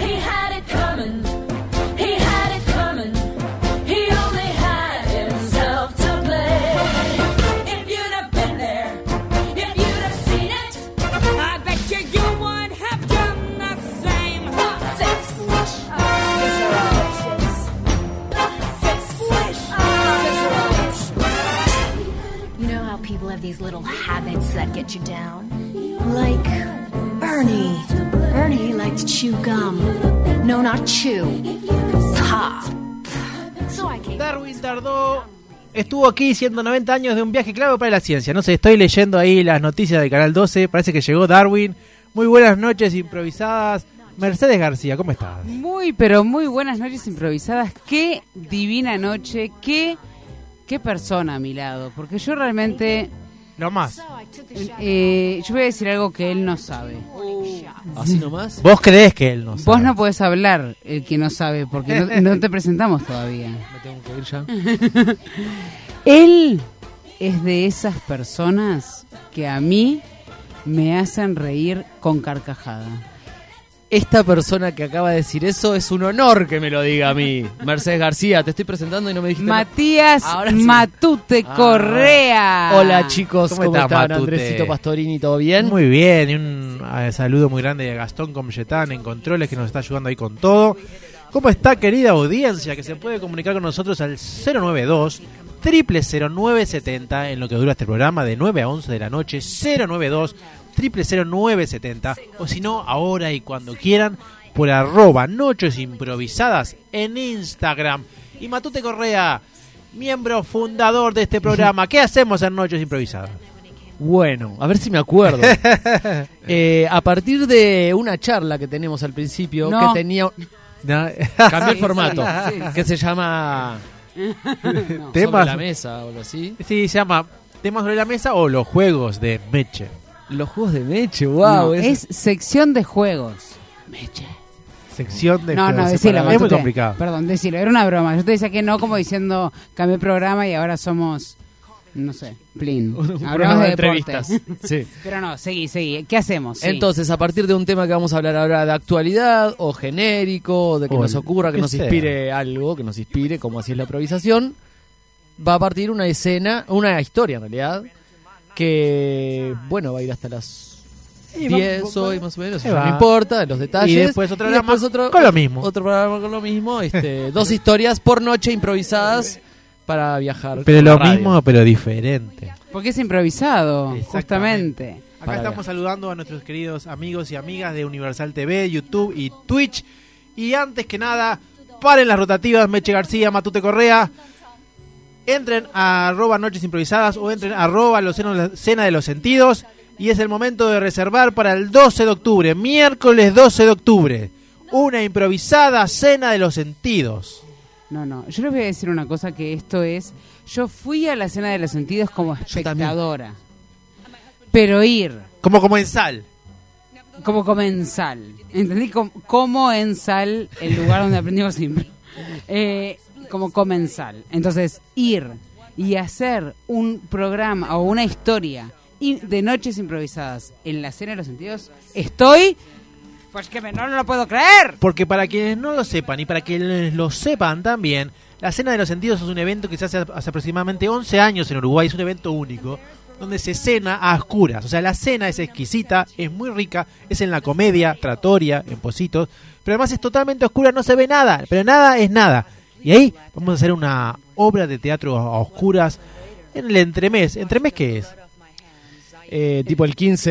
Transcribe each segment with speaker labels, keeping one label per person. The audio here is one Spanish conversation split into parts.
Speaker 1: He had it coming. He had it coming. He only had himself to blame. If you'd have been there, if you'd have seen it, I bet you you would have done the same. Six swish, Cicero. Six swish, Cicero.
Speaker 2: You know how people have these little habits that get you down? Like Bernie. Bernie liked to chew gum. No, not chew. Pop. So I came.
Speaker 3: Darwin tardó. Estuvo aquí 190 años de un viaje clave para la ciencia. No sé, estoy leyendo ahí las noticias del Canal 12. Parece que llegó Darwin. Muy buenas noches improvisadas. Mercedes García, ¿cómo estás?
Speaker 4: Muy, pero muy buenas noches improvisadas. Qué divina noche, qué, qué persona a mi lado. Porque yo realmente,
Speaker 3: Lo más.
Speaker 4: eh, yo voy a decir algo que él no sabe.
Speaker 5: Uh. Así nomás.
Speaker 3: Vos crees que él no sabe.
Speaker 4: Vos no podés hablar el que no sabe, porque no, no te presentamos todavía.
Speaker 5: Me tengo que ir ya.
Speaker 4: Él es de esas personas que a mí me hacen reír con carcajada.
Speaker 5: Esta persona que acaba de decir eso es un honor que me lo diga a mí. Mercedes García, te estoy presentando y no me dijiste.
Speaker 4: Matías
Speaker 5: Ahora sí.
Speaker 4: Matute
Speaker 5: Ah.
Speaker 4: Correa.
Speaker 5: Hola chicos,
Speaker 3: ¿Cómo
Speaker 5: ¿cómo,
Speaker 3: estás,
Speaker 5: están?
Speaker 3: Matute?
Speaker 5: Andresito Pastorini, ¿todo bien?
Speaker 3: Muy bien, y un eh, saludo muy grande a Gastón Comyetán en Controles que nos está ayudando ahí con todo. ¿Cómo está, querida audiencia? Que se puede comunicar con nosotros al 092 0970 en lo que dura este programa de 9 a 11 de la noche. 092 0970 o si no, ahora y cuando quieran por arroba noches improvisadas en Instagram. Y Matute Correa, miembro fundador de este programa. ¿Qué hacemos en Noches Improvisadas?
Speaker 5: Bueno, a ver si me acuerdo. Eh, a partir de una charla que tenemos al principio,
Speaker 4: No.
Speaker 5: que tenía.
Speaker 3: No.
Speaker 5: Cambié el formato.
Speaker 4: sí, sí.
Speaker 5: Que se llama. Sobre la
Speaker 3: Temas
Speaker 5: mesa o algo así.
Speaker 3: Sí, se llama Temas sobre la mesa o los juegos de Meche.
Speaker 5: Los juegos de Meche, wow.
Speaker 4: No, es sección de juegos.
Speaker 3: Sección de
Speaker 4: No,
Speaker 3: juegos
Speaker 4: no, decilo.
Speaker 3: separados. Es muy
Speaker 4: Matute.
Speaker 3: complicado.
Speaker 4: Perdón, decilo. Era una broma. Yo te decía que no, como diciendo, cambié programa y ahora somos, no sé, plin. Ah. Hablamos de
Speaker 5: entrevistas.
Speaker 4: deportes.
Speaker 5: Sí.
Speaker 4: Pero no, seguí, seguí. ¿Qué hacemos? Ah, Sí.
Speaker 5: Entonces, a partir de un tema que vamos a hablar ahora de actualidad o genérico, o de que
Speaker 3: O
Speaker 5: nos
Speaker 3: el-
Speaker 5: ocurra, que
Speaker 3: que
Speaker 5: nos
Speaker 3: sea.
Speaker 5: inspire algo, que nos inspire, como así es la improvisación, va a partir una escena, una historia en realidad, que, bueno, va a ir hasta las
Speaker 3: Y vamos-
Speaker 5: 10 hoy más o menos,
Speaker 3: Ahí
Speaker 5: eso
Speaker 3: va.
Speaker 5: no importa, los detalles.
Speaker 3: Y después otro programa
Speaker 5: después otro-
Speaker 3: con lo mismo.
Speaker 5: Otro programa con lo mismo, este, dos historias por noche improvisadas para viajar.
Speaker 3: Pero
Speaker 5: con
Speaker 3: lo
Speaker 5: la radio.
Speaker 3: mismo, pero diferente.
Speaker 4: Porque es improvisado,
Speaker 3: Exactamente.
Speaker 4: justamente.
Speaker 3: Acá
Speaker 5: Para
Speaker 3: estamos saludando a nuestros queridos amigos y amigas de Universal TV, YouTube y Twitch. Y antes que nada, paren las rotativas, Meche García, Matute Correa. Entren a arroba noches improvisadas o entren a arroba los senos- cena de los sentidos. Y es el momento de reservar para el 12 de octubre, miércoles 12 de octubre. Una improvisada cena de los sentidos.
Speaker 4: No, no. Yo les voy a decir una cosa que esto es. Yo fui a la cena de los sentidos como espectadora. Pero ir
Speaker 3: Como como en sal.
Speaker 4: como comensal. ¿Entendí? Com- Como, en sal, el lugar donde aprendimos siempre. Eh, como comensal. Entonces, ir y hacer un programa o una historia y- de noches improvisadas en la cena de los sentidos, estoy. Pues que me- no, no lo puedo creer.
Speaker 3: Porque para quienes no lo sepan y para quienes lo sepan también, la Cena de los Sentidos es un evento que se hace hace aproximadamente 11 años en Uruguay, es un evento único, donde se cena a oscuras. O sea, la cena es exquisita, es muy rica, es en la comedia, tratoria, en positos, pero además es totalmente oscura, no se ve nada, pero nada es nada. Y ahí vamos a hacer una obra de teatro a oscuras en el entremés. ¿Entremés qué es?
Speaker 5: Eh, tipo el 15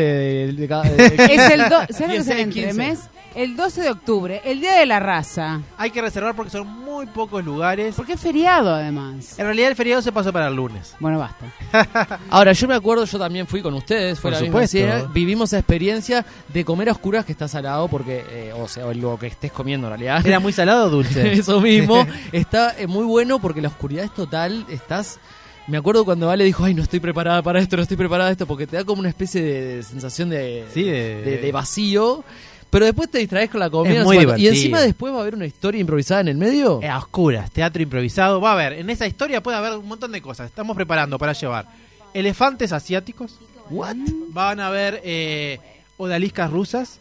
Speaker 5: de, de cada-
Speaker 4: Es el, do- ¿sabes lo que es el
Speaker 5: 16, 15.
Speaker 4: entremés? El 12 de octubre, el Día de la Raza.
Speaker 3: Hay que reservar porque son muy pocos lugares.
Speaker 4: Porque es feriado, además.
Speaker 3: En realidad el feriado se pasó para el lunes.
Speaker 4: Bueno, basta.
Speaker 5: Ahora, yo me acuerdo, yo también fui con ustedes, fue
Speaker 3: Por
Speaker 5: la misma
Speaker 3: supuesto.
Speaker 5: escena, Vivimos esa experiencia de comer a oscuras que está salado, porque, eh, o sea, lo que estés comiendo en realidad.
Speaker 3: ¿Era muy salado o dulce?
Speaker 5: Eso mismo. Está eh, muy bueno porque la oscuridad es total. Estás Me acuerdo cuando Ale dijo, ay, no estoy preparada para esto, no estoy preparada para esto, porque te da como una especie de sensación de,
Speaker 3: Sí, de-
Speaker 5: de- de vacío. Pero después te distraes con la comida.
Speaker 3: Es
Speaker 5: no
Speaker 3: muy
Speaker 5: sé cuánto. y
Speaker 3: divertido.
Speaker 5: encima después va a haber una historia improvisada en el medio.
Speaker 3: Eh, A oscuras, teatro improvisado. Va a haber, en esa historia puede haber un montón de cosas. Estamos preparando para llevar elefantes asiáticos.
Speaker 5: ¿What?
Speaker 3: Van a haber eh, odaliscas rusas.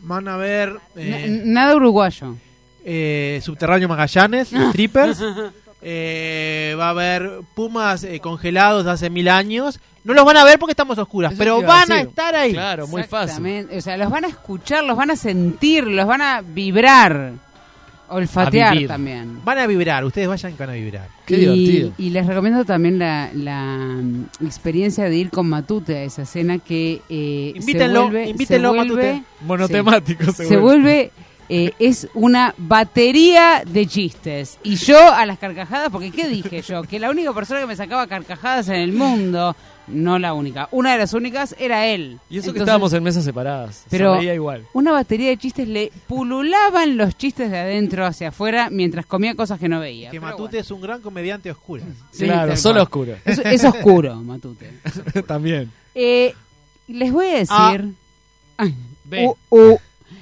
Speaker 3: Van a haber eh,
Speaker 4: N- Nada uruguayo.
Speaker 3: eh, subterráneo magallanes, strippers. Eh, va a haber pumas eh, congelados de hace mil años. No los van a ver porque estamos a oscuras,
Speaker 5: Eso te
Speaker 3: pero
Speaker 5: iba a
Speaker 3: van a,
Speaker 5: decir.
Speaker 3: estar ahí.
Speaker 5: Claro, muy fácil.
Speaker 4: Exactamente. O sea, los van a escuchar, los van a sentir, los van a vibrar. Olfatear
Speaker 5: vivir.
Speaker 4: también.
Speaker 3: Van a vibrar, ustedes vayan que van a vibrar.
Speaker 5: Qué
Speaker 4: y,
Speaker 5: divertido.
Speaker 4: y les recomiendo también la, la, mm, experiencia de ir con Matute a esa cena que eh,
Speaker 3: Invítenlo,
Speaker 4: se vuelve,
Speaker 3: invítenlo a
Speaker 4: se vuelve,
Speaker 3: Matute.
Speaker 5: Monotemático,
Speaker 4: sí, se
Speaker 5: seguro.
Speaker 4: vuelve eh, es una batería de chistes y yo a las carcajadas porque qué dije yo que la única persona que me sacaba carcajadas en el mundo no la única una de las únicas era él
Speaker 5: Y eso que
Speaker 4: Entonces,
Speaker 5: estábamos en mesas separadas.
Speaker 4: pero
Speaker 5: se reía igual.
Speaker 4: una batería de chistes le pululaban los chistes de adentro hacia afuera mientras comía cosas que no veía
Speaker 3: Que
Speaker 4: Pero
Speaker 3: Matute
Speaker 4: bueno.
Speaker 3: es un gran comediante a oscuras.
Speaker 4: Sí,
Speaker 5: claro,
Speaker 4: tal
Speaker 5: solo
Speaker 4: cual.
Speaker 5: oscuro.
Speaker 4: Es, es oscuro, Matute.
Speaker 5: También.
Speaker 4: Eh, les voy a decir. Ay,
Speaker 5: Ve.
Speaker 4: uh, uh,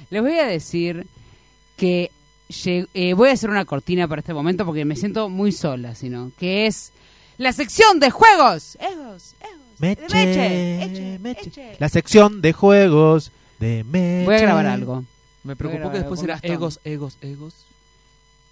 Speaker 4: les voy a decir que lleg- eh, voy a hacer una cortina para este momento porque me siento muy sola, sino que es la sección de juegos. Egos, egos,
Speaker 3: Meche,
Speaker 4: de Meche, eche,
Speaker 3: Meche.
Speaker 4: eche.
Speaker 3: La sección de juegos de Meche.
Speaker 4: Voy a grabar algo.
Speaker 5: Me
Speaker 4: preocupó que después era egos,
Speaker 5: egos, egos.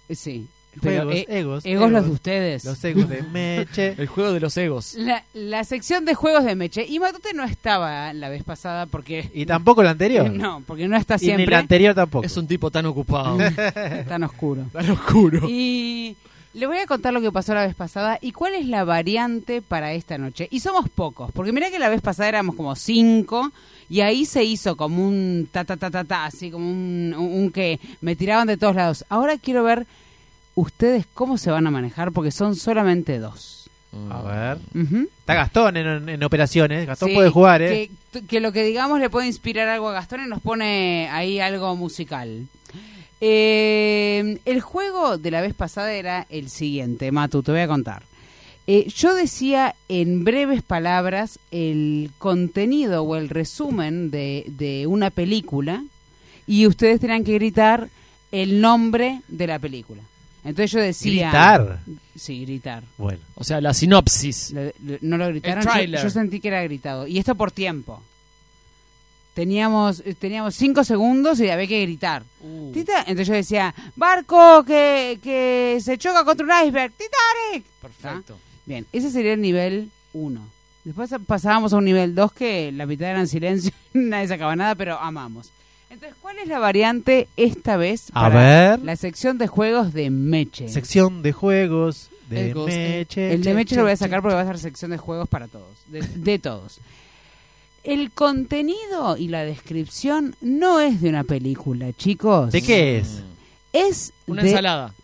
Speaker 4: Eh, Sí. Pero,
Speaker 3: Juegos,
Speaker 4: eh,
Speaker 3: egos,
Speaker 4: egos los de ustedes.
Speaker 3: Los egos de Meche.
Speaker 5: El juego de los egos.
Speaker 4: La, la sección de juegos de Meche. Y Matute no estaba la vez pasada porque.
Speaker 3: Y tampoco el anterior.
Speaker 4: No, porque no está
Speaker 3: y ni el
Speaker 4: siempre
Speaker 3: anterior tampoco.
Speaker 5: Es un tipo tan ocupado.
Speaker 4: tan oscuro.
Speaker 5: tan oscuro.
Speaker 4: Y le voy a contar lo que pasó la vez pasada y cuál es la variante para esta noche. Y somos pocos, porque mirá que la vez pasada éramos como cinco y ahí se hizo como un ta ta ta ta ta, así como un, un- un que me tiraban de todos lados. Ahora quiero ver ustedes cómo se van a manejar porque son solamente dos.
Speaker 3: A ver.
Speaker 4: Ujú.
Speaker 3: Está Gastón en, en- en operaciones. Gastón
Speaker 4: Sí,
Speaker 3: puede jugar, ¿eh?
Speaker 4: Que, que lo que digamos le puede inspirar algo a Gastón y nos pone ahí algo musical. Eh, el juego de la vez pasada era eh, el siguiente, Matu, te voy a contar. Eh, yo decía en breves palabras el contenido o el resumen de, de una película y ustedes tenían que gritar el nombre de la película. Entonces yo decía...
Speaker 3: Gritar.
Speaker 4: Sí, gritar.
Speaker 3: Bueno.
Speaker 5: O sea, la sinopsis.
Speaker 4: Lo- lo- no lo gritaron.
Speaker 5: El
Speaker 4: yo-
Speaker 5: tráiler.
Speaker 4: Yo, sentí que era gritado. Y esto por tiempo. Teníamos, eh, teníamos cinco segundos y había que gritar.
Speaker 5: Uh.
Speaker 4: Tita- Entonces yo decía, barco que, que se choca contra un iceberg. Titanic.
Speaker 5: Perfecto.
Speaker 4: Bien, ese sería el nivel 1. Después pasábamos a un nivel 2 que la mitad eran silencio, nadie sacaba nada, pero amamos. Entonces, ¿cuál es la variante esta vez
Speaker 3: A ver.
Speaker 4: la sección de juegos de Meche?
Speaker 3: Sección de juegos de
Speaker 5: Egos, eh.
Speaker 3: Meche.
Speaker 4: El de Meche lo voy a sacar porque va a ser sección de juegos para todos, de, de todos. El contenido y la descripción no es de una película, chicos.
Speaker 3: ¿De qué es?
Speaker 4: Es
Speaker 5: Una
Speaker 4: de,
Speaker 5: ensalada.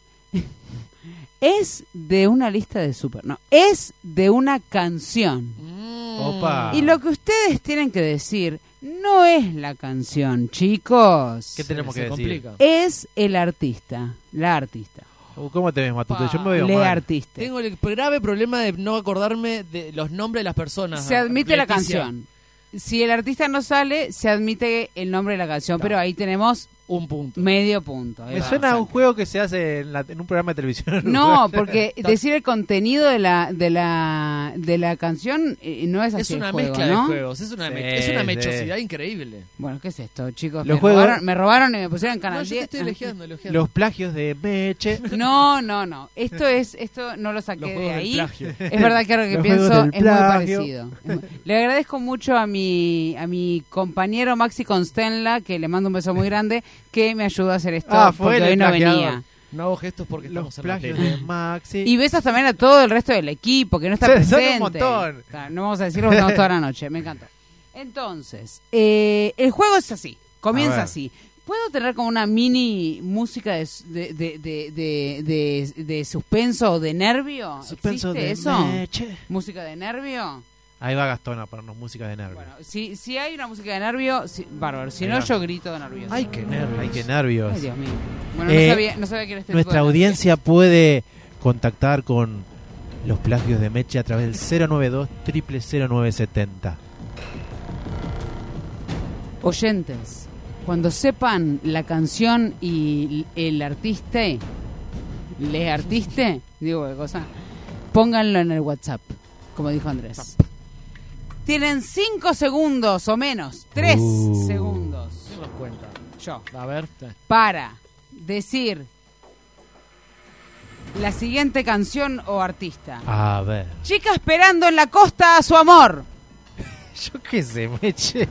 Speaker 4: es de una lista de super, no, es de una canción.
Speaker 5: Mm.
Speaker 3: Opa.
Speaker 4: Y lo que ustedes tienen que decir no es la canción, chicos.
Speaker 3: ¿Qué tenemos que
Speaker 5: Se
Speaker 3: decir?
Speaker 5: complica.
Speaker 4: Es el artista, la artista,
Speaker 3: Uh, ¿Cómo te ves, Matute? Yo me veo
Speaker 4: le
Speaker 3: mal.
Speaker 4: artista.
Speaker 5: Tengo el grave problema de no acordarme de los nombres de las personas.
Speaker 4: se admite la
Speaker 5: Leticia,
Speaker 4: canción. Si el artista no sale, se admite el nombre de la canción, pero ahí tenemos
Speaker 5: Un punto.
Speaker 4: medio punto. Ahí
Speaker 3: Me
Speaker 4: va.
Speaker 3: suena a un juego que se hace en, la- en un programa de televisión.
Speaker 4: No, porque decir el contenido de la de la de la canción eh, no es así.
Speaker 5: Es una
Speaker 4: el juego,
Speaker 5: mezcla
Speaker 4: ¿no?
Speaker 5: de juegos. Es una,
Speaker 3: Sí,
Speaker 5: me- es una
Speaker 3: sí.
Speaker 5: mechosidad increíble.
Speaker 4: Bueno, ¿qué es esto, chicos?
Speaker 3: Los
Speaker 4: Me
Speaker 3: juegos-
Speaker 4: robaron, me robaron y me pusieron en
Speaker 5: No,
Speaker 4: canal
Speaker 5: yo te
Speaker 4: 10.
Speaker 5: estoy elogiando, elogiando.
Speaker 3: Los plagios de Meche.
Speaker 4: No, no, no. Esto es esto no lo saqué de ahí. Es verdad que ahora que
Speaker 3: Los
Speaker 4: pienso
Speaker 3: juegos
Speaker 4: es muy
Speaker 3: del plagio.
Speaker 4: parecido. Es muy- Le agradezco mucho a mi a mi compañero Maxi Constenla, que le mando un beso muy grande, que me ayudó a hacer esto
Speaker 3: Ah, fue
Speaker 4: porque
Speaker 3: el
Speaker 4: hoy no
Speaker 3: plagiador.
Speaker 4: venía.
Speaker 5: No hago gestos porque
Speaker 3: Los
Speaker 5: estamos en la
Speaker 3: plagios
Speaker 5: tele.
Speaker 3: de Maxi.
Speaker 4: Y besos también a todo el resto del equipo que no está
Speaker 3: Sí, son un
Speaker 4: presente.
Speaker 3: montón.
Speaker 4: Está, No vamos a decirlo, estamos toda la noche. Me encantó. Entonces, eh, el juego es así.
Speaker 3: A
Speaker 4: Comienza
Speaker 3: ver.
Speaker 4: así. ¿Puedo tener como una mini música de, s- de, de, de, de- de- de suspenso o de nervio?
Speaker 3: Suspenso
Speaker 4: ¿Existe
Speaker 3: de
Speaker 4: eso?
Speaker 3: Meche.
Speaker 4: ¿Música de nervio?
Speaker 3: Ahí va Gastón a ponernos música de nervios.
Speaker 4: Bueno, si, si hay una música de nervio, si- bárbaro. Si
Speaker 3: Ahí
Speaker 4: no,
Speaker 3: va.
Speaker 4: yo grito de nervioso.
Speaker 3: Ay, qué nervios. Ay, qué nervios.
Speaker 4: Ay, Dios mío. Bueno,
Speaker 3: Eh,
Speaker 4: no sabía, no sabía que era este tipo
Speaker 3: Nuestra
Speaker 4: de-
Speaker 3: audiencia puede contactar con Los plagios de Meche a través del 092 0970
Speaker 4: oyentes, cuando sepan la canción y el artista, le artiste, digo qué cosa, pónganlo en el WhatsApp, como dijo Andrés. Tienen cinco segundos o menos, tres
Speaker 3: Uh.
Speaker 4: segundos.
Speaker 5: ¿Quién nos cuenta?
Speaker 4: Yo
Speaker 5: A ver.
Speaker 4: para decir la siguiente canción o artista.
Speaker 3: A ver.
Speaker 4: Chica esperando en la costa a su amor.
Speaker 3: Yo qué sé, pues, Meche.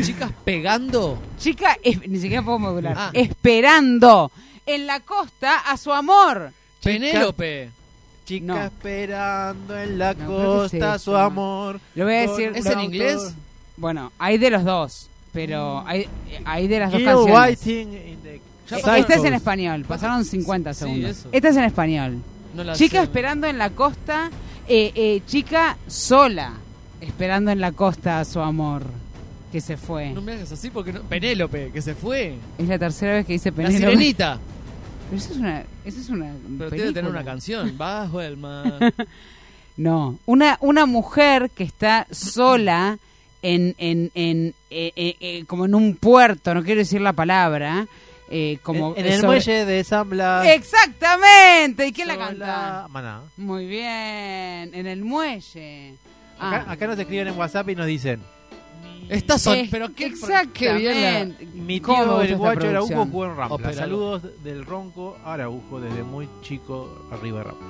Speaker 5: Chicas pegando.
Speaker 4: Chica, es- ni siquiera puedo modular.
Speaker 5: Ah.
Speaker 4: Esperando en la costa a su amor.
Speaker 5: Penélope.
Speaker 3: Chica
Speaker 4: No.
Speaker 3: esperando en la
Speaker 4: No, creo que es
Speaker 3: costa
Speaker 4: esto,
Speaker 3: su
Speaker 4: no.
Speaker 3: amor.
Speaker 4: Lo voy a
Speaker 3: Con
Speaker 4: decir.
Speaker 5: ¿Es
Speaker 3: un
Speaker 5: en inglés? Mm.
Speaker 4: Bueno, hay de los dos, pero hay, hay de las dos
Speaker 3: Girl
Speaker 4: canciones.
Speaker 3: waiting in the
Speaker 5: Ya
Speaker 4: Eh,
Speaker 5: pasaron.
Speaker 4: Esta es en
Speaker 3: cycles.
Speaker 4: español, pasaron 50
Speaker 5: Sí,
Speaker 4: segundos.
Speaker 5: eso.
Speaker 4: Esta es en español.
Speaker 5: No la
Speaker 4: Chica
Speaker 5: sé.
Speaker 4: esperando en la costa, eh, eh, chica sola, esperando en la costa a su amor, que se fue.
Speaker 5: No me hagas así porque no. Penélope, que se fue.
Speaker 4: Es la tercera vez que dice
Speaker 5: La
Speaker 4: Penélope.
Speaker 5: sirenita.
Speaker 4: Pero eso es una, eso es una
Speaker 5: Pero tiene
Speaker 4: película.
Speaker 5: que tener una canción. Bajo el mar.
Speaker 4: No, una, una mujer que está sola en, en, en eh, eh, eh, como en un puerto, no quiero decir la palabra, eh, como
Speaker 3: en, en el
Speaker 4: sobre- Eh,
Speaker 3: muelle de San Blas.
Speaker 4: Exactamente, ¿y quién la
Speaker 3: Ah. sola-
Speaker 5: Ah,
Speaker 4: canta?
Speaker 3: Maná.
Speaker 4: Muy bien, en el muelle. Ah.
Speaker 3: Acá, acá nos escriben en WhatsApp y nos dicen:
Speaker 5: Estas son.
Speaker 4: Es-
Speaker 5: Pero qué, qué bien la-
Speaker 4: Exactamente.
Speaker 3: Mi
Speaker 4: ¿Cómo me
Speaker 3: tío
Speaker 4: gusta
Speaker 3: el
Speaker 4: esta
Speaker 3: guacho Araujo
Speaker 4: producción?
Speaker 3: jugó en Rampla.
Speaker 5: Ópera.
Speaker 3: Saludos del ronco Araujo desde muy chico arriba de Rampla.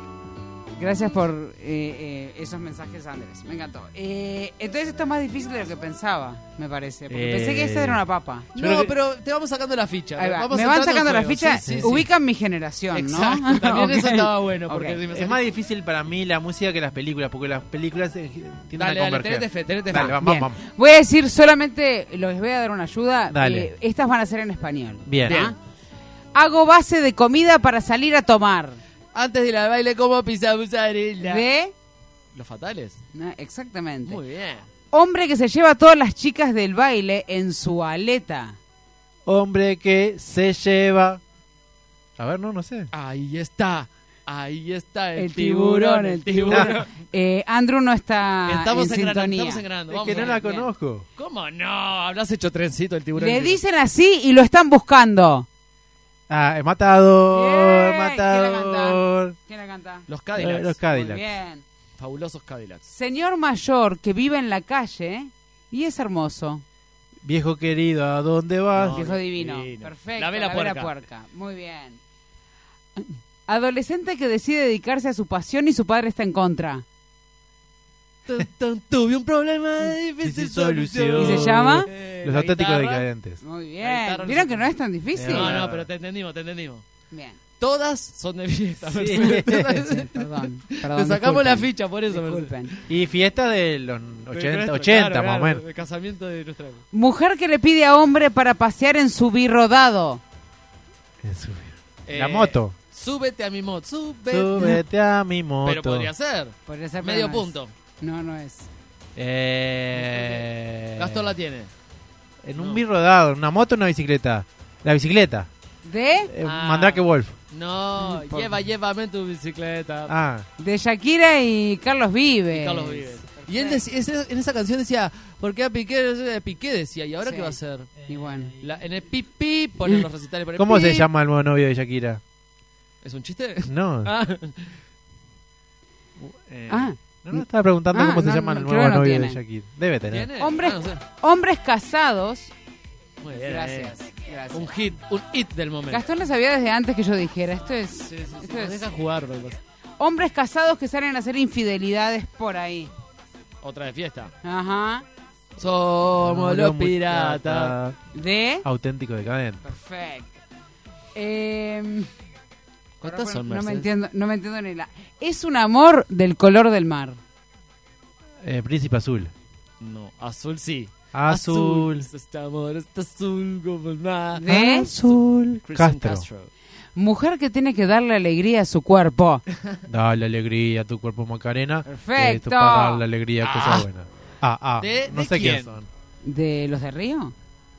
Speaker 4: Gracias por eh, eh, esos mensajes, Andrés. Me encantó. Eh, entonces esto es más difícil de lo que pensaba, me parece. Porque
Speaker 3: Eh.
Speaker 4: pensé que esa era una papa.
Speaker 3: Yo creo
Speaker 5: No,
Speaker 3: que-
Speaker 5: pero te vamos sacando la ficha.
Speaker 4: Ahí va.
Speaker 5: Vamos
Speaker 4: Me van
Speaker 5: entrando
Speaker 4: sacando
Speaker 5: en
Speaker 4: la
Speaker 5: juego.
Speaker 4: ficha.
Speaker 5: Sí, sí, sí.
Speaker 4: ubican mi generación, Ah, ¿no?
Speaker 5: Exacto, también eso
Speaker 4: Ok.
Speaker 5: estaba bueno. Porque
Speaker 4: Ok.
Speaker 5: si me
Speaker 3: Es
Speaker 5: sacas-
Speaker 3: más difícil para mí la música que las películas, porque las películas eh, tienden
Speaker 5: Dale,
Speaker 3: a
Speaker 5: dale,
Speaker 3: converger.
Speaker 5: tenete fe, tenete fe.
Speaker 3: Dale, vamos,
Speaker 4: Bien.
Speaker 3: vamos.
Speaker 4: Voy a decir solamente, les voy a dar una ayuda.
Speaker 3: Dale.
Speaker 4: Eh, estas van a ser en español.
Speaker 3: Bien.
Speaker 4: ¿ah? Hago base de comida para salir a tomar.
Speaker 5: Antes de ir al baile, como pizza mozzarella.
Speaker 4: De.
Speaker 5: Los fatales.
Speaker 4: ¿no? Exactamente.
Speaker 5: Muy bien.
Speaker 4: Hombre que se lleva a todas las chicas del baile en su aleta.
Speaker 3: Hombre que se lleva. A ver, no, no sé.
Speaker 5: Ahí está. Ahí está el,
Speaker 4: El
Speaker 5: tiburón,
Speaker 4: tiburón,
Speaker 5: el
Speaker 4: el
Speaker 5: tiburón.
Speaker 4: Eh, Andrew no está
Speaker 5: Estamos
Speaker 4: en
Speaker 5: engranando,
Speaker 4: sintonía.
Speaker 5: estamos engranando.
Speaker 3: es
Speaker 5: vamos,
Speaker 3: que no
Speaker 5: vamos.
Speaker 3: la
Speaker 4: bien.
Speaker 3: conozco.
Speaker 5: ¿Cómo no? Habrás hecho trencito el tiburón.
Speaker 4: Le
Speaker 5: el tiburón.
Speaker 4: dicen así y lo están busando.
Speaker 3: Ah, el matador,
Speaker 4: Bien,
Speaker 3: matador.
Speaker 4: ¿Quién la canta?
Speaker 5: Los
Speaker 3: Eh,
Speaker 5: Cadillacs.
Speaker 3: Los
Speaker 4: Muy
Speaker 3: Cadillacs.
Speaker 4: bien.
Speaker 5: Fabulosos Cadillacs.
Speaker 4: Señor mayor que vive en la calle y es hermoso.
Speaker 3: Viejo querido, ¿a dónde vas?
Speaker 5: No.
Speaker 4: Viejo divino.
Speaker 5: divino.
Speaker 4: Perfecto.
Speaker 5: La vela puerca.
Speaker 4: Muy bien. Adolescente que decide dedicarse a su pasión y su padre está en contra.
Speaker 5: Tun, tun, Tuve un problema de difícil
Speaker 3: Difícil solución.
Speaker 4: ¿Y
Speaker 5: solución.
Speaker 4: se llama?
Speaker 5: Eh,
Speaker 3: Los
Speaker 5: la
Speaker 3: auténticos
Speaker 5: guitarra.
Speaker 3: decadentes.
Speaker 4: Muy
Speaker 5: La
Speaker 4: bien.
Speaker 5: guitarra
Speaker 4: ¿Vieron
Speaker 5: no
Speaker 4: que
Speaker 5: se-
Speaker 4: no es tan difícil?
Speaker 5: No, no, pero te entendimos, te entendimos.
Speaker 4: Bien.
Speaker 5: Todas son de fiesta.
Speaker 3: Sí.
Speaker 5: Mercedes. Todas-
Speaker 4: Sí, Perdón. perdón,
Speaker 5: Te sacamos
Speaker 4: disculpen.
Speaker 5: la ficha por eso. Mercedes.
Speaker 4: Disculpen.
Speaker 3: Y fiesta de los
Speaker 5: De
Speaker 3: 80,
Speaker 5: nuestro,
Speaker 3: 80
Speaker 5: claro,
Speaker 3: más o
Speaker 5: claro,
Speaker 3: menos.
Speaker 5: El casamiento de nuestra.
Speaker 4: Mujer que le pide a hombre para pasear en su birrodado.
Speaker 3: En su-
Speaker 5: Eh,
Speaker 3: La moto.
Speaker 5: Súbete a mi moto. Súbete.
Speaker 3: Súbete a mi moto.
Speaker 5: Pero podría ser.
Speaker 4: Podría ser, pero
Speaker 5: Medio
Speaker 4: no es.
Speaker 5: punto.
Speaker 4: No, no es.
Speaker 3: Eh,
Speaker 5: Gastón la tiene.
Speaker 3: En
Speaker 5: No.
Speaker 3: un birrodado, en una moto o una bicicleta. La bicicleta.
Speaker 4: ¿De?
Speaker 3: Eh,
Speaker 5: Ah.
Speaker 3: Mandrake Wolf.
Speaker 5: No,
Speaker 4: Por-
Speaker 5: lleva, llévame tu bicicleta.
Speaker 3: Ah,
Speaker 4: De Shakira y Carlos Vives.
Speaker 5: Y Carlos Vives. Y él dec- ese- en esa canción decía, ¿por qué a Piqué? eh, Piqué decía, ¿y ahora
Speaker 4: Sí.
Speaker 5: qué va a hacer?
Speaker 4: Y bueno.
Speaker 5: La- en el pipí ponen los recitales. por el
Speaker 3: ¿cómo se
Speaker 5: pip.
Speaker 3: llama el nuevo novio de Shakira?
Speaker 5: ¿Es un chiste?
Speaker 3: No.
Speaker 5: Ah,
Speaker 3: Eh,
Speaker 4: Ah.
Speaker 3: No,
Speaker 5: Mm.
Speaker 3: no, estaba preguntando
Speaker 4: Ah,
Speaker 3: cómo se
Speaker 4: no,
Speaker 3: llama
Speaker 4: no,
Speaker 3: el
Speaker 4: creo
Speaker 3: nuevo
Speaker 4: que no
Speaker 3: novio de
Speaker 4: tiene.
Speaker 3: Shakira. Debe tener.
Speaker 5: ¿tiene?
Speaker 4: Hombres-
Speaker 5: Ah, no sé.
Speaker 4: Hombres casados.
Speaker 5: Muy bien,
Speaker 4: Oh, Gracias.
Speaker 5: eh.
Speaker 4: Gracias.
Speaker 5: Un hit, un hit del momento.
Speaker 4: Gastón lo sabía desde antes que yo dijera. Esto es.
Speaker 5: Sí, sí, sí,
Speaker 4: esto
Speaker 5: no
Speaker 4: es-
Speaker 5: deja jugar, pues, bro.
Speaker 4: Hombres casados que salen a hacer infidelidades por ahí.
Speaker 5: Otra de fiesta.
Speaker 4: Ajá.
Speaker 5: Somos los piratas.
Speaker 4: De.
Speaker 3: Auténtico decadente.
Speaker 4: Perfecto. Em,
Speaker 5: ¿Cuántas son,
Speaker 4: no me
Speaker 5: Mercedes?
Speaker 4: entiendo, no me entiendo ni la. Es un amor del color del mar.
Speaker 3: Eh, príncipe azul.
Speaker 5: No, azul sí.
Speaker 3: Azul.
Speaker 5: Este amor está azul como el mar.
Speaker 4: De.
Speaker 3: Azul.
Speaker 5: Cristian
Speaker 3: Castro.
Speaker 4: Mujer que tiene que darle alegría a su cuerpo.
Speaker 3: Dale alegría a tu cuerpo, Macarena. Que
Speaker 4: Perfecto.
Speaker 3: esto para dar la alegría que
Speaker 5: Ah.
Speaker 3: sea buena. Ah, ah.
Speaker 5: ¿De-
Speaker 3: no
Speaker 5: de
Speaker 3: sé quién
Speaker 5: quién?
Speaker 3: son.
Speaker 4: ¿De los de Río?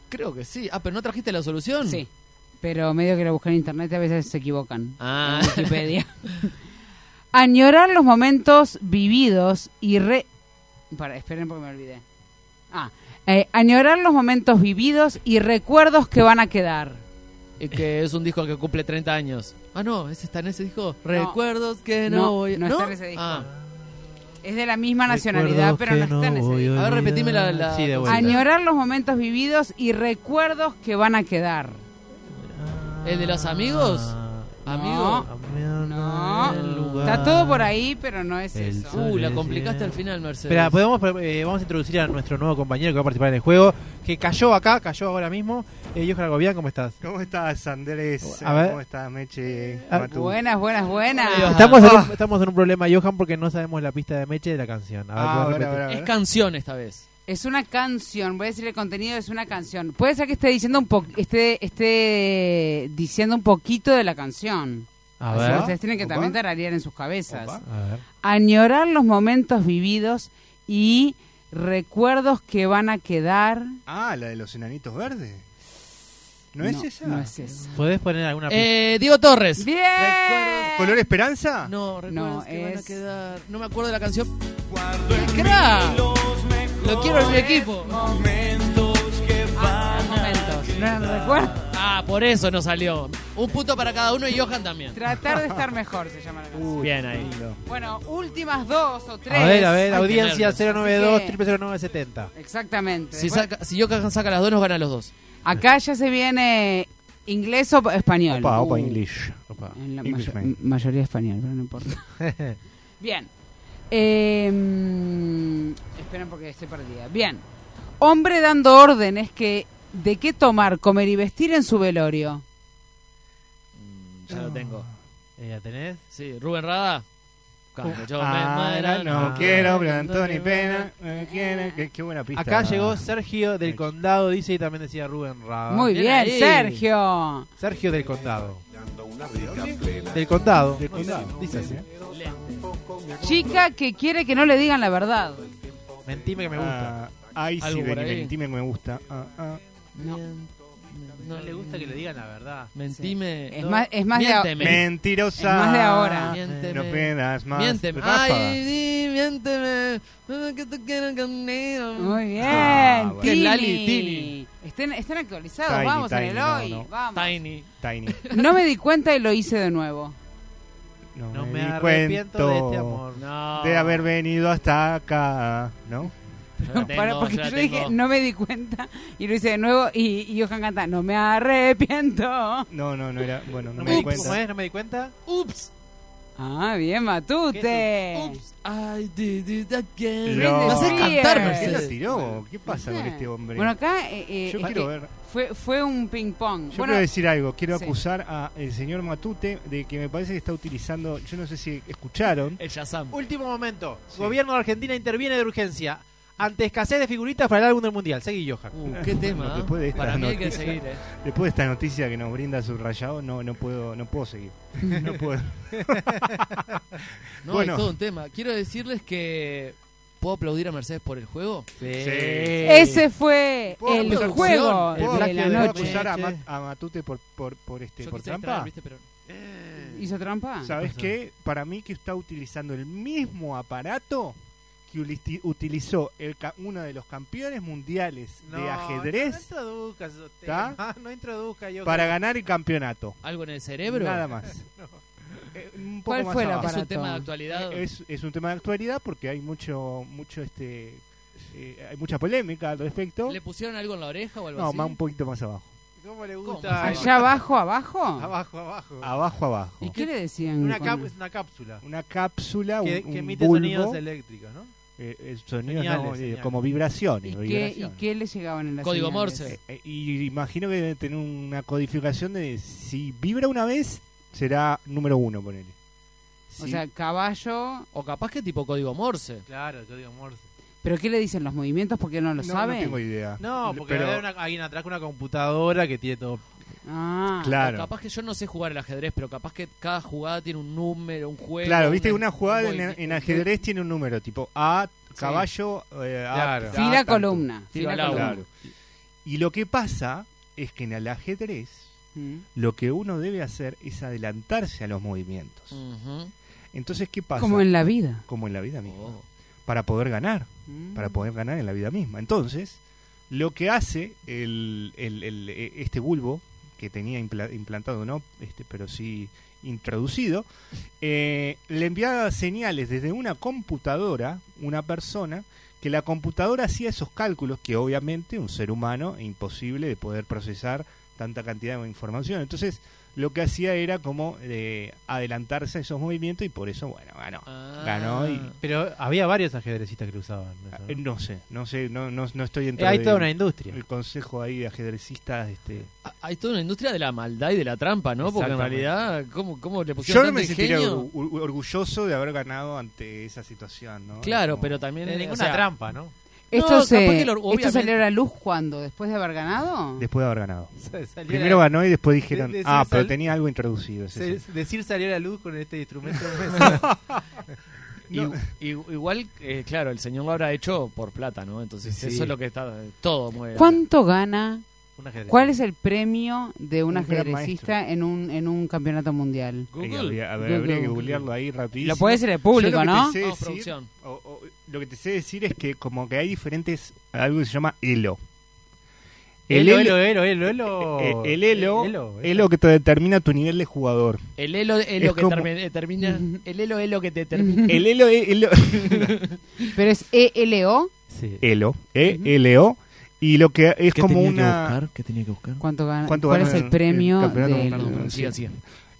Speaker 5: Creo que sí. Ah, pero no trajiste la solución.
Speaker 4: Sí. Pero medio que lo busqué en internet y a veces se equivocan.
Speaker 5: Ah.
Speaker 4: En Wikipedia. Añorar los momentos vividos y re... Para, esperen porque me olvidé. Ah, eh, añorar los momentos vividos y recuerdos que van a quedar.
Speaker 5: Eh, que es un disco que cumple 30 años. Ah, no, ese está en ese disco. Recuerdos que no,
Speaker 4: No,
Speaker 5: voy a...
Speaker 4: no está en ese disco.
Speaker 5: Ah,
Speaker 4: Es de la misma nacionalidad,
Speaker 3: Recuerdos
Speaker 4: pero
Speaker 3: que
Speaker 4: no está en ese
Speaker 3: voy
Speaker 4: disco.
Speaker 5: A ver, repetime la- la-
Speaker 3: Sí, de vuelta.
Speaker 4: Añorar los momentos vividos y recuerdos que van a quedar.
Speaker 5: ¿El de los amigos? Amigo.
Speaker 4: No,
Speaker 3: El lugar.
Speaker 4: está todo por ahí, pero no es
Speaker 3: El
Speaker 4: eso.
Speaker 3: sol.
Speaker 5: Uh, la complicaste al final, Mercedes.
Speaker 3: Espera, podemos, eh, vamos a introducir a nuestro nuevo compañero que va a participar en el juego, que cayó acá, cayó ahora mismo. Eh, Johan Algobián, ¿cómo estás?
Speaker 6: ¿Cómo estás, Andrés?
Speaker 3: A ver.
Speaker 6: ¿Cómo estás, Meche?
Speaker 3: Ah,
Speaker 6: Matu?
Speaker 4: Buenas, buenas, buenas.
Speaker 5: Ahí va.
Speaker 3: Estamos, en
Speaker 6: Ah.
Speaker 3: un, estamos en un problema, Johan, porque no sabemos la pista de Meche de la canción. A ver,
Speaker 6: Ah,
Speaker 3: ¿podés
Speaker 6: a ver, a
Speaker 3: repetir?
Speaker 6: ver, a
Speaker 5: Es
Speaker 6: ver.
Speaker 5: canción esta vez.
Speaker 4: Es una canción, voy a decir el contenido, es una canción. Puede ser que esté diciendo un po esté, esté diciendo un poquito de la canción.
Speaker 3: A
Speaker 4: O sea,
Speaker 3: ver.
Speaker 4: ustedes tienen que
Speaker 6: Opa.
Speaker 4: también tararear en sus cabezas.
Speaker 6: Opa.
Speaker 3: A ver.
Speaker 4: Añorar los momentos vividos y recuerdos que van a quedar.
Speaker 6: Ah, la de los enanitos verdes. ¿No, es esa?
Speaker 4: No es esa.
Speaker 3: ¿Podés poner alguna pista?
Speaker 5: Eh, Diego Torres.
Speaker 4: Bien.
Speaker 6: ¿Color Esperanza?
Speaker 5: No,
Speaker 4: No,
Speaker 5: recuerdos
Speaker 4: eh,
Speaker 5: que van a
Speaker 4: es-
Speaker 5: quedar. No me acuerdo de la canción. ¡Cra! Lo quiero en mi equipo.
Speaker 4: Ah, momentos. No eran recuerdos.
Speaker 5: Ah, por eso no salió. Un punto para cada uno y Johan también.
Speaker 4: Tratar de estar mejor se llama la canción.
Speaker 5: Bien ahí.
Speaker 4: Bueno, últimas dos o tres.
Speaker 3: a ver, a ver,
Speaker 5: Ay,
Speaker 3: audiencia
Speaker 5: qué
Speaker 3: 092
Speaker 4: Así que-
Speaker 3: 00970
Speaker 4: Exactamente.
Speaker 5: Si,
Speaker 4: Después-
Speaker 5: saca, si Johan saca las dos, nos gana los dos.
Speaker 4: Acá ya se viene inglés o español.
Speaker 6: Opa, opa,
Speaker 4: Uh,
Speaker 6: English. Opa.
Speaker 4: En la
Speaker 6: Englishman.
Speaker 4: mayo- mayoría español, pero no importa. Bien. Eh, esperen porque estoy perdida. Bien. Hombre dando órdenes que de qué tomar, comer y vestir en su velorio.
Speaker 5: Ya lo tengo.
Speaker 3: Eh, ¿La tenés?
Speaker 5: Sí, Rubén Rada. Cuando yo
Speaker 6: Ah,
Speaker 5: me
Speaker 6: no,
Speaker 5: muera,
Speaker 6: quiero, pero Antonio Pena. eh, quiere- Qué, qué buena pista.
Speaker 3: Acá llegó Sergio del Condado, dice, y también decía Rubén Rada.
Speaker 4: Muy
Speaker 5: bien
Speaker 4: bien,
Speaker 5: ahí.
Speaker 4: Sergio.
Speaker 3: Sergio del Condado. Del Condado.
Speaker 6: Del condado.
Speaker 3: Dice así.
Speaker 4: Chica que quiere que no le digan la verdad.
Speaker 3: Mentime que me gusta.
Speaker 6: Ah, ay, sí,
Speaker 5: Algo por
Speaker 6: vení,
Speaker 5: ahí.
Speaker 6: vení, me gusta. Ah, ah.
Speaker 4: No.
Speaker 3: No le gusta que le digan la verdad.
Speaker 5: Mentime.
Speaker 4: Es
Speaker 5: no.
Speaker 4: más- es más de-
Speaker 5: miénteme. Ah,
Speaker 6: Mentirosa.
Speaker 4: Es más de ahora.
Speaker 5: Miénteme.
Speaker 6: No penas más.
Speaker 5: Miénteme. Ay,
Speaker 6: Ráfagas.
Speaker 5: sí, miénteme. No, que te quiero conmigo.
Speaker 4: Muy bien.
Speaker 6: Ah, bueno.
Speaker 4: Tini.
Speaker 5: Lali, Tini.
Speaker 4: Estén, estén actualizados,
Speaker 6: Tiny,
Speaker 4: vamos en
Speaker 6: Tiny,
Speaker 4: el
Speaker 6: no,
Speaker 4: hoy.
Speaker 6: no.
Speaker 4: Vamos.
Speaker 5: Tiny.
Speaker 6: Tiny.
Speaker 4: No me di cuenta y lo hice de nuevo.
Speaker 6: No,
Speaker 3: No
Speaker 6: me,
Speaker 3: me
Speaker 6: di
Speaker 3: arrepiento
Speaker 6: cuento
Speaker 3: de este amor.
Speaker 5: No.
Speaker 6: de haber venido hasta acá, ¿no?
Speaker 5: Yo la tengo,
Speaker 4: Para- porque
Speaker 5: yo
Speaker 4: yo
Speaker 5: la
Speaker 4: dije,
Speaker 5: tengo.
Speaker 4: no me di cuenta y lo hice de nuevo y, y Johan canta, no me arrepiento.
Speaker 6: No, no, no era. Bueno, no
Speaker 3: No
Speaker 6: me di
Speaker 5: Ups.
Speaker 3: ¿Cómo
Speaker 6: cuenta.
Speaker 3: es? ¿No me di cuenta?
Speaker 5: Ups.
Speaker 4: Ah, bien, Matute.
Speaker 5: Ups. I did it again.
Speaker 6: Lo-
Speaker 5: Me haces cantar,
Speaker 6: ¿Quién
Speaker 4: es?
Speaker 6: lo
Speaker 5: Mercedes.
Speaker 6: tiró? ¿Qué pasa con
Speaker 4: Sí.
Speaker 6: este hombre?
Speaker 4: Bueno, acá eh, eh,
Speaker 6: Yo
Speaker 4: es
Speaker 6: quiero
Speaker 4: que
Speaker 6: ver.
Speaker 4: fue, fue un ping-pong.
Speaker 6: Yo
Speaker 4: Bueno,
Speaker 6: quiero decir algo. Quiero
Speaker 4: sí.
Speaker 6: acusar al señor Matute de que me parece que está utilizando. Yo no sé si escucharon.
Speaker 5: El Shazam.
Speaker 3: Último momento.
Speaker 6: Sí.
Speaker 3: Gobierno de Argentina interviene de urgencia. Ante escasez de figuritas para el álbum del mundial. Seguí, Johan.
Speaker 5: Uh, qué tema.
Speaker 6: Bueno, después de
Speaker 5: ¿eh?
Speaker 6: esta
Speaker 5: Para mí hay que
Speaker 6: noticia.
Speaker 5: seguir, eh.
Speaker 6: Después de esta noticia que nos brinda subrayado, no, no puedo, no puedo seguir. No puedo.
Speaker 5: No,
Speaker 6: Bueno.
Speaker 5: es todo un tema. Quiero decirles que. ¿Puedo aplaudir a Mercedes por el juego?
Speaker 4: ese fue
Speaker 6: ¿Puedo
Speaker 4: el
Speaker 5: acusar-
Speaker 4: juego
Speaker 3: ¿Puedo
Speaker 4: de la
Speaker 3: acusar-
Speaker 6: ¿Puedo
Speaker 4: noche.
Speaker 6: acusar a,
Speaker 3: Che.
Speaker 6: Mat- a Matute por, por, por, este,
Speaker 5: Yo
Speaker 6: por
Speaker 5: quise
Speaker 6: trampa?
Speaker 5: distraer, ¿viste? Pero-
Speaker 4: Eh, ¿Hizo trampa?
Speaker 6: ¿Sabes
Speaker 3: Ajá.
Speaker 6: qué? Para mí que está utilizando el mismo aparato que ulisti- utilizó el ca- uno de los campeones mundiales de ajedrez
Speaker 3: No introduzcas esos
Speaker 6: ¿Tá?
Speaker 3: temas, No introduzca, Johan.
Speaker 6: para ganar el campeonato.
Speaker 5: ¿Algo en el cerebro?
Speaker 6: Nada más. Eh, un poco
Speaker 4: ¿Cuál
Speaker 6: más
Speaker 4: fue el
Speaker 6: abajo.
Speaker 5: Es
Speaker 4: Aparato.
Speaker 5: un tema de actualidad.
Speaker 6: Es, es un tema de actualidad porque hay mucho, mucho este, eh, hay mucha polémica al respecto.
Speaker 5: ¿Le pusieron algo en la oreja o algo
Speaker 6: No,
Speaker 5: así? Ah,
Speaker 6: más un poquito más abajo.
Speaker 3: ¿Cómo le
Speaker 5: ¿Cómo?
Speaker 3: gusta?
Speaker 4: ¿Allá abajo, abajo?
Speaker 3: Abajo, abajo.
Speaker 6: Abajo, abajo.
Speaker 4: ¿Y qué le decían?
Speaker 3: Una,
Speaker 4: cuando-
Speaker 3: cap- es una cápsula
Speaker 6: Una cápsula, un,
Speaker 3: que,
Speaker 6: un
Speaker 3: que emite
Speaker 6: bulbo,
Speaker 3: sonidos eléctricos, ¿no?
Speaker 6: eh, eh, sonidos,
Speaker 3: Señales,
Speaker 6: no, eh,
Speaker 3: señales.
Speaker 6: como vibraciones.
Speaker 4: ¿Y qué, ¿Y
Speaker 6: vibraciones.
Speaker 4: qué le llegaban en la
Speaker 5: Código Morse.
Speaker 6: Eh, Y imagino que debe tener una codificación de si vibra una vez, será número uno, ponele.
Speaker 4: O
Speaker 6: Si-
Speaker 4: sea, caballo.
Speaker 5: O capaz que tipo código Morse.
Speaker 3: Claro, el código Morse.
Speaker 4: ¿Pero qué le dicen los movimientos? Porque no
Speaker 6: no,
Speaker 4: lo sabe.
Speaker 6: no tengo idea.
Speaker 3: No, porque
Speaker 6: Pero-
Speaker 3: hay, una, hay una- atrás con una computadora que tiene todo.
Speaker 4: Ah,
Speaker 5: O
Speaker 6: Claro,
Speaker 5: capaz que yo no sé jugar el ajedrez, pero capaz que cada jugada tiene un número, un
Speaker 4: Eh,
Speaker 5: juego.
Speaker 6: claro, viste,
Speaker 5: un-
Speaker 6: una jugada
Speaker 5: un
Speaker 6: en,
Speaker 5: movimiento.
Speaker 6: en ajedrez tiene un número, tipo A, caballo, eh, A,
Speaker 3: Claro.
Speaker 6: A
Speaker 4: Fila,
Speaker 6: tanto.
Speaker 4: columna, fila,
Speaker 5: Claro.
Speaker 4: columna.
Speaker 6: Claro. Y lo que pasa es que en el ajedrez
Speaker 4: Mm.
Speaker 6: lo que uno debe hacer es adelantarse a los movimientos.
Speaker 5: Ujú.
Speaker 6: Entonces, ¿qué pasa?
Speaker 4: Como en la vida. Oh. Mm.
Speaker 6: Como en la vida misma. Para poder ganar, para poder ganar en la vida misma. Entonces, lo que hace el, el- el- e- este bulbo, que tenía impla- implantado, no, este, pero sí introducido, eh, le enviaba señales desde una computadora, una persona, que la computadora hacía esos cálculos que obviamente un ser humano es imposible de poder procesar tanta cantidad de información. Entonces, lo que hacía era como eh, adelantarse a esos movimientos y por eso, bueno, ganó.
Speaker 3: Ah.
Speaker 6: Ganó y...
Speaker 3: Pero había varios ajedrecistas que lo usaban. eso, ¿no?
Speaker 6: eh, No sé, no sé, no, no, no estoy
Speaker 3: Eh,
Speaker 6: dentro
Speaker 3: Hay
Speaker 6: de-
Speaker 3: toda una industria.
Speaker 6: el consejo ahí de ajedrecistas este
Speaker 5: Ah, Hay toda una industria de la maldad y de la trampa, ¿no? Porque en
Speaker 6: Exactamente.
Speaker 5: realidad, ¿cómo, cómo le
Speaker 6: yo
Speaker 5: pusieron
Speaker 6: no me
Speaker 5: tanto
Speaker 6: sentiría
Speaker 5: ingenio?
Speaker 6: orgu- orgu- orgulloso de haber ganado ante esa situación no
Speaker 5: Claro,
Speaker 6: Como-
Speaker 5: pero también...
Speaker 3: Eh,
Speaker 5: eh,
Speaker 3: ninguna
Speaker 5: o sea,
Speaker 3: trampa, ¿no?
Speaker 4: Esto,
Speaker 5: No, capaz
Speaker 4: se,
Speaker 5: que lo-
Speaker 4: ¿Esto
Speaker 5: obviamente-
Speaker 4: salió a la luz cuando? ¿Después de haber ganado?
Speaker 6: después de haber ganado
Speaker 3: Salió
Speaker 6: primero
Speaker 3: la-
Speaker 6: ganó y después dijeron
Speaker 3: de- de-
Speaker 6: ah
Speaker 3: sal-
Speaker 6: pero tenía algo introducido es
Speaker 3: se-
Speaker 6: eso".
Speaker 3: Decir salió a la luz con este instrumento.
Speaker 5: y- y- igual, eh, claro, el señor lo habrá hecho por plata, ¿no? Entonces
Speaker 3: Sí.
Speaker 5: eso es lo que está... Todo mueve.
Speaker 4: ¿Cuánto gana?
Speaker 3: Un ajedrecista.
Speaker 4: ¿Cuál es el premio de un,
Speaker 6: Un gran
Speaker 4: ajedrecista en un, en un campeonato mundial?
Speaker 6: Eh,
Speaker 5: Google.
Speaker 6: habría, a ver,
Speaker 4: Google.
Speaker 6: habría que googlearlo ahí rapidísimo
Speaker 4: Lo puede ser el
Speaker 6: Yo
Speaker 4: público,
Speaker 6: lo que
Speaker 4: ¿no?
Speaker 6: te sé
Speaker 5: Vamos,
Speaker 6: decir-
Speaker 5: producción.
Speaker 6: o- o- lo que te sé decir es que como que hay diferentes algo que se llama elo el
Speaker 3: Elo,
Speaker 6: elo
Speaker 3: elo, elo, elo, elo.
Speaker 6: eh, el elo,
Speaker 3: esa.
Speaker 6: elo que te determina tu nivel de jugador.
Speaker 5: El elo, elo
Speaker 6: Es
Speaker 5: que
Speaker 6: como-
Speaker 5: termi- eh, termina... El elo, elo que te termina...
Speaker 6: El elo, eh, elo,
Speaker 4: Pero es E ELO.
Speaker 3: Sí.
Speaker 6: elo, eh, elo, y lo que es como una
Speaker 5: ¿Qué tenía que buscar?
Speaker 4: ¿Cuánto gana?
Speaker 6: ¿Cuánto
Speaker 4: ¿Cuál
Speaker 6: gana
Speaker 4: es el
Speaker 6: el
Speaker 4: premio?
Speaker 6: campeonato
Speaker 4: del-
Speaker 6: mundial?
Speaker 5: Perdón, siga, siga.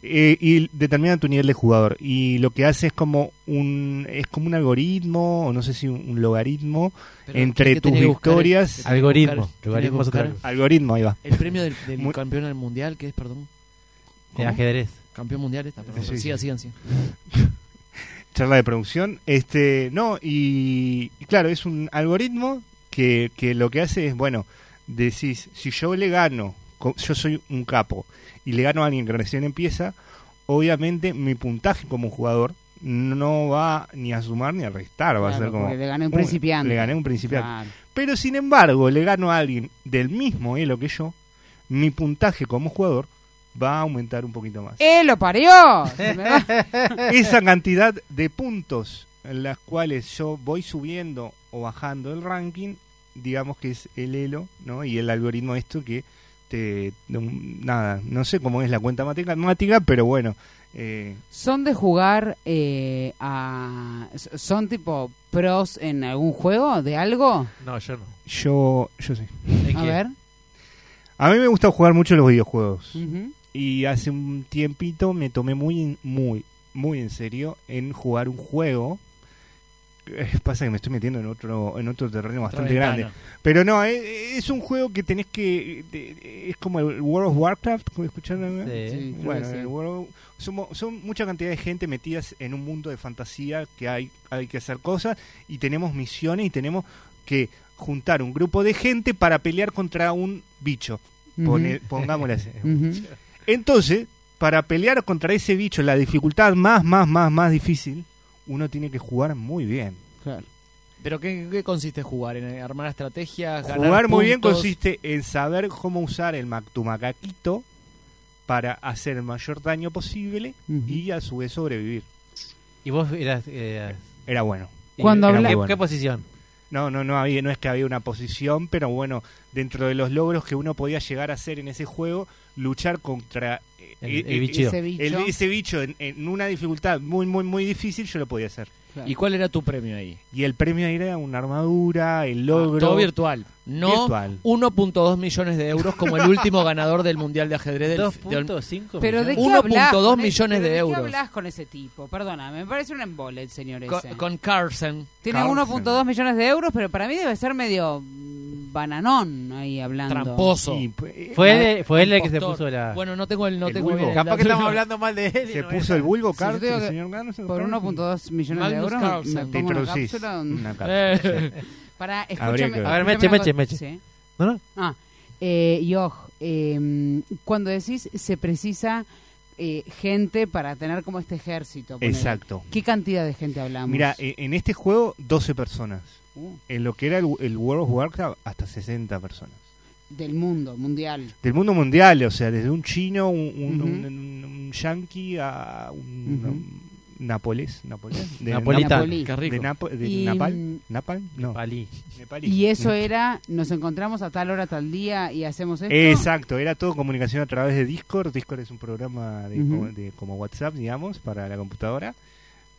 Speaker 6: Eh, y determina tu nivel de jugador y lo que hace es como un es como un algoritmo o no sé si un, un logaritmo
Speaker 5: Pero,
Speaker 6: Entre
Speaker 5: ¿qué tenés
Speaker 6: tus
Speaker 5: que buscar?
Speaker 6: victorias-
Speaker 5: ¿Qué tenés que
Speaker 3: Algoritmo.
Speaker 5: buscar? ¿Qué tenés que
Speaker 3: Logaritmo es otra
Speaker 5: buscar?
Speaker 3: cosa.
Speaker 6: algoritmo ahí va
Speaker 5: El premio del, del
Speaker 6: Muy-
Speaker 5: campeón del mundial, que es, perdón,
Speaker 3: De ajedrez.
Speaker 5: campeón mundial esta, perdón,
Speaker 6: Sí,
Speaker 5: pero
Speaker 6: sí.
Speaker 5: sigan, sigan, sigan.
Speaker 6: charla de producción este no y, y claro es un algoritmo que, que lo que hace es bueno decís si yo le gano co- yo soy un capo y le gano a alguien que recién empieza obviamente mi puntaje como jugador no va ni a sumar ni a restar va a
Speaker 4: Claro,
Speaker 6: ser como
Speaker 4: porque le gané un
Speaker 6: "Uy,
Speaker 4: principiante.
Speaker 6: le gané a un principiante
Speaker 4: Claro.
Speaker 6: Pero sin embargo, le gano a alguien del mismo elo que yo, mi puntaje como jugador va a aumentar un poquito más.
Speaker 4: ¡Eh, lo parió! Se me va.
Speaker 6: Esa cantidad de puntos en las cuales yo voy subiendo o bajando el ranking, digamos que es el elo, ¿no? Y el algoritmo esto que te... no- Nada, no sé cómo es la cuenta matemática, pero bueno. eh,
Speaker 4: ¿Son de jugar eh, a... ¿Son tipo pros en algún juego de algo?
Speaker 3: No, yo no.
Speaker 6: yo, yo sé.
Speaker 3: ¿En
Speaker 4: A
Speaker 3: qué?
Speaker 4: ver.
Speaker 6: A mí me gusta jugar mucho los videojuegos.
Speaker 4: Ujú.
Speaker 6: Y hace un tiempito me tomé muy, en- muy, muy en serio en jugar un juego. Eh, Pasa que me estoy metiendo en otro, en otro terreno
Speaker 5: Otra
Speaker 6: bastante
Speaker 5: ventana.
Speaker 6: grande. Pero no, eh, es, un juego que tenés que... de- es como el World of Warcraft, ¿cómo escucharon?
Speaker 4: Sí, creo
Speaker 6: Bueno,
Speaker 4: que sí.
Speaker 6: el World of- somos- son mucha cantidad de gente metidas en un mundo de fantasía que hay, hay que hacer cosas y tenemos misiones y tenemos que juntar un grupo de gente para pelear contra un bicho. Pone- pongámosle así.
Speaker 4: Ujú.
Speaker 6: Entonces, para pelear contra ese bicho, la dificultad más, más, más, más difícil, uno tiene que jugar muy bien.
Speaker 4: Claro.
Speaker 5: ¿Pero qué, qué consiste jugar? ¿En armar estrategias? ganar
Speaker 6: Jugar muy bien
Speaker 5: puntos?
Speaker 6: consiste en saber cómo usar el mac- tu macaquito para hacer el mayor daño posible
Speaker 4: Ujú.
Speaker 6: y a su vez sobrevivir.
Speaker 3: Y vos eras. eh,
Speaker 6: Era bueno.
Speaker 4: Cuando
Speaker 3: era
Speaker 4: habla-
Speaker 3: muy
Speaker 6: bueno.
Speaker 3: ¿Qué posición?
Speaker 6: No, no, no había, no es que había una posición, pero bueno, dentro de los logros que uno podía llegar a hacer en ese juego, luchar contra eh,
Speaker 3: El-
Speaker 6: eh,
Speaker 3: el
Speaker 6: eh,
Speaker 3: bicheo.
Speaker 4: Ese bicho.
Speaker 6: el- ese bicho en, en una dificultad muy, muy, muy difícil, yo lo podía hacer.
Speaker 4: Claro.
Speaker 5: ¿Y cuál era tu premio ahí?
Speaker 6: Y el premio era una armadura, el
Speaker 5: Ah,
Speaker 6: logro.
Speaker 5: Todo virtual. No
Speaker 6: Virtual.
Speaker 5: 1.2 millones de euros como el último ganador del mundial de ajedrez del, del-
Speaker 3: 2.5
Speaker 4: ¿Pero de qué
Speaker 5: Uno punto
Speaker 4: hablás
Speaker 5: dos
Speaker 4: con ese-
Speaker 5: millones
Speaker 4: pero
Speaker 5: de
Speaker 4: ¿De qué
Speaker 5: euros.
Speaker 4: hablas con ese tipo? Perdóname, me parece un embole el señor
Speaker 5: con,
Speaker 4: ese.
Speaker 5: con Carlsen.
Speaker 4: Tiene
Speaker 6: Carlsen.
Speaker 4: 1.2 millones de euros, pero para mí debe ser medio mm, bananón ahí hablando.
Speaker 5: Tramposo.
Speaker 6: Y, pues, eh,
Speaker 3: Fue, él- fue él el que se
Speaker 5: Impostor.
Speaker 3: puso la.
Speaker 5: Bueno, no tengo el no
Speaker 6: El
Speaker 5: tengo
Speaker 6: vulgo.
Speaker 5: bien el
Speaker 3: Capaz que
Speaker 5: dato.
Speaker 3: estamos hablando mal de él. y
Speaker 6: se
Speaker 3: no
Speaker 6: puso
Speaker 3: era.
Speaker 6: el vulgo
Speaker 4: Sí, yo
Speaker 6: Carlsen,
Speaker 4: digo que
Speaker 6: señor Carlsen.
Speaker 4: Por 1.2 millones
Speaker 5: Magnus
Speaker 4: de euros
Speaker 5: Carlsen.
Speaker 4: me
Speaker 6: Te
Speaker 4: pongo una
Speaker 6: introducís.
Speaker 4: cápsula donde-
Speaker 6: Una cápsula.
Speaker 5: Eh,
Speaker 4: Para,
Speaker 6: Habría que
Speaker 4: escúchame.
Speaker 6: ver.
Speaker 3: A ver,
Speaker 4: escúchame
Speaker 3: meche,
Speaker 4: una
Speaker 3: meche,
Speaker 4: cosa- Sí.
Speaker 3: No, no.
Speaker 4: Ah, eh, Yoj, eh, cuando decís se precisa eh, gente para tener como este ejército. ponele.
Speaker 6: Exacto.
Speaker 4: ¿Qué cantidad de gente hablamos?
Speaker 6: Mira, eh, en este juego 12 personas.
Speaker 4: Uh,
Speaker 6: En lo que era el, el World of Warcraft, hasta 60 personas.
Speaker 4: del mundo, mundial.
Speaker 6: Del mundo mundial, o sea, desde un chino, un, un,
Speaker 4: Ujú.
Speaker 6: un- un- un yankee, a un,
Speaker 4: Ujú.
Speaker 6: un- Nápoles, Nápoles, de
Speaker 3: Napolitano.
Speaker 6: Nápoles,
Speaker 4: Napoli.
Speaker 5: Qué
Speaker 6: de,
Speaker 5: rico.
Speaker 6: Napa- de
Speaker 4: Y-
Speaker 6: Napal, Napal, no,
Speaker 3: Palí.
Speaker 6: Nepalí.
Speaker 4: Y eso era, nos encontramos a tal hora, tal día y hacemos esto.
Speaker 6: Exacto, era todo comunicación a través de Discord. Discord es un programa de,
Speaker 4: Ujú.
Speaker 6: como- de- como WhatsApp, digamos, para la computadora,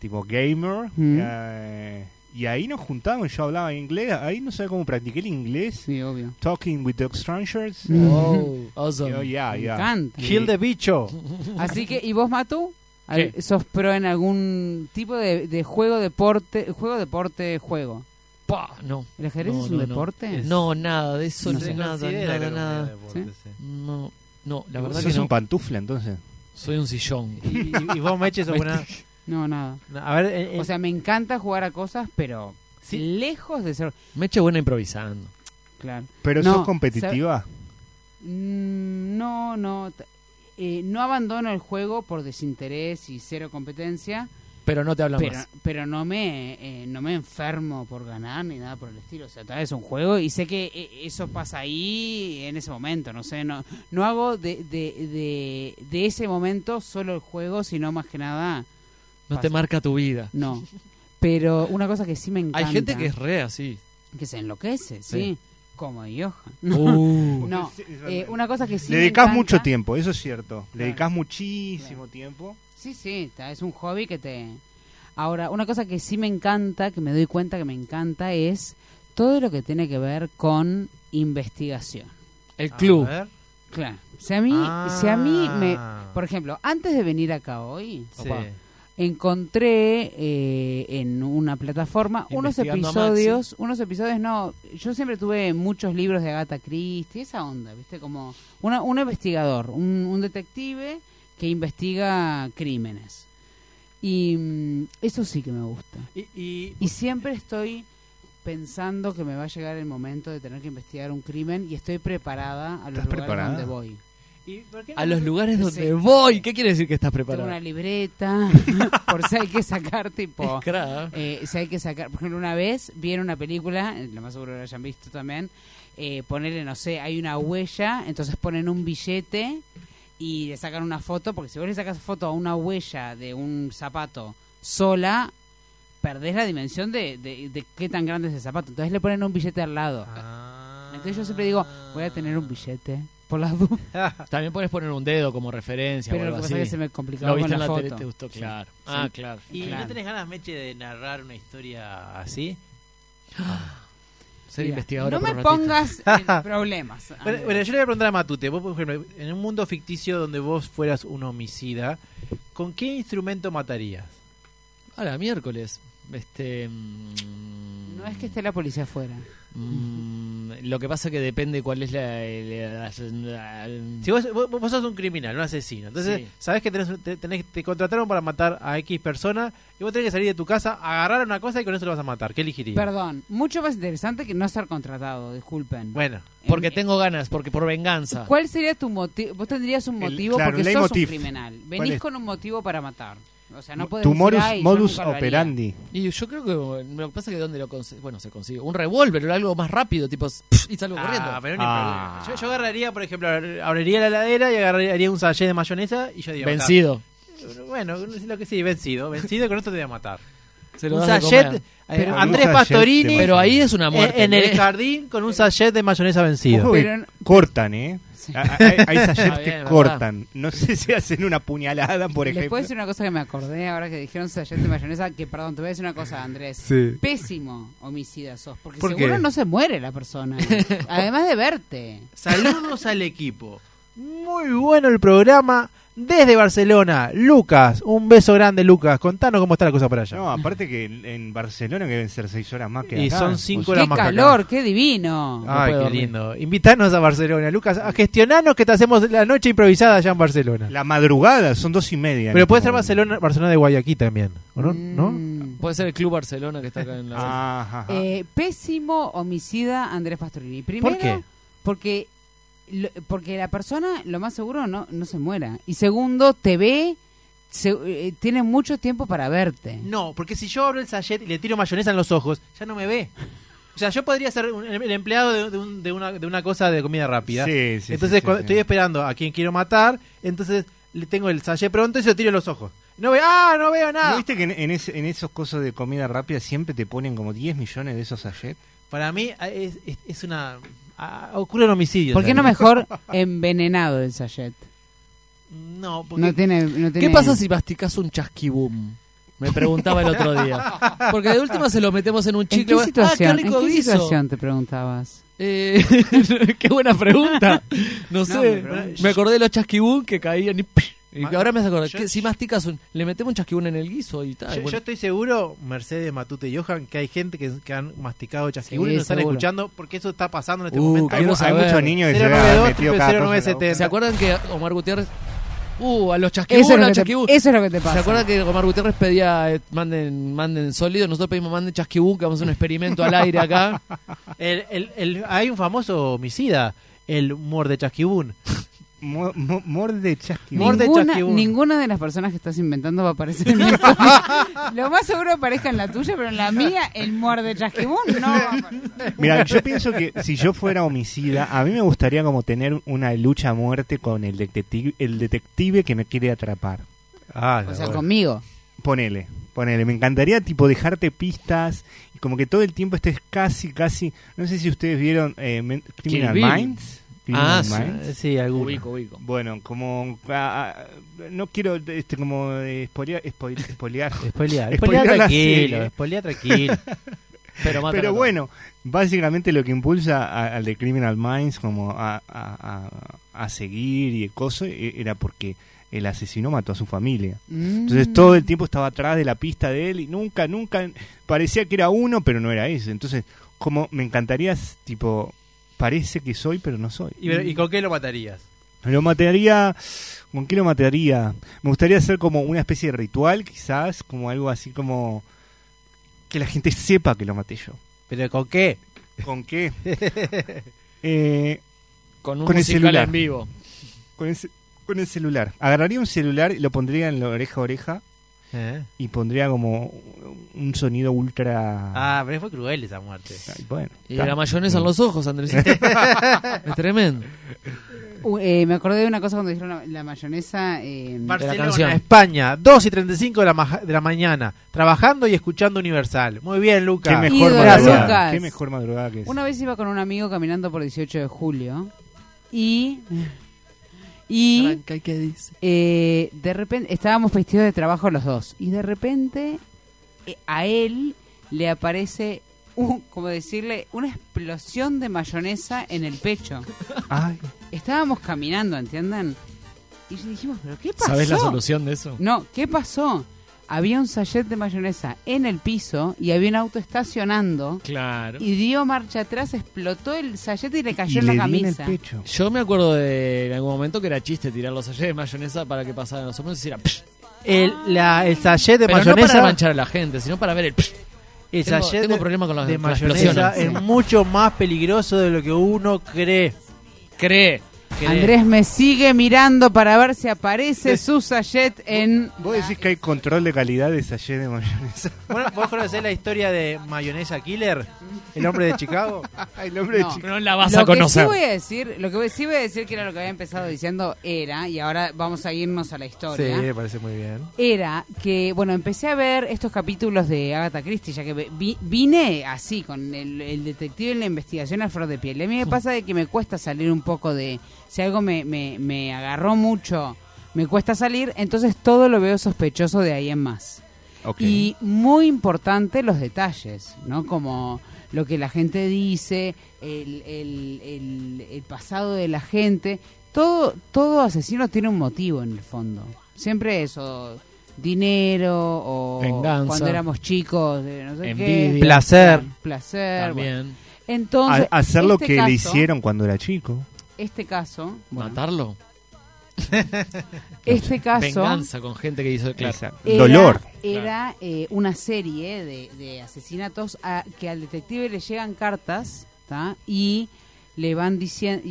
Speaker 6: tipo gamer.
Speaker 4: Mm.
Speaker 6: eh, y ahí nos juntábamos, yo hablaba inglés, ahí no sé cómo practiqué el inglés.
Speaker 4: Sí, obvio.
Speaker 6: Talking with the strangers.
Speaker 5: Oh,
Speaker 6: Oh,
Speaker 5: awesome.
Speaker 6: yeah,
Speaker 4: Me
Speaker 6: yeah.
Speaker 4: encanta.
Speaker 3: Gil de bicho.
Speaker 4: Así que, ¿y vos, Matu? Al-
Speaker 5: ¿Qué?
Speaker 4: ¿Sos pro en algún tipo de, de juego, deporte, juego, deporte, juego?
Speaker 5: Pa, no.
Speaker 4: ¿El ajedrez
Speaker 5: No,
Speaker 4: es un
Speaker 5: no, no.
Speaker 4: deporte?
Speaker 5: No, nada de eso,
Speaker 4: No
Speaker 5: no
Speaker 4: se
Speaker 5: nada, nada, nada. No, no, la verdad
Speaker 6: Sos
Speaker 5: que
Speaker 6: un
Speaker 5: no.
Speaker 6: pantufla entonces.
Speaker 5: Soy un sillón.
Speaker 3: Y, y- y vos me eches alguna.
Speaker 4: No, nada.
Speaker 3: A ver, eh, eh,
Speaker 4: O sea, me encanta jugar a cosas, pero
Speaker 3: Sí.
Speaker 4: lejos de ser...
Speaker 5: Me eché buena improvisando.
Speaker 4: Claro.
Speaker 6: Pero
Speaker 4: No,
Speaker 6: sos competitiva.
Speaker 4: Mm, No, no. t- eh, no abandono el juego por desinterés y cero competencia,
Speaker 5: Pero no te hablan
Speaker 4: pero,
Speaker 5: más.
Speaker 4: pero no me eh, no me enfermo por ganar ni nada por el estilo. O sea, tal vez es un juego y sé que eh, eso pasa ahí en ese momento. No sé, no, no hago de, de, de, de ese momento solo el juego, sino más que nada,
Speaker 5: No te
Speaker 4: pasa.
Speaker 5: marca tu vida.
Speaker 4: no. Pero una cosa que sí me encanta.
Speaker 5: Hay gente que es re así.
Speaker 4: que se enloquece, sí.
Speaker 5: Sí.
Speaker 4: Como Johan.
Speaker 5: Uh,
Speaker 4: No,
Speaker 6: Sí, es
Speaker 4: eh,
Speaker 6: verdad.
Speaker 4: una cosa que sí.
Speaker 6: Le
Speaker 4: me
Speaker 6: dedicás
Speaker 4: encanta-
Speaker 6: mucho tiempo, eso es cierto. Le
Speaker 4: Claro.
Speaker 6: dedicás muchísimo tiempo.
Speaker 4: Sí, sí, ta- es un hobby que te... Ahora, una cosa que sí me encanta, que me doy cuenta que me encanta, es todo lo que tiene que ver con investigación.
Speaker 5: el
Speaker 3: a
Speaker 5: club.
Speaker 3: ver.
Speaker 4: Claro. Si a mí, si a mí me...
Speaker 3: Ah.
Speaker 4: Por ejemplo, antes de venir acá hoy,
Speaker 3: Sí.
Speaker 5: Opa.
Speaker 4: encontré eh, en una plataforma unos
Speaker 5: Investigando a Maxi.
Speaker 4: episodios, unos episodios, no, yo siempre tuve muchos libros de Agatha Christie, esa onda, ¿viste? Como una- un investigador, un, un detective que investiga crímenes. Y mm, eso sí que me gusta.
Speaker 3: Y, y-
Speaker 4: Y siempre estoy pensando que me va a llegar el momento de tener que investigar un crimen y estoy preparada a los
Speaker 6: ¿Estás
Speaker 4: lugares
Speaker 6: preparada?
Speaker 4: donde voy.
Speaker 3: y ¿por qué no
Speaker 5: A los
Speaker 3: me-
Speaker 5: lugares donde
Speaker 4: Sí.
Speaker 5: voy. ¿Qué quiere decir que estás
Speaker 4: Tengo una
Speaker 5: preparado?
Speaker 4: libreta, por si hay que sacar tipo...
Speaker 5: Es cra-
Speaker 4: Eh, si hay que sacar, por ejemplo, una vez vieron una película, eh, lo más seguro que lo hayan visto también, eh, ponerle, no sé, hay una huella, entonces ponen un billete y le sacan una foto, porque si vos le sacas foto a una huella de un zapato sola, perdés la dimensión de, de- de qué tan grande es el zapato, entonces le ponen un billete al lado.
Speaker 3: Ah.
Speaker 4: Entonces yo siempre digo, voy a tener un billete, por las dudas,
Speaker 3: Ah.
Speaker 5: También puedes poner un dedo como referencia
Speaker 4: pero
Speaker 5: o
Speaker 4: lo
Speaker 5: algo
Speaker 4: que pasa
Speaker 5: así.
Speaker 4: es que se me complicaba
Speaker 5: Lo viste
Speaker 4: con
Speaker 5: en
Speaker 4: la,
Speaker 5: la,
Speaker 4: foto.
Speaker 5: tele, te gustó, claro. Ah, claro.
Speaker 3: ¿Y
Speaker 4: Claro.
Speaker 3: no tenés ganas, Meche, de narrar una historia así?
Speaker 5: Ser
Speaker 4: Mira,
Speaker 5: investigador.
Speaker 4: no me pongas en problemas.
Speaker 3: Bueno,
Speaker 4: amigo.
Speaker 3: bueno, yo le voy a preguntar a Matute, vos, por ejemplo, en un mundo ficticio donde vos fueras un homicida, ¿con qué instrumento matarías?
Speaker 5: Ahora, miércoles. Este. mm,
Speaker 4: no es que esté la policía afuera.
Speaker 5: mm, lo que pasa que depende cuál es la. la- la- la-
Speaker 3: Si vos, vos, vos sos un criminal, un asesino, entonces
Speaker 5: Sí.
Speaker 3: sabés que tenés, te, tenés- te contrataron para matar a X persona y vos tenés que salir de tu casa, agarrar una cosa y con eso lo vas a matar. ¿Qué elegirías?
Speaker 4: Perdón, mucho más interesante que no ser contratado, disculpen.
Speaker 3: Bueno,
Speaker 5: porque
Speaker 4: Eh,
Speaker 5: tengo ganas, porque por venganza.
Speaker 4: ¿Cuál sería tu motivo? Vos tendrías un
Speaker 6: El-
Speaker 4: motivo
Speaker 6: claro,
Speaker 4: porque
Speaker 6: el
Speaker 4: sos
Speaker 6: leitmotiv.
Speaker 4: un criminal.
Speaker 6: ¿Cuál
Speaker 4: Venís
Speaker 6: es?
Speaker 4: con un motivo para matar. O sea, no podés
Speaker 6: tu
Speaker 4: decir,
Speaker 6: modus,
Speaker 4: "Ay, yo
Speaker 6: modus
Speaker 4: nunca lo haría".
Speaker 6: operandi.
Speaker 5: Y yo creo que mm, lo que pasa es que donde lo consigue, bueno, se consigue un revólver o algo más rápido, tipo pf, y salgo
Speaker 3: Ah,
Speaker 5: corriendo.
Speaker 3: pero no
Speaker 6: Ah.
Speaker 3: importa. Yo, yo agarraría, por ejemplo, abriría la heladera y agarraría un sachet de mayonesa y yo diría...
Speaker 5: Vencido.
Speaker 3: Bueno, lo que sí, vencido. Vencido, con esto te voy a matar.
Speaker 5: Se lo
Speaker 3: Un
Speaker 5: das de
Speaker 3: sachet,
Speaker 5: comer.
Speaker 3: eh,
Speaker 6: Con un
Speaker 3: Andrés
Speaker 6: sachet
Speaker 3: Pastorini
Speaker 6: de
Speaker 5: Pero ahí es una
Speaker 3: en-
Speaker 5: muerte.
Speaker 3: en el
Speaker 5: ¿eh?
Speaker 3: jardín con un sachet de mayonesa vencido.
Speaker 6: Ojo que
Speaker 4: Pero-
Speaker 6: cortan, ¿eh?
Speaker 4: Sí.
Speaker 3: Ah,
Speaker 6: A- a- Hay, hay sachets
Speaker 5: Está
Speaker 6: que
Speaker 5: Ah, bien,
Speaker 6: cortan. No sé si hacen una puñalada, por
Speaker 4: Les
Speaker 6: ejemplo.
Speaker 4: puedo decir una cosa que me acordé ahora que dijeron sachet de mayonesa, que perdón, te voy a decir una cosa, Andrés.
Speaker 3: Sí.
Speaker 4: Pésimo homicida sos, porque
Speaker 3: ¿Por
Speaker 4: seguro
Speaker 3: qué?
Speaker 4: no se muere la persona. Además de verte.
Speaker 3: Saludos al equipo. Muy bueno el programa. Desde Barcelona, Lucas, un beso grande Lucas, contanos cómo está la cosa para allá.
Speaker 6: No, aparte que en en Barcelona que deben ser seis horas más que
Speaker 3: Y
Speaker 6: acá. Pues
Speaker 3: son cinco
Speaker 6: O
Speaker 3: horas
Speaker 4: Qué
Speaker 6: sea,
Speaker 3: más que acá.
Speaker 4: calor, qué divino.
Speaker 3: Ay,
Speaker 5: puedo
Speaker 3: qué
Speaker 5: dormir.
Speaker 3: lindo. Invitanos a Barcelona, Lucas, a gestionarnos que te hacemos la noche improvisada allá en Barcelona.
Speaker 6: La madrugada son dos y media. en
Speaker 3: Pero
Speaker 6: este
Speaker 3: puede ser
Speaker 6: momento.
Speaker 3: Barcelona, Barcelona de Guayaquil también, ¿o no? ¿No?
Speaker 4: Mm.
Speaker 5: Puede ser el Club Barcelona que está acá en la.
Speaker 6: Ajá, ajá.
Speaker 4: Eh, pésimo homicida Andrés Pastorini. Primero,
Speaker 3: ¿Por qué?
Speaker 4: Porque, lo- porque la persona, lo más seguro, no, no se muera. Y segundo, te ve, se- eh, tiene mucho tiempo para verte.
Speaker 3: No, porque si yo abro el sachet y le tiro mayonesa en los ojos, ya no me ve. O sea, yo podría ser un- el empleado de, de un- de una, de una cosa de comida rápida.
Speaker 6: Sí, sí,
Speaker 3: entonces,
Speaker 6: sí,
Speaker 3: cuando
Speaker 6: sí,
Speaker 3: estoy
Speaker 6: sí.
Speaker 3: esperando a quien quiero matar, entonces le tengo el sachet pronto y se lo tiro en los ojos. No ve- ¡Ah, no veo nada!
Speaker 6: ¿No viste que en, en ese- en esos cosas de comida rápida siempre te ponen como 10 millones de esos sachets?
Speaker 3: Para mí ah, es, es- es una... ah, ocurre un homicidio.
Speaker 4: ¿Por qué no
Speaker 3: también.
Speaker 4: mejor envenenado el sachet?
Speaker 3: No, porque...
Speaker 4: No tiene, no tiene...
Speaker 5: ¿Qué pasa si masticas un chasquiboom? Me preguntaba el otro día. Porque de última se lo metemos en un
Speaker 4: ¿En
Speaker 5: chicle.
Speaker 4: qué
Speaker 5: Ah,
Speaker 4: situación,
Speaker 5: qué rico
Speaker 4: ¿en qué
Speaker 5: guiso.
Speaker 4: situación te preguntabas?
Speaker 5: Eh, qué buena pregunta. No sé.
Speaker 4: me pregunto.
Speaker 5: me acordé de los chasquibún que caían y, ¡psh! Y
Speaker 3: Ma-
Speaker 5: ahora me has acordado.
Speaker 3: yo-
Speaker 5: que si masticas un. Le metemos un chasquibún en el guiso y tal.
Speaker 3: yo, yo
Speaker 5: bueno.
Speaker 3: estoy seguro, Mercedes, Matute y Johan, que hay gente que, que han masticado chasquibul
Speaker 4: Sí,
Speaker 3: y nos están
Speaker 4: seguro.
Speaker 3: escuchando porque eso está pasando en este
Speaker 5: Uh,
Speaker 3: momento.
Speaker 6: Hay,
Speaker 5: quiero
Speaker 6: mu- hay
Speaker 5: saber.
Speaker 6: muchos niños que se
Speaker 3: 092
Speaker 6: han metido cada cosa en la
Speaker 3: 00970.
Speaker 6: boca.
Speaker 5: ¿Se acuerdan que Omar Gutiérrez. Uh, a los chasquibún,
Speaker 4: Eso es, lo
Speaker 5: a
Speaker 4: que te,
Speaker 5: chasquibún.
Speaker 4: eso es lo que te pasa.
Speaker 5: ¿Se acuerdan que Omar Gutiérrez pedía eh, manden, manden sólido? Nosotros pedimos manden chasquibún, que vamos a hacer un experimento al aire acá.
Speaker 3: El- el- el- hay un famoso homicida, el morde chasquibún.
Speaker 6: Mo- mo- Morde chasqui.
Speaker 3: Morde
Speaker 4: Ninguna,
Speaker 3: chasquibún.
Speaker 4: ninguna de las personas que estás inventando va a aparecer en mi historia. Lo más seguro aparezca en la tuya, pero en la mía, el muerde chasquibún no va a aparecer.
Speaker 6: Mira, yo pienso que si yo fuera homicida, a mí me gustaría como tener una lucha a muerte con el detective, el detective que me quiere atrapar.
Speaker 3: Ah,
Speaker 4: O sea, conmigo.
Speaker 6: Ponele, ponele. Me encantaría tipo dejarte pistas y como que todo el tiempo estés casi, casi... No sé si ustedes vieron eh, Men- Criminal
Speaker 5: Kill Bill.
Speaker 6: Minds.
Speaker 5: Ah,
Speaker 6: Criminal
Speaker 5: sí.
Speaker 6: Minds.
Speaker 3: sí, alguno.
Speaker 5: ubico, ubico.
Speaker 6: Bueno, como... ah, ah, no quiero este, como eh, spoilear... spoil- spoilear.
Speaker 3: Espolear,
Speaker 6: Espolear
Speaker 3: espolear
Speaker 6: la
Speaker 3: tranquilo,
Speaker 6: serie.
Speaker 3: espolear tranquilo.
Speaker 5: Pero, matan a
Speaker 6: Pero
Speaker 5: todos.
Speaker 6: bueno, básicamente lo que impulsa a- al de Criminal Minds como a, a- a- a seguir y el coso e- era porque el asesino mató a su familia.
Speaker 7: Mm.
Speaker 6: Entonces todo el tiempo estaba atrás de la pista de él y nunca, nunca parecía que era uno, pero no era ese. Entonces, como me encantaría, s- tipo, parece que soy, pero no soy.
Speaker 3: ¿Y, pero- ¿y con qué lo matarías?
Speaker 6: Lo mataría. ¿Con qué lo mataría? Me gustaría hacer como una especie de ritual, quizás, como algo así como. que la gente sepa que lo maté yo.
Speaker 3: ¿Pero con qué?
Speaker 6: ¿Con qué? Eh,
Speaker 5: Con un
Speaker 6: con el
Speaker 5: musical
Speaker 6: celular.
Speaker 5: en vivo.
Speaker 6: con, el, ce- con el celular. Agarraría un celular y lo pondría en la oreja a oreja
Speaker 3: ¿Eh?
Speaker 6: y pondría como un sonido ultra.
Speaker 3: Ah, pero fue cruel esa muerte.
Speaker 6: Ay, bueno.
Speaker 5: Y
Speaker 6: está.
Speaker 5: la mayonesa en los ojos, Andrés. es tremendo.
Speaker 4: Uh, eh, me acordé de una cosa cuando dijeron la, la mayonesa. eh,
Speaker 3: Barcelona,
Speaker 5: canción.
Speaker 3: España, 2 y 35 de la, maja- de la mañana, trabajando y escuchando Universal. Muy bien,
Speaker 6: Qué
Speaker 3: Luca.
Speaker 6: mejor
Speaker 4: Ídolo,
Speaker 6: madrugada.
Speaker 4: Lucas.
Speaker 6: Qué mejor madrugada que es.
Speaker 4: Una vez iba con un amigo caminando por 18 de julio y. Y
Speaker 5: Arranca, ¿y qué dice?
Speaker 4: eh, de repente estábamos vestidos de trabajo los dos. Y de repente eh, a él le aparece, un- como decirle, una explosión de mayonesa en el pecho.
Speaker 6: Ay,
Speaker 4: Estábamos caminando, ¿entienden? Y dijimos, ¿pero qué pasó?
Speaker 5: ¿Sabes la solución de eso?
Speaker 4: No, ¿qué pasó? Había un sachet de mayonesa en el piso y había un auto estacionando
Speaker 5: Claro.
Speaker 4: y dio marcha atrás, explotó el sachet y le cayó
Speaker 6: y
Speaker 4: en
Speaker 6: le
Speaker 4: la
Speaker 6: di en el
Speaker 4: camisa.
Speaker 6: pecho.
Speaker 5: Yo me acuerdo de en algún momento que era chiste tirar los sachets de mayonesa para que pasaran los hombres y era psh.
Speaker 3: El, la, el sachet de
Speaker 5: Pero no
Speaker 3: mayonesa.
Speaker 5: para manchar a la gente, sino para ver el psh.
Speaker 3: el
Speaker 5: Tengo-
Speaker 3: sachet
Speaker 5: tengo
Speaker 3: de-
Speaker 5: problema con las-
Speaker 3: de
Speaker 5: con las
Speaker 3: mayonesa es
Speaker 5: explosiones.
Speaker 3: mucho más peligroso de lo que uno cree.
Speaker 5: Cree.
Speaker 3: cree.
Speaker 4: Andrés me sigue mirando para ver si aparece su sachet en...
Speaker 6: Vos decís que hay control de calidad de sachet de mayonesa.
Speaker 3: Bueno, ¿Vos conocés la historia de Mayonesa Killer? El hombre de Chicago.
Speaker 6: El hombre de
Speaker 4: No.
Speaker 6: chico.
Speaker 5: Pero no la vas
Speaker 4: lo
Speaker 5: a conocer.
Speaker 4: Que sí voy a decir, lo que sí voy a decir que era lo que había empezado diciendo era, y ahora vamos a irnos a la historia.
Speaker 3: parece muy bien.
Speaker 4: era que, bueno, empecé a ver estos capítulos de Agatha Christie, ya que vi- vine así, con el, el detective en la investigación al flor de piel. Y a mí me pasa de que me cuesta salir un poco de... Si algo me, me, me agarró mucho, me cuesta salir, entonces todo lo veo sospechoso de ahí en más.
Speaker 6: Ok.
Speaker 4: Y muy importante los detalles, ¿no? Como lo que la gente dice, el, el- el- el pasado de la gente. Todo, todo asesino tiene un motivo en el fondo. Siempre eso, dinero o
Speaker 5: Venganza.
Speaker 4: cuando éramos chicos, eh, no sé
Speaker 5: Envidia.
Speaker 4: qué.
Speaker 3: Placer.
Speaker 4: Placer. bueno.
Speaker 5: También.
Speaker 6: A-
Speaker 4: Entonces,
Speaker 6: hacer lo
Speaker 4: este
Speaker 6: que
Speaker 4: caso-
Speaker 6: le hicieron cuando era chico.
Speaker 4: Este caso, bueno,
Speaker 5: Matarlo.
Speaker 4: este caso
Speaker 5: Venganza con gente que hizo. Claro.
Speaker 6: Exacto.
Speaker 4: era-
Speaker 6: Dolor.
Speaker 4: Era eh, una serie de, de asesinatos a- que al detective le llegan cartas ¿tá? y le van diciendo,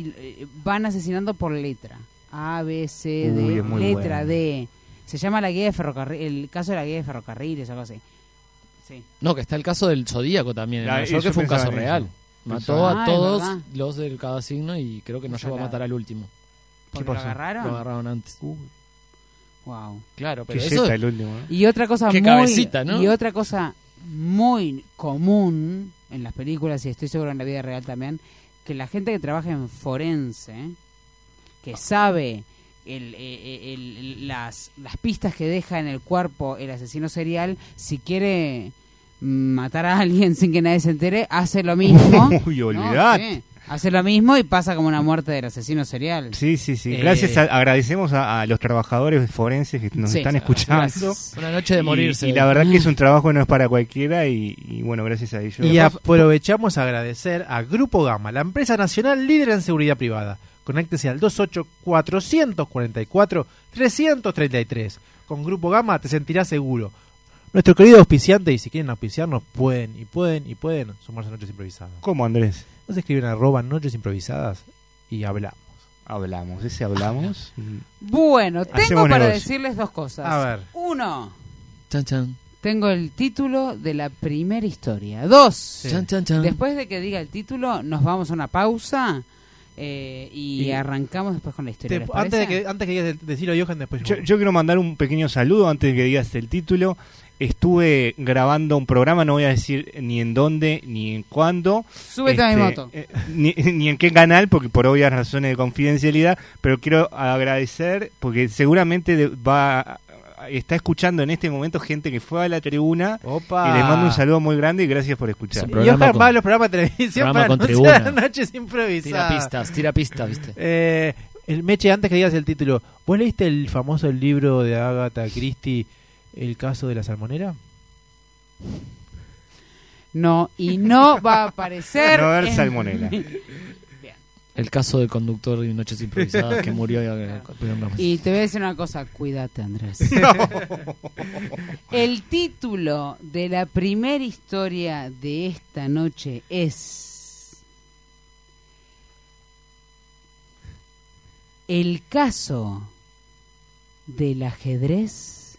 Speaker 4: van asesinando por letra. A, B, C, D,
Speaker 6: Uy, es muy
Speaker 4: letra
Speaker 6: bueno.
Speaker 4: D. Se llama la guía de ferrocarril, el caso de la guía de ferrocarriles, algo así. Sí.
Speaker 5: No, que está el caso del Zodíaco también. En
Speaker 6: Ah,
Speaker 5: Nueva York,
Speaker 6: eso
Speaker 5: que fue un
Speaker 6: pensaba
Speaker 5: caso
Speaker 6: en eso.
Speaker 5: real. Mató
Speaker 6: Pensaba
Speaker 4: en
Speaker 5: a
Speaker 4: eso. Ah, es
Speaker 5: todos
Speaker 4: verdad.
Speaker 5: los de cada signo y creo que no llegó a
Speaker 4: Sacado.
Speaker 5: matar al último.
Speaker 4: Porque lo
Speaker 6: pasó? Uh,
Speaker 4: agarraron.
Speaker 5: Lo agarraron antes.
Speaker 4: Wow.
Speaker 5: Claro,
Speaker 6: Qué
Speaker 5: pero eso
Speaker 6: yeta el último, ¿eh? ¿no?
Speaker 4: Y otra cosa
Speaker 5: Qué
Speaker 4: muy
Speaker 5: cabecita, ¿no?
Speaker 4: y otra cosa muy común en las películas y estoy seguro en la vida real también que la gente que trabaja en forense que sabe el- eh, el- el- las, las pistas que deja en el cuerpo el asesino serial si quiere matar a alguien sin que nadie se entere hace lo mismo
Speaker 6: Uy,
Speaker 4: No,
Speaker 6: olvidate.
Speaker 4: sí. hace lo mismo y pasa como una muerte del asesino serial
Speaker 6: Sí, sí, sí.
Speaker 5: Eh,
Speaker 6: Gracias, a- agradecemos a, a los trabajadores forenses que nos
Speaker 4: Sí.
Speaker 6: están escuchando.
Speaker 4: Gracias.
Speaker 5: una noche de
Speaker 6: Y-
Speaker 5: morirse.
Speaker 6: Y, la verdad que es un trabajo que no es para cualquiera y, y bueno, gracias a ellos.
Speaker 3: Y aprovechamos a agradecer a Grupo Gama, la empresa nacional líder en seguridad privada. Conéctese al 28-444-333. Con Grupo Gama te sentirás seguro. Nuestro querido auspiciante, y si quieren auspiciarnos, pueden, y pueden, y pueden sumarse a Noches Improvisadas.
Speaker 6: ¿Cómo, Andrés?
Speaker 3: Nos escriben arroba Noches Improvisadas y hablamos.
Speaker 6: Hablamos, ese hablamos.
Speaker 4: bueno tengo
Speaker 6: Hacemos
Speaker 4: para
Speaker 6: negocio.
Speaker 4: decirles dos cosas
Speaker 3: A ver.
Speaker 4: uno
Speaker 5: Chan, chan.
Speaker 4: Tengo el título de la primera historia. Dos.
Speaker 5: Chan, chan, chan.
Speaker 4: Después de que diga el título, nos vamos a una pausa eh, y,
Speaker 3: Y-
Speaker 4: arrancamos después con la historia.
Speaker 3: Te-
Speaker 4: ¿les
Speaker 3: antes, de
Speaker 4: parece?
Speaker 3: que, antes que digas el- decirlo a Johan, después yo.
Speaker 6: Yo, yo quiero mandar un pequeño saludo antes de que digas el título. Estuve grabando un programa, no voy a decir ni en dónde ni en cuándo.
Speaker 4: Súbete a mi
Speaker 6: Este,
Speaker 4: moto.
Speaker 6: eh, ni, ni en qué canal, porque por obvias razones de confidencialidad, pero quiero agradecer, porque seguramente de- va está escuchando en este momento gente que fue a la tribuna
Speaker 3: Opa.
Speaker 6: y les mando un saludo muy grande y gracias por escuchar.
Speaker 5: Sí.
Speaker 3: Y Johan
Speaker 5: Programa con-
Speaker 3: va a los programas de
Speaker 5: programa
Speaker 3: televisión para
Speaker 5: con
Speaker 3: anunciar
Speaker 5: tribuna.
Speaker 3: Noches
Speaker 5: Tira
Speaker 3: Improvisadas.
Speaker 5: pistas, tira pistas, viste.
Speaker 3: Eh, el Meche, antes que digas el título, ¿vos leíste el famoso libro de Agatha Christie, El caso de la salmonera?
Speaker 4: No, y no va a aparecer.
Speaker 6: No va a haber
Speaker 4: en-
Speaker 6: salmonela.
Speaker 5: El caso del conductor de Noches Improvisadas que murió. eh, primero.
Speaker 4: Y te voy a decir una cosa, cuídate Andrés. El título de la primera historia de esta noche es El caso del ajedrez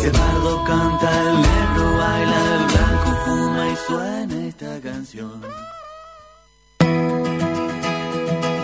Speaker 7: Si el pardo canta, el negro baila, el blanco fuma y suena esta canción.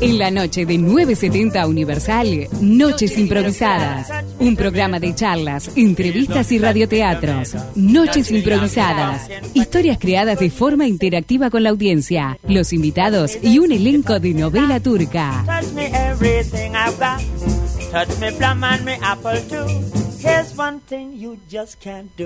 Speaker 8: En la noche de 970 Universal, Noches Improvisadas. Un programa de charlas, entrevistas y radioteatros. Noches Improvisadas. Historias creadas de forma interactiva con la audiencia, los invitados y un elenco de novela turca.
Speaker 9: Touch me everything I've got. Touch me plum and me apple too. Here's one thing you just can't do.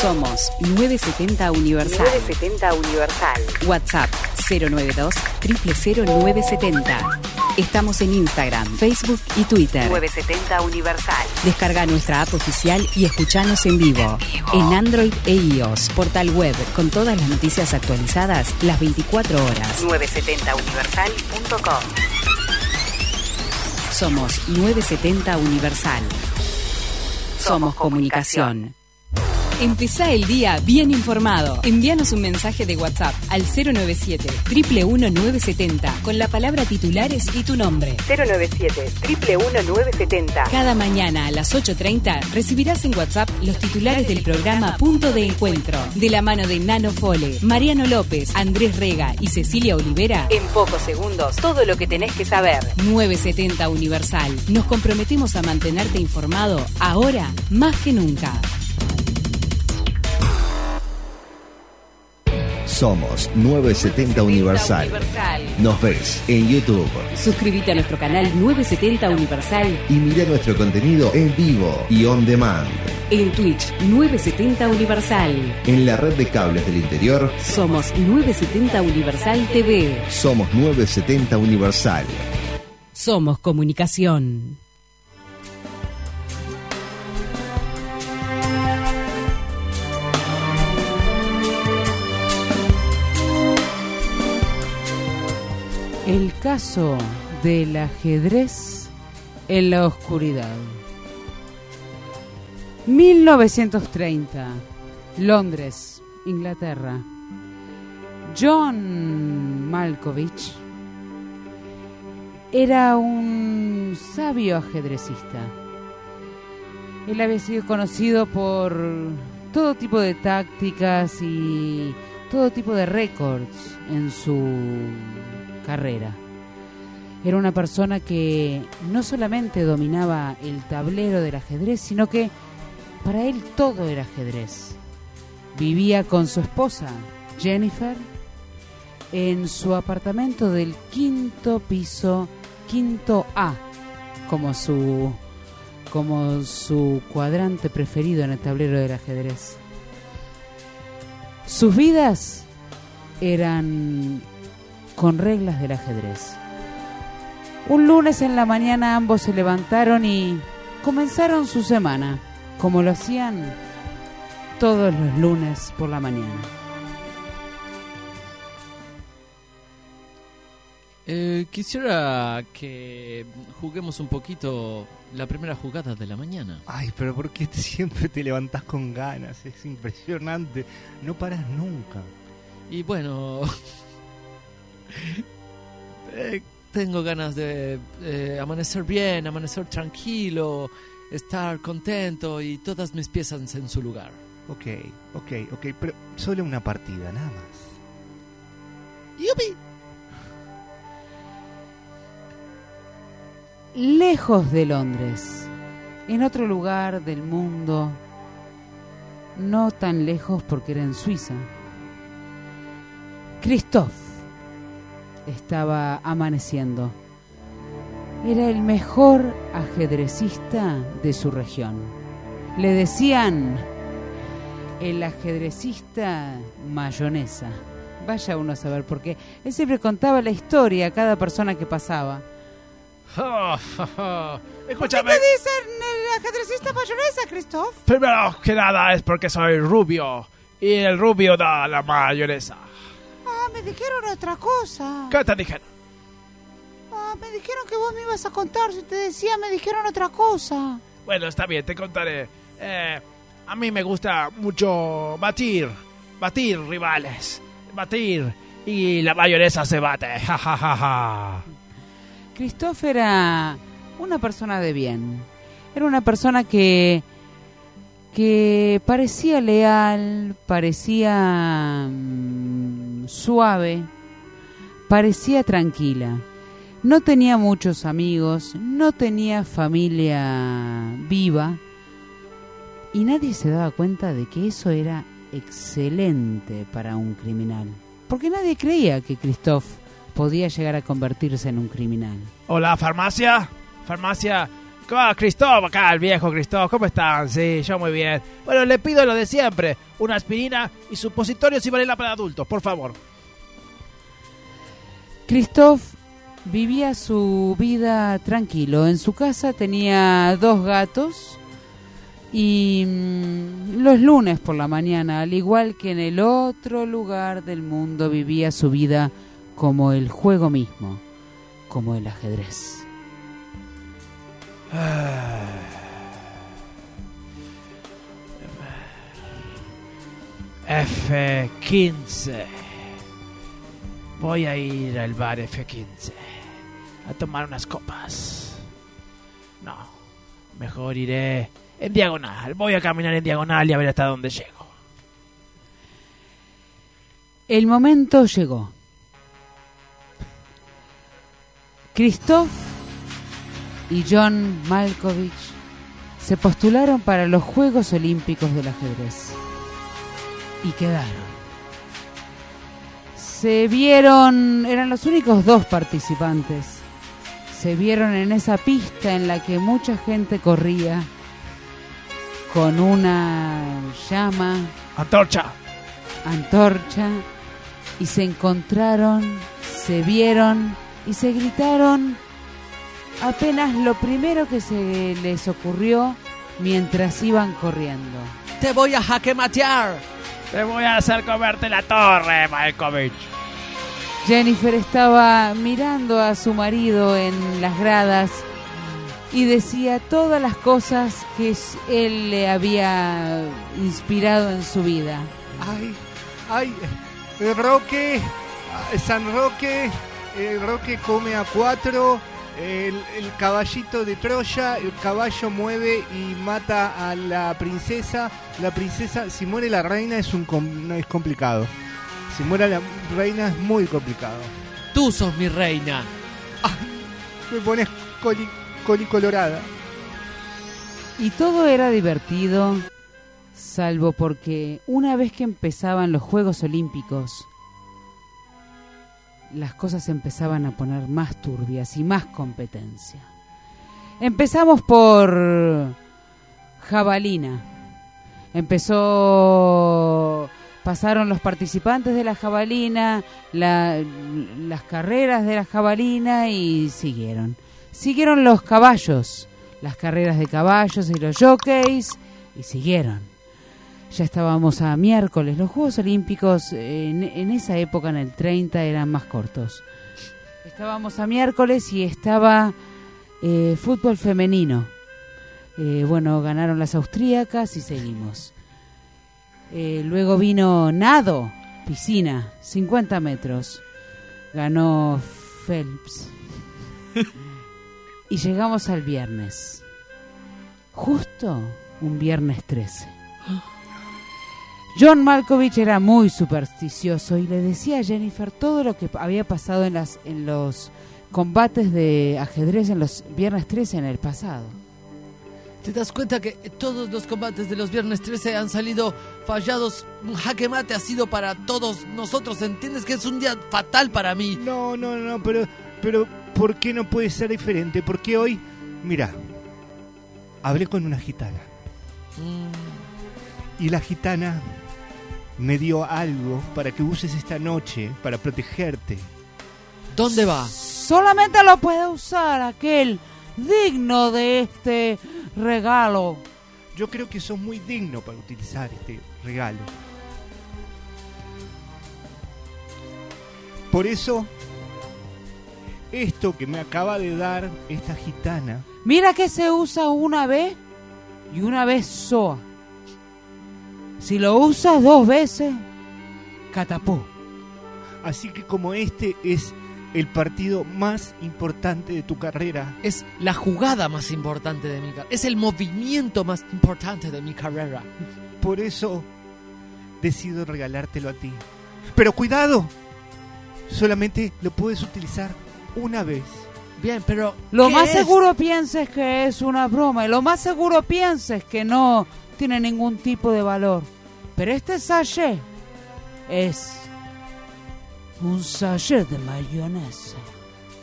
Speaker 8: Somos 970 Universal. 970 Universal. WhatsApp 092 000970. Estamos en Instagram, Facebook y Twitter. 970 Universal. Descarga nuestra app oficial y escuchanos en vivo. En Android e iOS, portal web, con todas las noticias actualizadas las 24 horas. 970universal.com. Somos 970 Universal. Somos comunicación. Empezá el día bien informado. Envíanos un mensaje de WhatsApp al 097 970 con la palabra titulares y tu nombre. 097 970 Cada mañana a las 8.30 recibirás en WhatsApp los titulares del programa Punto de Encuentro, de la mano de Nano Fole, Mariano López, Andrés Rega y Cecilia Olivera. En pocos segundos, todo lo que tenés que saber. 970 Universal. Nos comprometemos a mantenerte informado ahora más que nunca.
Speaker 10: Somos 970 Universal. Nos ves en YouTube
Speaker 8: Suscríbete a nuestro canal 970 Universal
Speaker 10: y mira nuestro contenido en vivo y on demand
Speaker 8: en Twitch 970 Universal.
Speaker 10: en la red de cables del interior.
Speaker 8: Somos 970 Universal TV.
Speaker 10: Somos 970 Universal.
Speaker 8: Somos comunicación.
Speaker 4: El caso del ajedrez en la oscuridad. 1930, Londres, Inglaterra. John Malkovich era un sabio ajedrecista. Él había sido conocido por todo tipo de tácticas y todo tipo de récords en su carrera. Era una persona que no solamente dominaba el tablero del ajedrez, sino que para él todo era ajedrez. Vivía con su esposa, Jennifer, en su apartamento del quinto piso, quinto A, como su como su cuadrante preferido en el tablero del ajedrez. Sus vidas eran con reglas del ajedrez. Un lunes en la mañana ambos se levantaron y comenzaron su semana, como lo hacían todos los lunes por la mañana.
Speaker 5: Eh, quisiera que juguemos un poquito la primera jugada de la mañana.
Speaker 6: Ay, pero ¿por qué te- siempre te levantás con ganas? Es impresionante. No paras nunca.
Speaker 5: Y bueno, eh, tengo ganas de eh, amanecer bien, amanecer tranquilo, estar contento y todas mis piezas en su lugar.
Speaker 6: Ok, ok, ok, pero solo una partida, nada más.
Speaker 5: ¡Yupi!
Speaker 4: lejos de Londres, en otro lugar del mundo, no tan lejos porque era en Suiza. Christoph estaba amaneciendo. Era el mejor ajedrecista de su región. Le decían el ajedrecista mayonesa. Vaya uno a saber por qué. Él siempre contaba la historia a cada persona que pasaba.
Speaker 11: Escúchame,
Speaker 4: dicen el ajedrecista mayonesa, Christoph?
Speaker 11: primero que nada es porque soy rubio y el rubio da la mayonesa.
Speaker 4: Ah, me dijeron otra cosa.
Speaker 11: ¿Qué te dijeron?
Speaker 4: Ah, me dijeron que vos me ibas a contar. Si te decía, me dijeron otra cosa.
Speaker 11: Bueno, está bien, te contaré. Eh, a mí me gusta mucho batir, batir rivales, batir y la mayonesa se bate. Ja, ja, ja, ja.
Speaker 4: Christoph era una persona de bien. Era una persona que que parecía leal, parecía mm, suave, parecía tranquila. No tenía muchos amigos, no tenía familia viva y nadie se daba cuenta de que eso era excelente para un criminal. Porque nadie creía que Christoph podía llegar a convertirse en un criminal.
Speaker 11: Hola, farmacia. Farmacia. Ah, Cristóbal, acá el viejo Cristóbal. ¿Cómo están? Sí, yo muy bien. Bueno, le pido lo de siempre. Una aspirina y supositorios y varela para adultos, por favor.
Speaker 4: Christoph vivía su vida tranquilo. En su casa tenía dos gatos y mm, los lunes por la mañana, al igual que en el otro lugar del mundo, vivía su vida como el juego mismo, como el ajedrez.
Speaker 11: Ah. F15. Voy a ir al bar F15 a tomar unas copas. No, mejor iré en diagonal. Voy a caminar en diagonal y a ver hasta dónde llego.
Speaker 4: El momento llegó. Christoph y John Malkovich se postularon para los Juegos Olímpicos del ajedrez y quedaron. se vieron, eran los únicos dos participantes. Se vieron en esa pista en la que mucha gente corría con una llama,
Speaker 11: Antorcha.
Speaker 4: antorcha, y se encontraron, se vieron y se gritaron apenas lo primero que se les ocurrió mientras iban corriendo.
Speaker 11: Te voy a jaquematear. Te voy a hacer comerte la torre, Malkovich.
Speaker 4: Jennifer estaba mirando a su marido en las gradas y decía todas las cosas que s- él le había inspirado en su vida.
Speaker 6: Ay, ay, eh, Roque, ah, San Roque, eh, Roque come a cuatro, el, el caballito de Troya, el caballo mueve y mata a la princesa, la princesa, si muere la reina es, un com- no, es complicado, si muere la reina es muy complicado.
Speaker 5: Tú sos mi reina.
Speaker 6: Me pones coli, colorada.
Speaker 4: Y todo era divertido, salvo porque una vez que empezaban los Juegos Olímpicos, las cosas se empezaban a poner más turbias y más competencia. Empezamos por jabalina. Empezó, pasaron los participantes de la jabalina, la- las carreras de la jabalina y siguieron. Siguieron los caballos, las carreras de caballos y los jockeys y siguieron. Ya estábamos a miércoles, los Juegos Olímpicos eh, en, en esa época, en el 30, eran más cortos. Estábamos a miércoles y estaba eh, fútbol femenino. Eh, bueno, ganaron las austríacas y seguimos. Eh, luego vino nado, piscina, 50 metros. Ganó Phelps. y llegamos al viernes. Justo un viernes 13. John Malkovich era muy supersticioso y le decía a Jennifer todo lo que había pasado en, las, en los combates de ajedrez en los viernes 13 en el pasado.
Speaker 5: ¿Te das cuenta que todos los combates de los viernes 13 han salido fallados? Un jaque mate ha sido para todos nosotros. ¿Entiendes que es un día fatal para mí?
Speaker 6: No, no, no, pero, pero ¿por qué no puede ser diferente? ¿Por qué hoy? Mira, hablé con una gitana.
Speaker 5: Mm.
Speaker 6: Y la gitana me dio algo para que uses esta noche para protegerte.
Speaker 5: ¿Dónde va?
Speaker 4: Solamente lo puede usar aquel digno de este regalo.
Speaker 6: Yo creo que sos muy digno para utilizar este regalo. Por eso, esto que me acaba de dar esta gitana
Speaker 4: Mira que se usa una vez y una vez soa. Si lo usas dos veces, catapú.
Speaker 6: Así que como este es el partido más importante de tu carrera,
Speaker 5: Es la jugada más importante de mi carrera. Es el movimiento más importante de mi carrera.
Speaker 6: por eso decido regalártelo a ti. Pero cuidado, solamente lo puedes utilizar una vez.
Speaker 5: Bien, pero
Speaker 4: Lo más seguro pienses que es una broma y lo más seguro pienses que no tiene ningún tipo de valor. Pero este sachet es un sachet de mayonesa.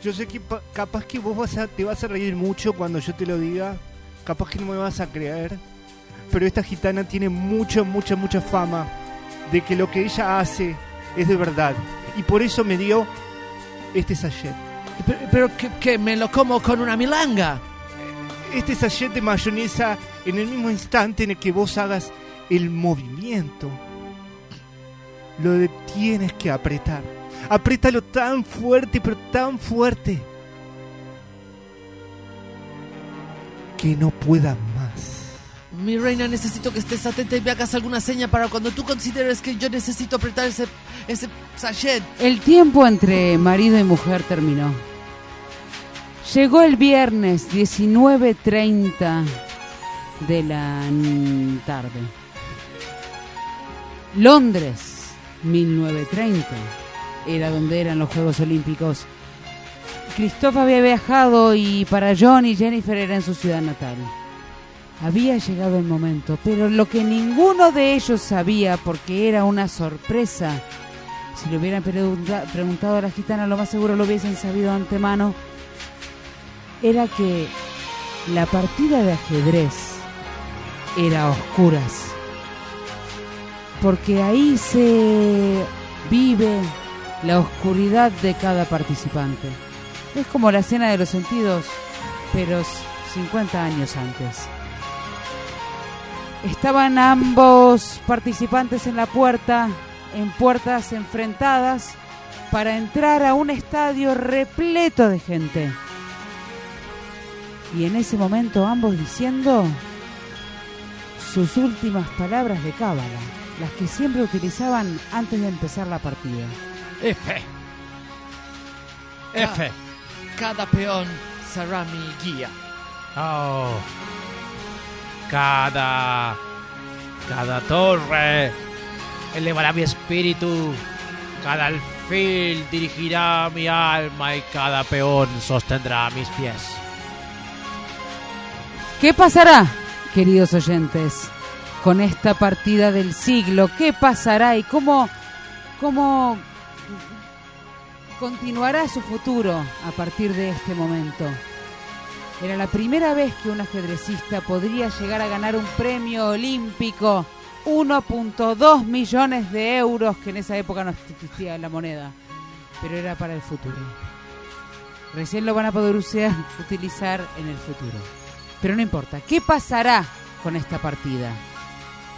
Speaker 6: Yo sé que pa- capaz que vos vas a, te vas a reír mucho cuando yo te lo diga, capaz que no me vas a creer, pero esta gitana tiene mucha, mucha, mucha fama de que lo que ella hace es de verdad. Y por eso me dio este sachet.
Speaker 5: Pero, que, me lo como con una milanga.
Speaker 6: Este sachet de mayonesa en el mismo instante en el que vos hagas el movimiento. Lo de- tienes que apretar. Apriétalo tan fuerte, pero tan fuerte. Que no pueda más.
Speaker 5: Mi reina, necesito que estés atenta y me hagas alguna seña para cuando tú consideres que yo necesito apretar ese, ese sachet.
Speaker 4: El tiempo entre marido y mujer terminó. Llegó el viernes 19.30 de la mm, tarde. Londres, 1930, era donde eran los Juegos Olímpicos. Christoph había viajado y para John y Jennifer era en su ciudad natal. Había llegado el momento, pero lo que ninguno de ellos sabía, porque era una sorpresa, Si le hubieran pregunta- preguntado a la gitana, lo más seguro lo hubiesen sabido de antemano. Era que la partida de ajedrez era a oscuras. Porque ahí se vive la oscuridad de cada participante. Es como la cena de los sentidos, pero s- 50 años antes. Estaban ambos participantes en la puerta, en puertas enfrentadas, para entrar a un estadio repleto de gente. Y en ese momento ambos diciendo sus últimas palabras de cábala, las que siempre utilizaban antes de empezar la partida.
Speaker 11: F. F.
Speaker 5: Cada peón será mi guía.
Speaker 11: Oh. Cada. Cada torre elevará mi espíritu. Cada alfil dirigirá mi alma y cada peón sostendrá mis pies.
Speaker 4: ¿Qué pasará, queridos oyentes, con esta partida del siglo? ¿Qué pasará y cómo, cómo continuará su futuro a partir de este momento? Era la primera vez que un ajedrecista podría llegar a ganar un premio olímpico, 1.2 millones de euros, que en esa época no existía la moneda, pero era para el futuro. Recién lo van a poder usar- utilizar en el futuro. Pero no importa, ¿qué pasará con esta partida?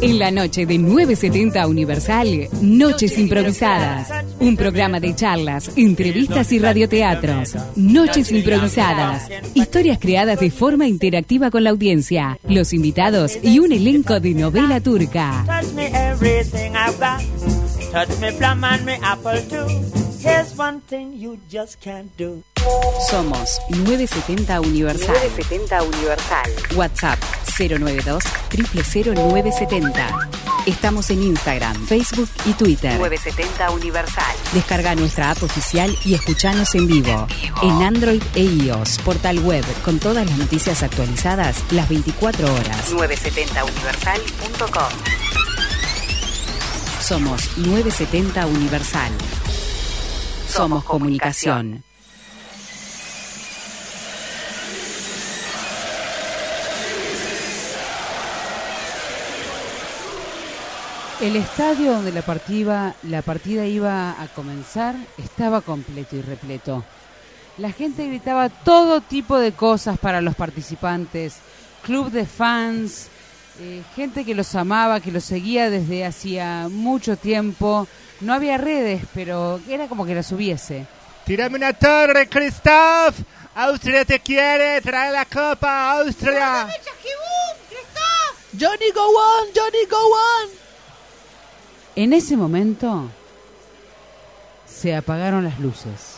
Speaker 8: En la noche de 970 Universal, Noches Improvisadas. Un programa de charlas, entrevistas y radioteatros. Noches Improvisadas. Historias creadas de forma interactiva con la audiencia, los invitados y un elenco de novela turca.
Speaker 9: Touch me everything I've got. Touch me plum and me apple too. Here's one thing you just can't do.
Speaker 8: Somos 970 Universal. 970 Universal. WhatsApp 092 000970. Estamos en Instagram, Facebook y Twitter.
Speaker 12: 970 Universal.
Speaker 8: Descarga nuestra app oficial y escuchanos en vivo. En Android e iOS, portal web, con todas las noticias actualizadas las 24 horas.
Speaker 12: 970universal.com.
Speaker 8: Somos 970 Universal. Somos comunicación.
Speaker 4: El estadio donde la partida, la partida iba a comenzar estaba completo y repleto. La gente gritaba todo tipo de cosas para los participantes, club de fans, eh, gente que los amaba, que los seguía desde hacía mucho tiempo. No había redes, pero era como que las hubiese.
Speaker 13: Tirame una torre, Christoph. Austria te quiere, trae la copa, Austria.
Speaker 5: Johnny Go On, Johnny Go On.
Speaker 4: En ese momento se apagaron las luces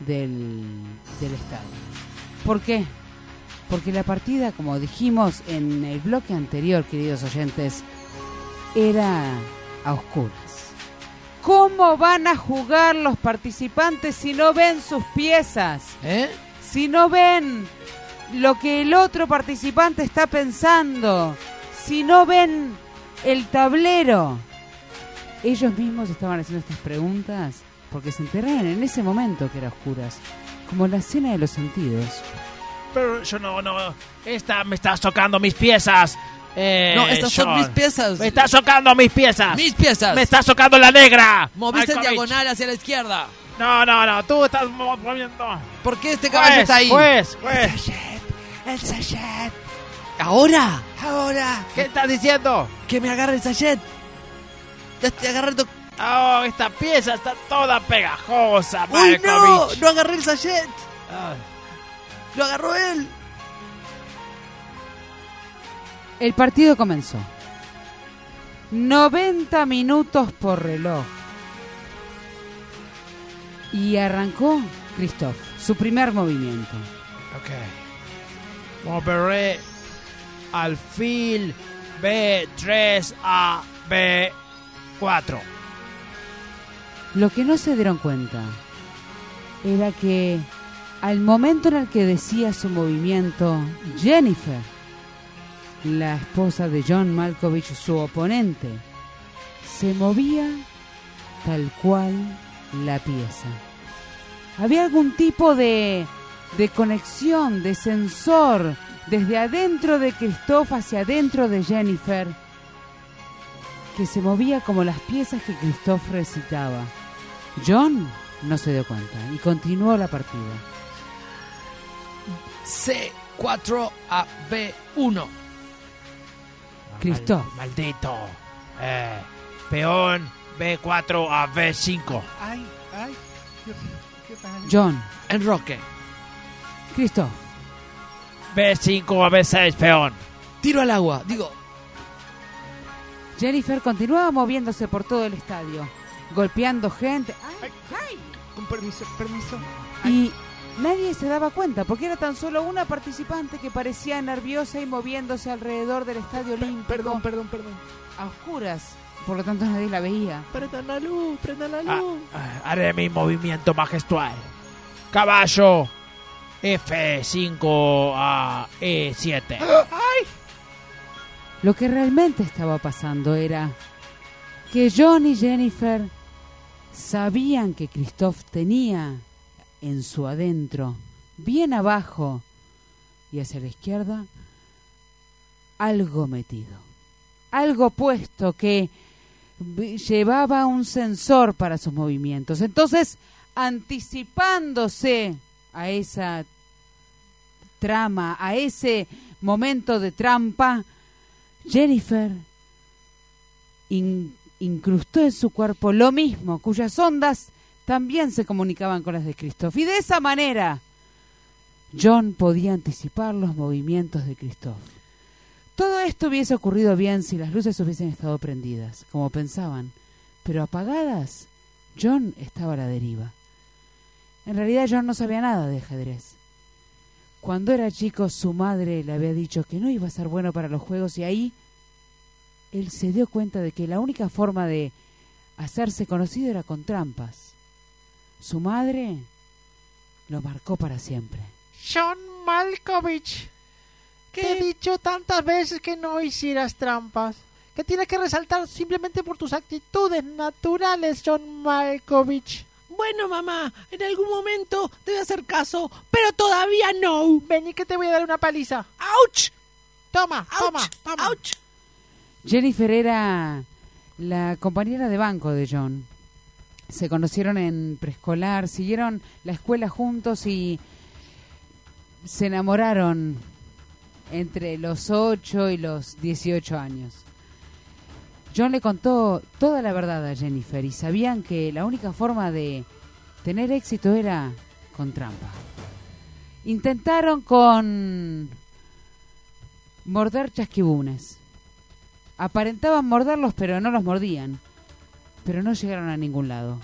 Speaker 4: del, del estadio. ¿Por qué? Porque la partida, como dijimos en el bloque anterior, queridos oyentes, era a oscuras. ¿Cómo van a jugar los participantes si no ven sus piezas? Si no ven lo que el otro participante está pensando. Si no ven el tablero. Ellos mismos estaban haciendo estas preguntas porque se enteraron en ese momento que era oscuras, como la cena de los sentidos.
Speaker 11: Pero yo no, no. Esta, me estás tocando mis piezas. Eh,
Speaker 4: No, estas son
Speaker 11: John.
Speaker 4: mis
Speaker 5: piezas.
Speaker 11: Me estás tocando mis piezas.
Speaker 5: Mis piezas.
Speaker 11: Me estás tocando la negra.
Speaker 5: Moviste en
Speaker 11: Malkovich.
Speaker 5: diagonal hacia la izquierda.
Speaker 11: No, no, no. Tú estás mo- moviendo.
Speaker 5: ¿Por qué este caballo
Speaker 11: Pues,
Speaker 5: está ahí?
Speaker 11: Pues, pues.
Speaker 13: El sachet.
Speaker 5: Ahora.
Speaker 13: Ahora.
Speaker 11: ¿Qué estás diciendo?
Speaker 5: Que me agarre el sachet. Ya estoy agarrando.
Speaker 11: Oh, esta pieza está toda pegajosa,
Speaker 5: ¡Uy,
Speaker 11: Malkovich.
Speaker 5: no! No agarré el sachet.
Speaker 11: Ah,
Speaker 5: Lo agarró él.
Speaker 4: El partido comenzó. 90 minutos por reloj. Y arrancó Christoph, su primer movimiento.
Speaker 11: ok. Moveré alfil B3 a B4.
Speaker 4: Lo que no se dieron cuenta era que al momento en el que decía su movimiento, Jennifer, la esposa de John Malkovich, su oponente, se movía tal cual la pieza. Había algún tipo de, de conexión, de sensor, desde adentro de Christoph hacia adentro de Jennifer, que se movía como las piezas que Christoph recitaba. John no se dio cuenta y continuó la partida.
Speaker 5: C4 a B1.
Speaker 4: Cristo.
Speaker 11: Mal- maldito. Eh, peón B4 a B5.
Speaker 13: Ay, ay. Dios, qué mal.
Speaker 4: John.
Speaker 5: Enroque.
Speaker 4: Cristo.
Speaker 11: B5 a B6, peón.
Speaker 5: Tiro al agua. Digo,
Speaker 4: Jennifer continuaba moviéndose por todo el estadio, golpeando gente. Ay, ay.
Speaker 13: Con permiso, permiso.
Speaker 4: Y nadie se daba cuenta porque era tan solo una participante que parecía nerviosa y moviéndose alrededor del estadio olímpico. Perdón,
Speaker 13: perdón, perdón.
Speaker 4: A oscuras. Ah. Por lo tanto nadie la veía.
Speaker 13: Prendan la luz, prendan la
Speaker 11: luz. Eh, Haré mi movimiento majestual. Caballo F5 a E E7.
Speaker 13: Ay.
Speaker 4: Lo que realmente estaba pasando era que John y Jennifer sabían que Christoph tenía en su adentro, bien abajo y hacia la izquierda, algo metido, algo puesto que b- llevaba un sensor para sus movimientos. Entonces, anticipándose a esa trama, a ese momento de trampa, Jennifer in- incrustó en su cuerpo lo mismo, cuyas ondas también se comunicaban con las de Christoph. Y de esa manera, John podía anticipar los movimientos de Christoph. Todo esto hubiese ocurrido bien si las luces hubiesen estado prendidas, como pensaban, pero apagadas, John estaba a la deriva. En realidad John no sabía nada de ajedrez. Cuando era chico, su madre le había dicho que no iba a ser bueno para los juegos y ahí él se dio cuenta de que la única forma de hacerse conocido era con trampas. Su madre lo marcó para siempre.
Speaker 14: John Malkovich. Te he dicho tantas veces que no hicieras trampas. Que tienes que resaltar simplemente por tus actitudes naturales, John Malkovich. Bueno, mamá, en algún momento debe hacer caso, pero todavía no. Ven y que te voy a dar una paliza. ¡Auch! Toma, toma, toma.
Speaker 4: Jennifer era la compañera de banco de John. Se conocieron en preescolar, siguieron la escuela juntos y se enamoraron entre los 8 y los 18 años. John le contó toda la verdad a Jennifer y sabían que la única forma de tener éxito era con trampa. Intentaron con morder chasquibunes. Aparentaban morderlos, pero no los mordían. Pero no llegaron a ningún lado.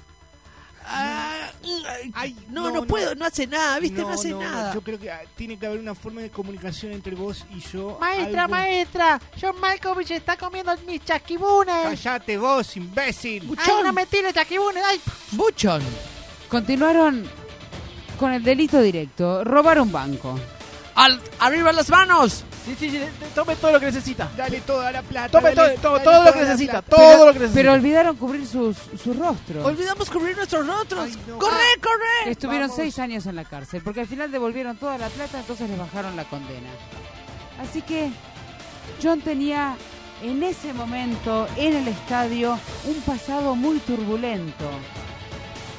Speaker 5: no, no, puedo, no hace nada, ¿viste? No, hace nada.
Speaker 6: Yo creo que ah, tiene que haber una forma de comunicación entre vos y yo.
Speaker 14: Maestra,
Speaker 6: algo-
Speaker 14: maestra, John Malkovich está comiendo mis chasquibunes.
Speaker 6: Cállate vos, imbécil.
Speaker 14: Ay, no me tires chasquibunes. Ay,
Speaker 5: Buchon.
Speaker 4: Continuaron con el delito directo, robar un banco.
Speaker 5: Al, arriba las manos.
Speaker 11: Sí, sí, sí, tome todo lo que necesita.
Speaker 13: Dale toda la plata.
Speaker 11: Tome
Speaker 13: dale-
Speaker 11: todo, todo,
Speaker 13: dale
Speaker 11: todo lo
Speaker 13: toda
Speaker 11: que
Speaker 13: la
Speaker 11: necesita,
Speaker 13: plata.
Speaker 11: todo lo que necesita.
Speaker 4: Pero olvidaron cubrir sus, su rostro.
Speaker 5: Olvidamos cubrir nuestros rostros. ¡Corre,
Speaker 13: Ah,
Speaker 5: corre!
Speaker 4: Estuvieron seis años en la cárcel, porque al final devolvieron toda la plata, entonces les bajaron la condena. Así que John tenía en ese momento, en el estadio, un pasado muy turbulento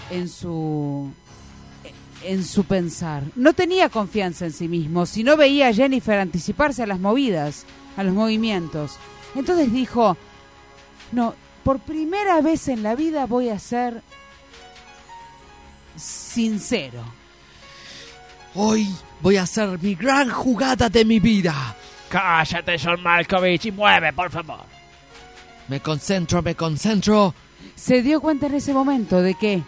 Speaker 4: en su en su pensar. No tenía confianza en sí mismo, si no veía a Jennifer anticiparse a las movidas, a los movimientos. Entonces dijo, no, por primera vez en la vida voy a ser sincero.
Speaker 5: Hoy voy a hacer mi gran jugada de mi vida.
Speaker 11: Cállate, John Malkovich, y mueve, por favor.
Speaker 5: Me concentro, me concentro.
Speaker 4: Se dio cuenta en ese momento de que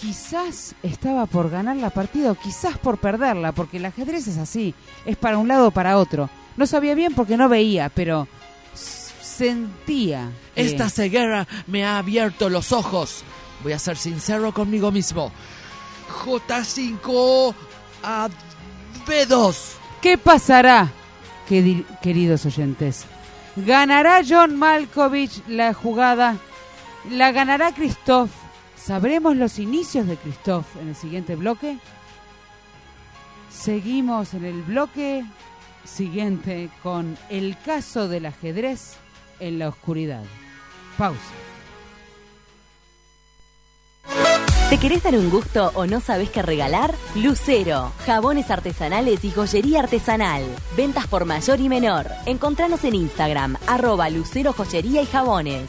Speaker 4: quizás estaba por ganar la partida o quizás por perderla, porque el ajedrez es así, es para un lado o para otro. No sabía bien porque no veía, pero s- sentía. que-
Speaker 13: eh.
Speaker 5: Esta ceguera me ha abierto los ojos. Voy a ser sincero conmigo mismo. J5 a B2.
Speaker 4: ¿Qué pasará, quedi- queridos oyentes? ¿Ganará John Malkovich la jugada? ¿La ganará Christoph? ¿Sabremos los inicios de Christoph en el siguiente bloque? Seguimos en el bloque siguiente con el caso del ajedrez en la oscuridad. Pausa.
Speaker 12: ¿Te querés dar un gusto o no sabes qué regalar? Lucero, jabones artesanales y joyería artesanal. Ventas por mayor y menor. Encontranos en Instagram, arroba Lucero Joyería y Jabones.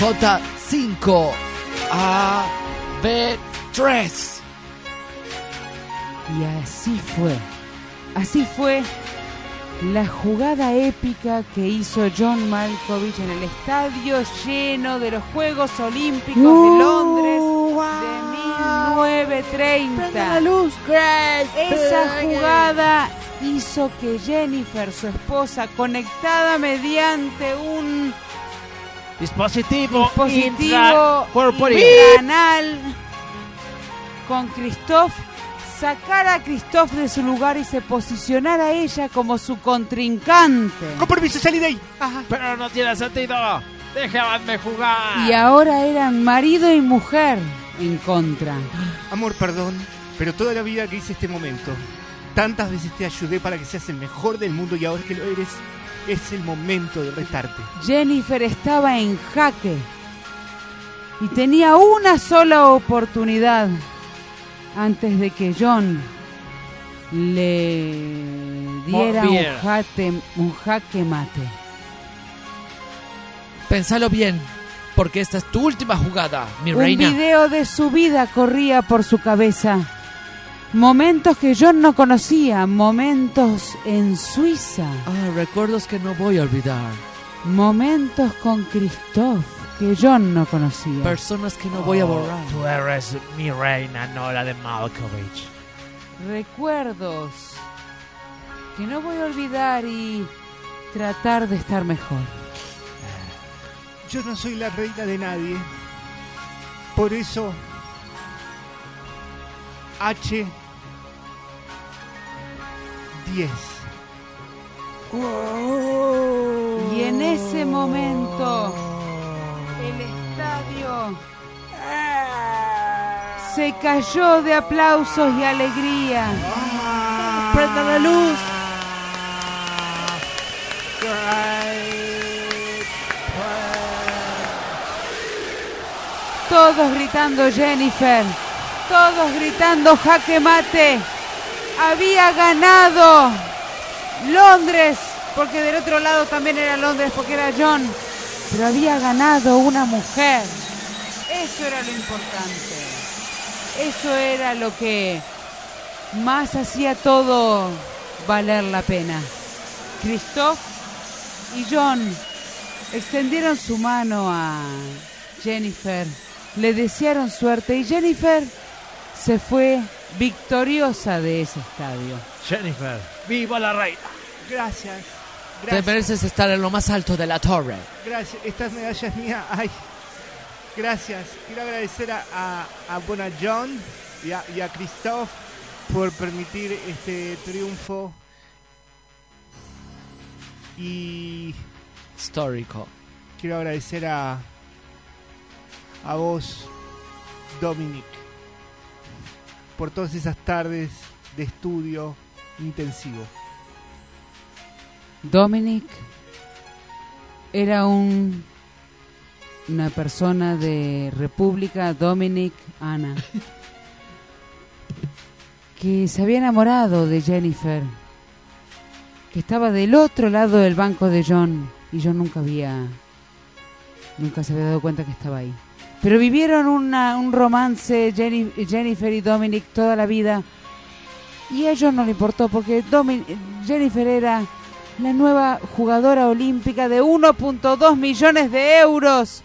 Speaker 5: J5 a B3.
Speaker 4: Y así fue. Así fue la jugada épica que hizo John Malkovich en el estadio lleno de los Juegos Olímpicos de Londres de 1930.
Speaker 14: la luz,
Speaker 4: Esa jugada hizo que Jennifer, su esposa, conectada mediante un
Speaker 11: Dispositivo,
Speaker 4: positivo
Speaker 11: corporeo.
Speaker 4: canal con Christoph sacara a Christoph de su lugar y se posicionara a ella como su contrincante.
Speaker 11: Con permiso, salí de ahí. Pero no tiene sentido. Déjame jugar.
Speaker 4: Y ahora eran marido y mujer en contra.
Speaker 6: Amor, perdón, pero toda la vida que hice este momento, tantas veces te ayudé para que seas el mejor del mundo y ahora que lo eres, es el momento de retarte.
Speaker 4: Jennifer estaba en jaque y tenía una sola oportunidad antes de que John le diera un
Speaker 5: Mordiera.
Speaker 4: jaque, un jaque mate.
Speaker 5: Pensalo bien, porque esta es tu última jugada, mi
Speaker 4: Un
Speaker 5: reina.
Speaker 4: video de su vida corría por su cabeza. Momentos que John no conocía, momentos en Suiza,
Speaker 5: Ah, recuerdos que no voy a olvidar.
Speaker 4: momentos con Christoph que John no conocía.
Speaker 5: Personas que no voy a borrar.
Speaker 11: Tú eres mi reina, no la de Malkovich.
Speaker 4: recuerdos que no voy a olvidar y tratar de estar mejor.
Speaker 6: Yo no soy la reina de nadie. Por eso, H10.
Speaker 4: Y en
Speaker 13: Oh.
Speaker 4: ese momento el estadio se cayó de aplausos y alegría.
Speaker 13: Ah.
Speaker 4: ¡Prenda la luz! Todos gritando Jennifer, todos gritando jaque mate. Había ganado Londres, porque del otro lado también era Londres, porque era John. Pero había ganado una mujer. Eso era lo importante. Eso era lo que más hacía todo valer la pena. Christoph y John extendieron su mano a Jennifer, le desearon suerte y Jennifer se fue victoriosa de ese estadio.
Speaker 3: Jennifer.
Speaker 11: ¡Viva la reina! Gracias.
Speaker 5: Te mereces estar en lo más alto de la torre.
Speaker 13: Gracias, esta medalla es mía. Ay, gracias. Quiero agradecer a, a, a, bueno, a John y a, y a Christoph por permitir este triunfo. Y
Speaker 5: Histórico.
Speaker 13: quiero agradecer a, a vos, Dominic, por todas esas tardes de estudio intensivo.
Speaker 4: Dominic era un una persona de República Dominic Ana que se había enamorado de Jennifer que estaba del otro lado del banco de John y yo nunca había nunca se había dado cuenta que estaba ahí pero vivieron una- un romance Jenny- Jennifer y Dominic toda la vida y a ellos no le importó porque Domin- Jennifer era la nueva jugadora olímpica de 1.2 millones de euros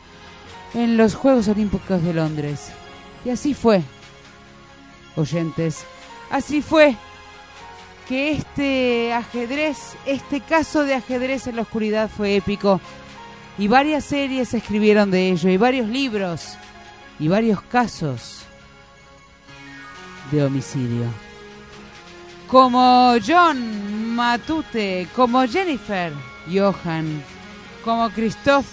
Speaker 4: en los Juegos Olímpicos de Londres. Y así fue, oyentes, así fue que este ajedrez, este caso de ajedrez en la oscuridad fue épico. Y varias series se escribieron de ello, y varios libros, y varios casos de homicidio. Como John Matute, como Jennifer Johan, como Christoph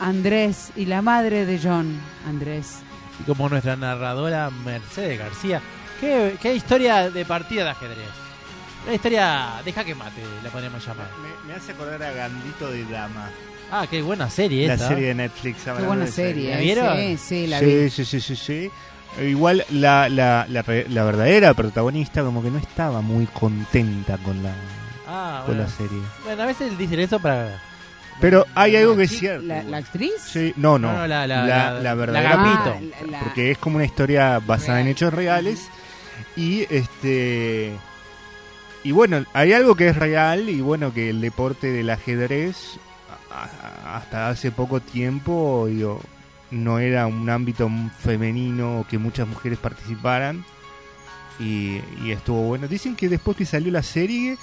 Speaker 4: Andrés y la madre de John Andrés.
Speaker 3: Y como nuestra narradora Mercedes García. ¿Qué, qué historia de partida de ajedrez? Una historia de jaque mate, Ah, la podríamos llamar.
Speaker 6: Me, me hace acordar a Gandito de Dama.
Speaker 3: Ah, qué buena serie
Speaker 6: La
Speaker 3: esa. ¿eh?
Speaker 6: serie de Netflix. hablando
Speaker 4: buena
Speaker 6: de
Speaker 4: serie, ¿eh?
Speaker 3: ¿La vieron?
Speaker 4: sí, sí, la
Speaker 6: sí,
Speaker 4: vi.
Speaker 6: sí, sí, sí, sí. Eh, Igual la, la, la, re- la verdadera protagonista como que no estaba muy contenta con la,
Speaker 3: Ah,
Speaker 6: con
Speaker 3: bueno.
Speaker 6: la serie.
Speaker 3: Bueno, a veces dicen eso para.
Speaker 6: Pero hay algo que es
Speaker 4: Sí,
Speaker 6: cierto.
Speaker 4: ¿La, la actriz?
Speaker 6: Sí, no, no.
Speaker 3: No, no, la- la- la- la
Speaker 6: verdadera.
Speaker 3: Gapito.
Speaker 6: protagonista,
Speaker 4: Ah, la- la-
Speaker 6: Porque es como una historia basada en hechos reales. Y este. Y bueno, hay algo que es real. Y bueno, que el deporte del ajedrez. a- a- Hasta hace poco tiempo. digo, no era un ámbito femenino que muchas mujeres participaran. Y, y estuvo bueno. Dicen que después que salió la serie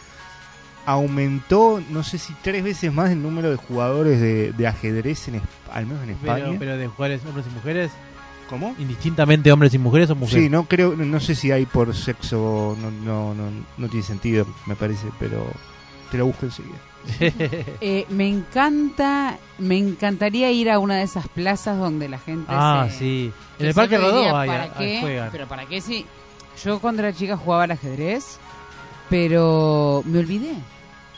Speaker 6: aumentó, no sé si tres veces más el número de jugadores de, de ajedrez, en, es- al menos en España.
Speaker 3: Pero, pero de jugadores, hombres y mujeres.
Speaker 6: ¿Cómo?
Speaker 3: Indistintamente hombres y mujeres o mujeres.
Speaker 6: Sí, no creo, no sé si hay por sexo, no, no, no, no tiene sentido, me parece, pero te lo busco enseguida.
Speaker 4: Eh, me encanta, me encantaría ir a una de esas plazas donde la gente
Speaker 3: Ah,
Speaker 4: se-
Speaker 3: sí.
Speaker 4: que
Speaker 3: En
Speaker 4: siempre
Speaker 3: el Parque Rodó
Speaker 4: diría,
Speaker 3: hay-
Speaker 4: ¿para
Speaker 3: hay-
Speaker 4: qué?
Speaker 3: juegan.
Speaker 4: Pero ¿para qué sí? Yo cuando era chica jugaba al ajedrez, pero me olvidé.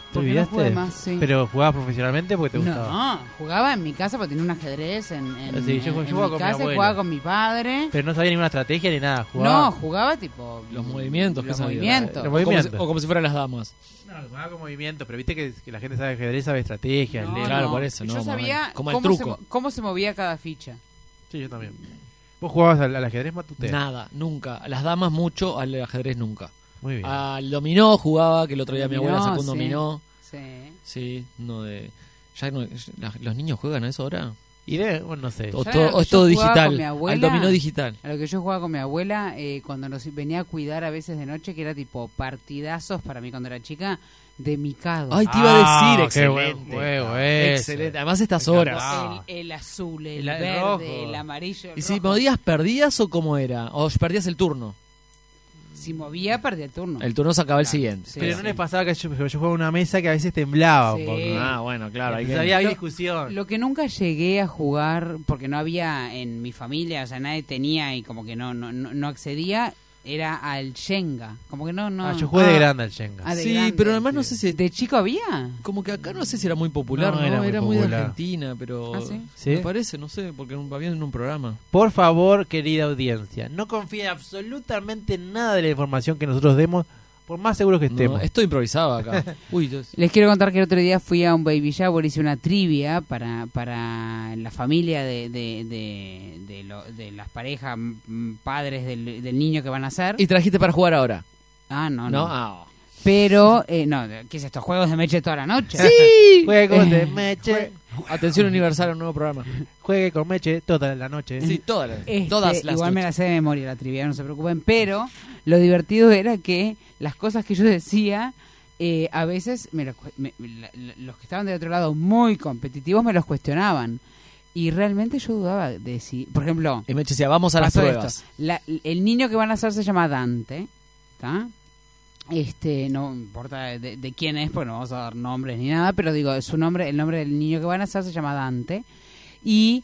Speaker 3: ¿Te
Speaker 4: Porque no
Speaker 3: olvidaste?
Speaker 4: jugué más, sí.
Speaker 3: Pero jugabas profesionalmente porque te gustaba.
Speaker 4: No, jugaba en mi casa porque tenía un ajedrez en, en-
Speaker 3: Ah. Sí, yo
Speaker 4: en-
Speaker 3: jugaba-
Speaker 4: en
Speaker 3: yo jugaba
Speaker 4: mi
Speaker 3: con mi
Speaker 4: casa,
Speaker 3: abuelo.
Speaker 4: jugaba con mi padre.
Speaker 3: Pero no sabía ninguna estrategia ni nada.
Speaker 4: No,
Speaker 3: Jugaba.
Speaker 4: jugaba tipo...
Speaker 15: Los movimientos.
Speaker 4: Los
Speaker 15: que sabía.
Speaker 4: movimientos.
Speaker 3: Los movimientos.
Speaker 15: O como si- o como si fueran las damas.
Speaker 3: No, jugaba con movimientos, pero viste que, que la gente sabe ajedrez, sabe estrategias.
Speaker 4: No,
Speaker 3: lee-
Speaker 15: Claro, no. por eso,
Speaker 4: Yo sabía
Speaker 15: Como el
Speaker 4: cómo, se,
Speaker 15: truco.
Speaker 4: mo- cómo se movía cada ficha.
Speaker 3: Sí, yo también. ¿Vos jugabas al, al ajedrez matute?
Speaker 15: Nada, nunca. A las damas mucho, al ajedrez nunca.
Speaker 3: Muy bien.
Speaker 15: Al dominó jugaba, que el otro día mi abuela
Speaker 4: Dominó,
Speaker 15: sacó un
Speaker 4: sí.
Speaker 15: dominó.
Speaker 4: Sí.
Speaker 15: Sí, no de. Ya no- la- ¿Los niños juegan a eso ahora?
Speaker 3: Y de, bueno, no sé.
Speaker 15: O,
Speaker 4: Yo
Speaker 15: todo-
Speaker 4: Eh, era lo
Speaker 15: o
Speaker 4: que
Speaker 15: es todo
Speaker 4: yo jugaba con
Speaker 15: digital.
Speaker 4: mi abuela,
Speaker 15: al dominó digital.
Speaker 4: A lo que yo jugaba con mi abuela eh, cuando nos venía a cuidar a veces de noche, que era tipo partidazos para mí cuando era chica, de Mikado.
Speaker 15: Ay, te iba a decir,
Speaker 3: Ah, qué buen
Speaker 15: excelente. Ah,
Speaker 3: juego
Speaker 15: excelente. Además, estas horas.
Speaker 4: El, el azul, el,
Speaker 3: El- el
Speaker 4: verde,
Speaker 3: rojo.
Speaker 4: el amarillo. el
Speaker 15: ¿Y si
Speaker 4: rojo.
Speaker 15: podías, perdías o cómo era? ¿O perdías el turno?
Speaker 4: si movía, perdía el turno.
Speaker 15: El turno se acaba el siguiente.
Speaker 3: Pero no les pasaba que yo, yo jugaba una mesa que a veces temblaba un
Speaker 4: Sí.
Speaker 3: poco.
Speaker 4: Ah,
Speaker 15: bueno, claro, hay
Speaker 3: Entonces
Speaker 15: que-
Speaker 3: había, había
Speaker 4: Lo-
Speaker 3: discusión.
Speaker 4: Lo que nunca llegué a jugar, porque no había en mi familia, o sea, nadie tenía y como que no no, no no accedía, era al Shenga. Como que no, no.
Speaker 3: Ah, yo jugué de grande al Shenga.
Speaker 15: Sí, pero además no sé si.
Speaker 4: ¿De chico había?
Speaker 15: Como que acá no sé si era muy popular,
Speaker 3: No,
Speaker 15: ¿no?
Speaker 3: era
Speaker 15: Era,
Speaker 3: muy
Speaker 15: muy, de
Speaker 3: popular.
Speaker 15: Argentina, pero.
Speaker 3: Ah, ¿sí? ¿Sí?
Speaker 15: Me parece, no sé, porque un- había en un programa.
Speaker 3: Por favor, querida audiencia, no confíe absolutamente nada de la información que nosotros demos, por más seguros que estemos.
Speaker 15: esto improvisaba acá. Uy, yo-
Speaker 4: Les quiero contar que el otro día fui a un baby shower, hice una trivia para, para la familia de, de, de, de lo- de las parejas, mm, padres del, del niño que van a ser.
Speaker 15: Y trajiste para jugar ahora.
Speaker 4: Ah, no,
Speaker 15: No,
Speaker 4: no.
Speaker 15: ah.
Speaker 4: Pero, eh, no, ¿qué es estos Juegos de meche toda la noche. Eh.
Speaker 15: ¡Sí!
Speaker 3: Juegos de meche.
Speaker 15: Atención Universal, un nuevo programa.
Speaker 3: Juegue con meche toda la noche.
Speaker 15: Sí, todas las.
Speaker 4: Este,
Speaker 15: todas las.
Speaker 4: igual me
Speaker 15: truchas.
Speaker 4: la sé de memoria la trivia, no se preocupen. Pero lo divertido era que las cosas que yo decía, eh, a veces me lo cu- me- me- la- la- los que estaban del otro lado muy competitivos me los cuestionaban. Y realmente yo dudaba de si. Por ejemplo.
Speaker 15: Y me decía, vamos a las
Speaker 4: pasó
Speaker 15: pruebas.
Speaker 4: esto. La- el niño que van a hacer se llama Dante. ¿Está? Este, no importa de, de quién es, porque no vamos a dar nombres ni nada, pero digo, su nombre, el nombre del niño que van a hacer se llama Dante. Y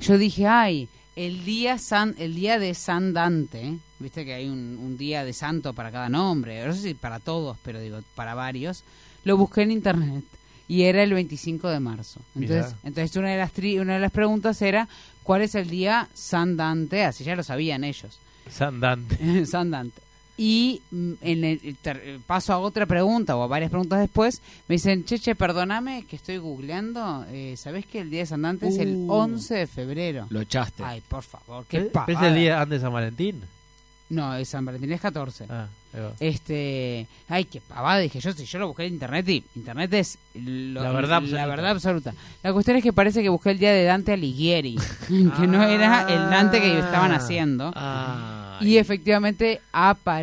Speaker 4: yo dije, ay, el día san, el día de San Dante, viste que hay un, un día de santo para cada nombre, no sé si para todos, pero digo, para varios, lo busqué en internet y era el 25 de marzo. Entonces,
Speaker 16: Mirá.
Speaker 4: entonces una de las tri- una de las preguntas era ¿cuál es el día San Dante? Así ya lo sabían ellos.
Speaker 3: San Dante.
Speaker 4: San Dante. Y mm, en el, ter- eh, paso a otra pregunta o a varias preguntas después, me dicen, Cheche, perdóname que estoy googleando, eh, ¿sabés que el día de San Dante es el
Speaker 3: Uh.
Speaker 4: 11 de febrero?
Speaker 15: Lo echaste.
Speaker 4: Ay, por favor, qué
Speaker 3: ¿Pero ¿Es
Speaker 4: pavada.
Speaker 3: el día antes de San Valentín?
Speaker 4: No, es San Valentín, es 14.
Speaker 3: ahí va.
Speaker 4: Este, ay, qué pavada, dije yo, si yo lo busqué en internet y internet es lo-
Speaker 3: La verdad absoluta.
Speaker 4: la verdad absoluta. La cuestión es que parece que busqué el día de Dante Alighieri, que no era el Dante que estaban
Speaker 3: Ah.
Speaker 4: haciendo. Y efectivamente,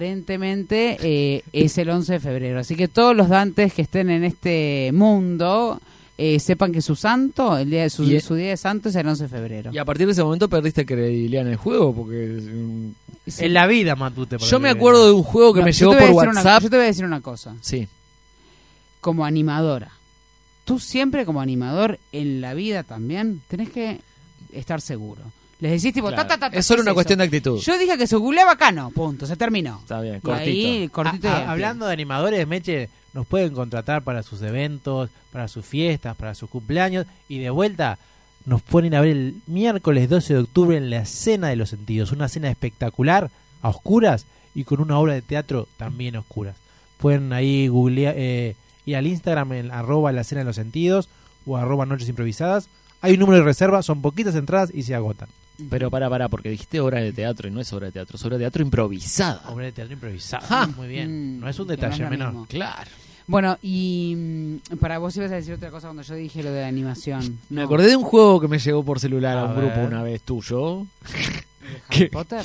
Speaker 4: aparentemente, eh, es el 11 de febrero. Así que todos los Dantes que estén en este mundo, eh, sepan que su santo, el día de su,
Speaker 15: Y-
Speaker 4: su día de santo es el 11 de febrero.
Speaker 15: Y a partir de ese momento perdiste credibilidad en el juego, porque. es un-
Speaker 3: En la vida, Matute. por
Speaker 15: Yo me
Speaker 3: lo que
Speaker 15: acuerdo de un juego que
Speaker 4: No,
Speaker 15: me
Speaker 4: yo
Speaker 15: llegó
Speaker 4: te voy
Speaker 15: por
Speaker 4: a decir una-
Speaker 15: WhatsApp.
Speaker 4: yo te voy a decir una cosa.
Speaker 15: Sí.
Speaker 4: como animadora. Tú siempre como animador en la vida también tenés que estar seguro. Les decís tipo,
Speaker 15: Claro.
Speaker 4: ta, ta, ta, ta,
Speaker 15: Es solo
Speaker 4: ¿qué
Speaker 15: una cuestión de actitud.
Speaker 4: Yo dije que se googleaba bacano, punto, se terminó.
Speaker 15: Está bien,
Speaker 4: cortito. Ahí, cortito
Speaker 3: A-
Speaker 4: y
Speaker 3: a-
Speaker 4: al pie.
Speaker 3: Ah, hablando de animadores, Meche, nos pueden contratar para sus eventos, para sus fiestas, para sus cumpleaños. Y de vuelta, nos ponen a ver el miércoles 12 de octubre en la Cena de los Sentidos. Una cena espectacular, a oscuras y con una obra de teatro también a oscuras. Pueden ahí googlear, eh, ir al Instagram en arroba la Cena de los Sentidos o arroba Noches Improvisadas. Hay un número de reserva, son poquitas entradas y se agotan.
Speaker 15: Pero para, para, porque dijiste obra de teatro y no es obra de teatro, es obra de teatro improvisada.
Speaker 3: Obra de teatro improvisada.
Speaker 15: Ajá.
Speaker 3: Muy bien.
Speaker 4: Mm,
Speaker 3: No es un
Speaker 4: que no es
Speaker 3: detalle
Speaker 4: lo
Speaker 3: menor.
Speaker 4: mismo.
Speaker 15: Claro.
Speaker 4: Bueno, y mm, para vos ibas a decir otra cosa cuando yo dije lo de la animación.
Speaker 15: Me acordé de un juego que me llegó por celular a, un
Speaker 4: ver.
Speaker 15: grupo una vez tuyo.
Speaker 4: ¿Harry Potter?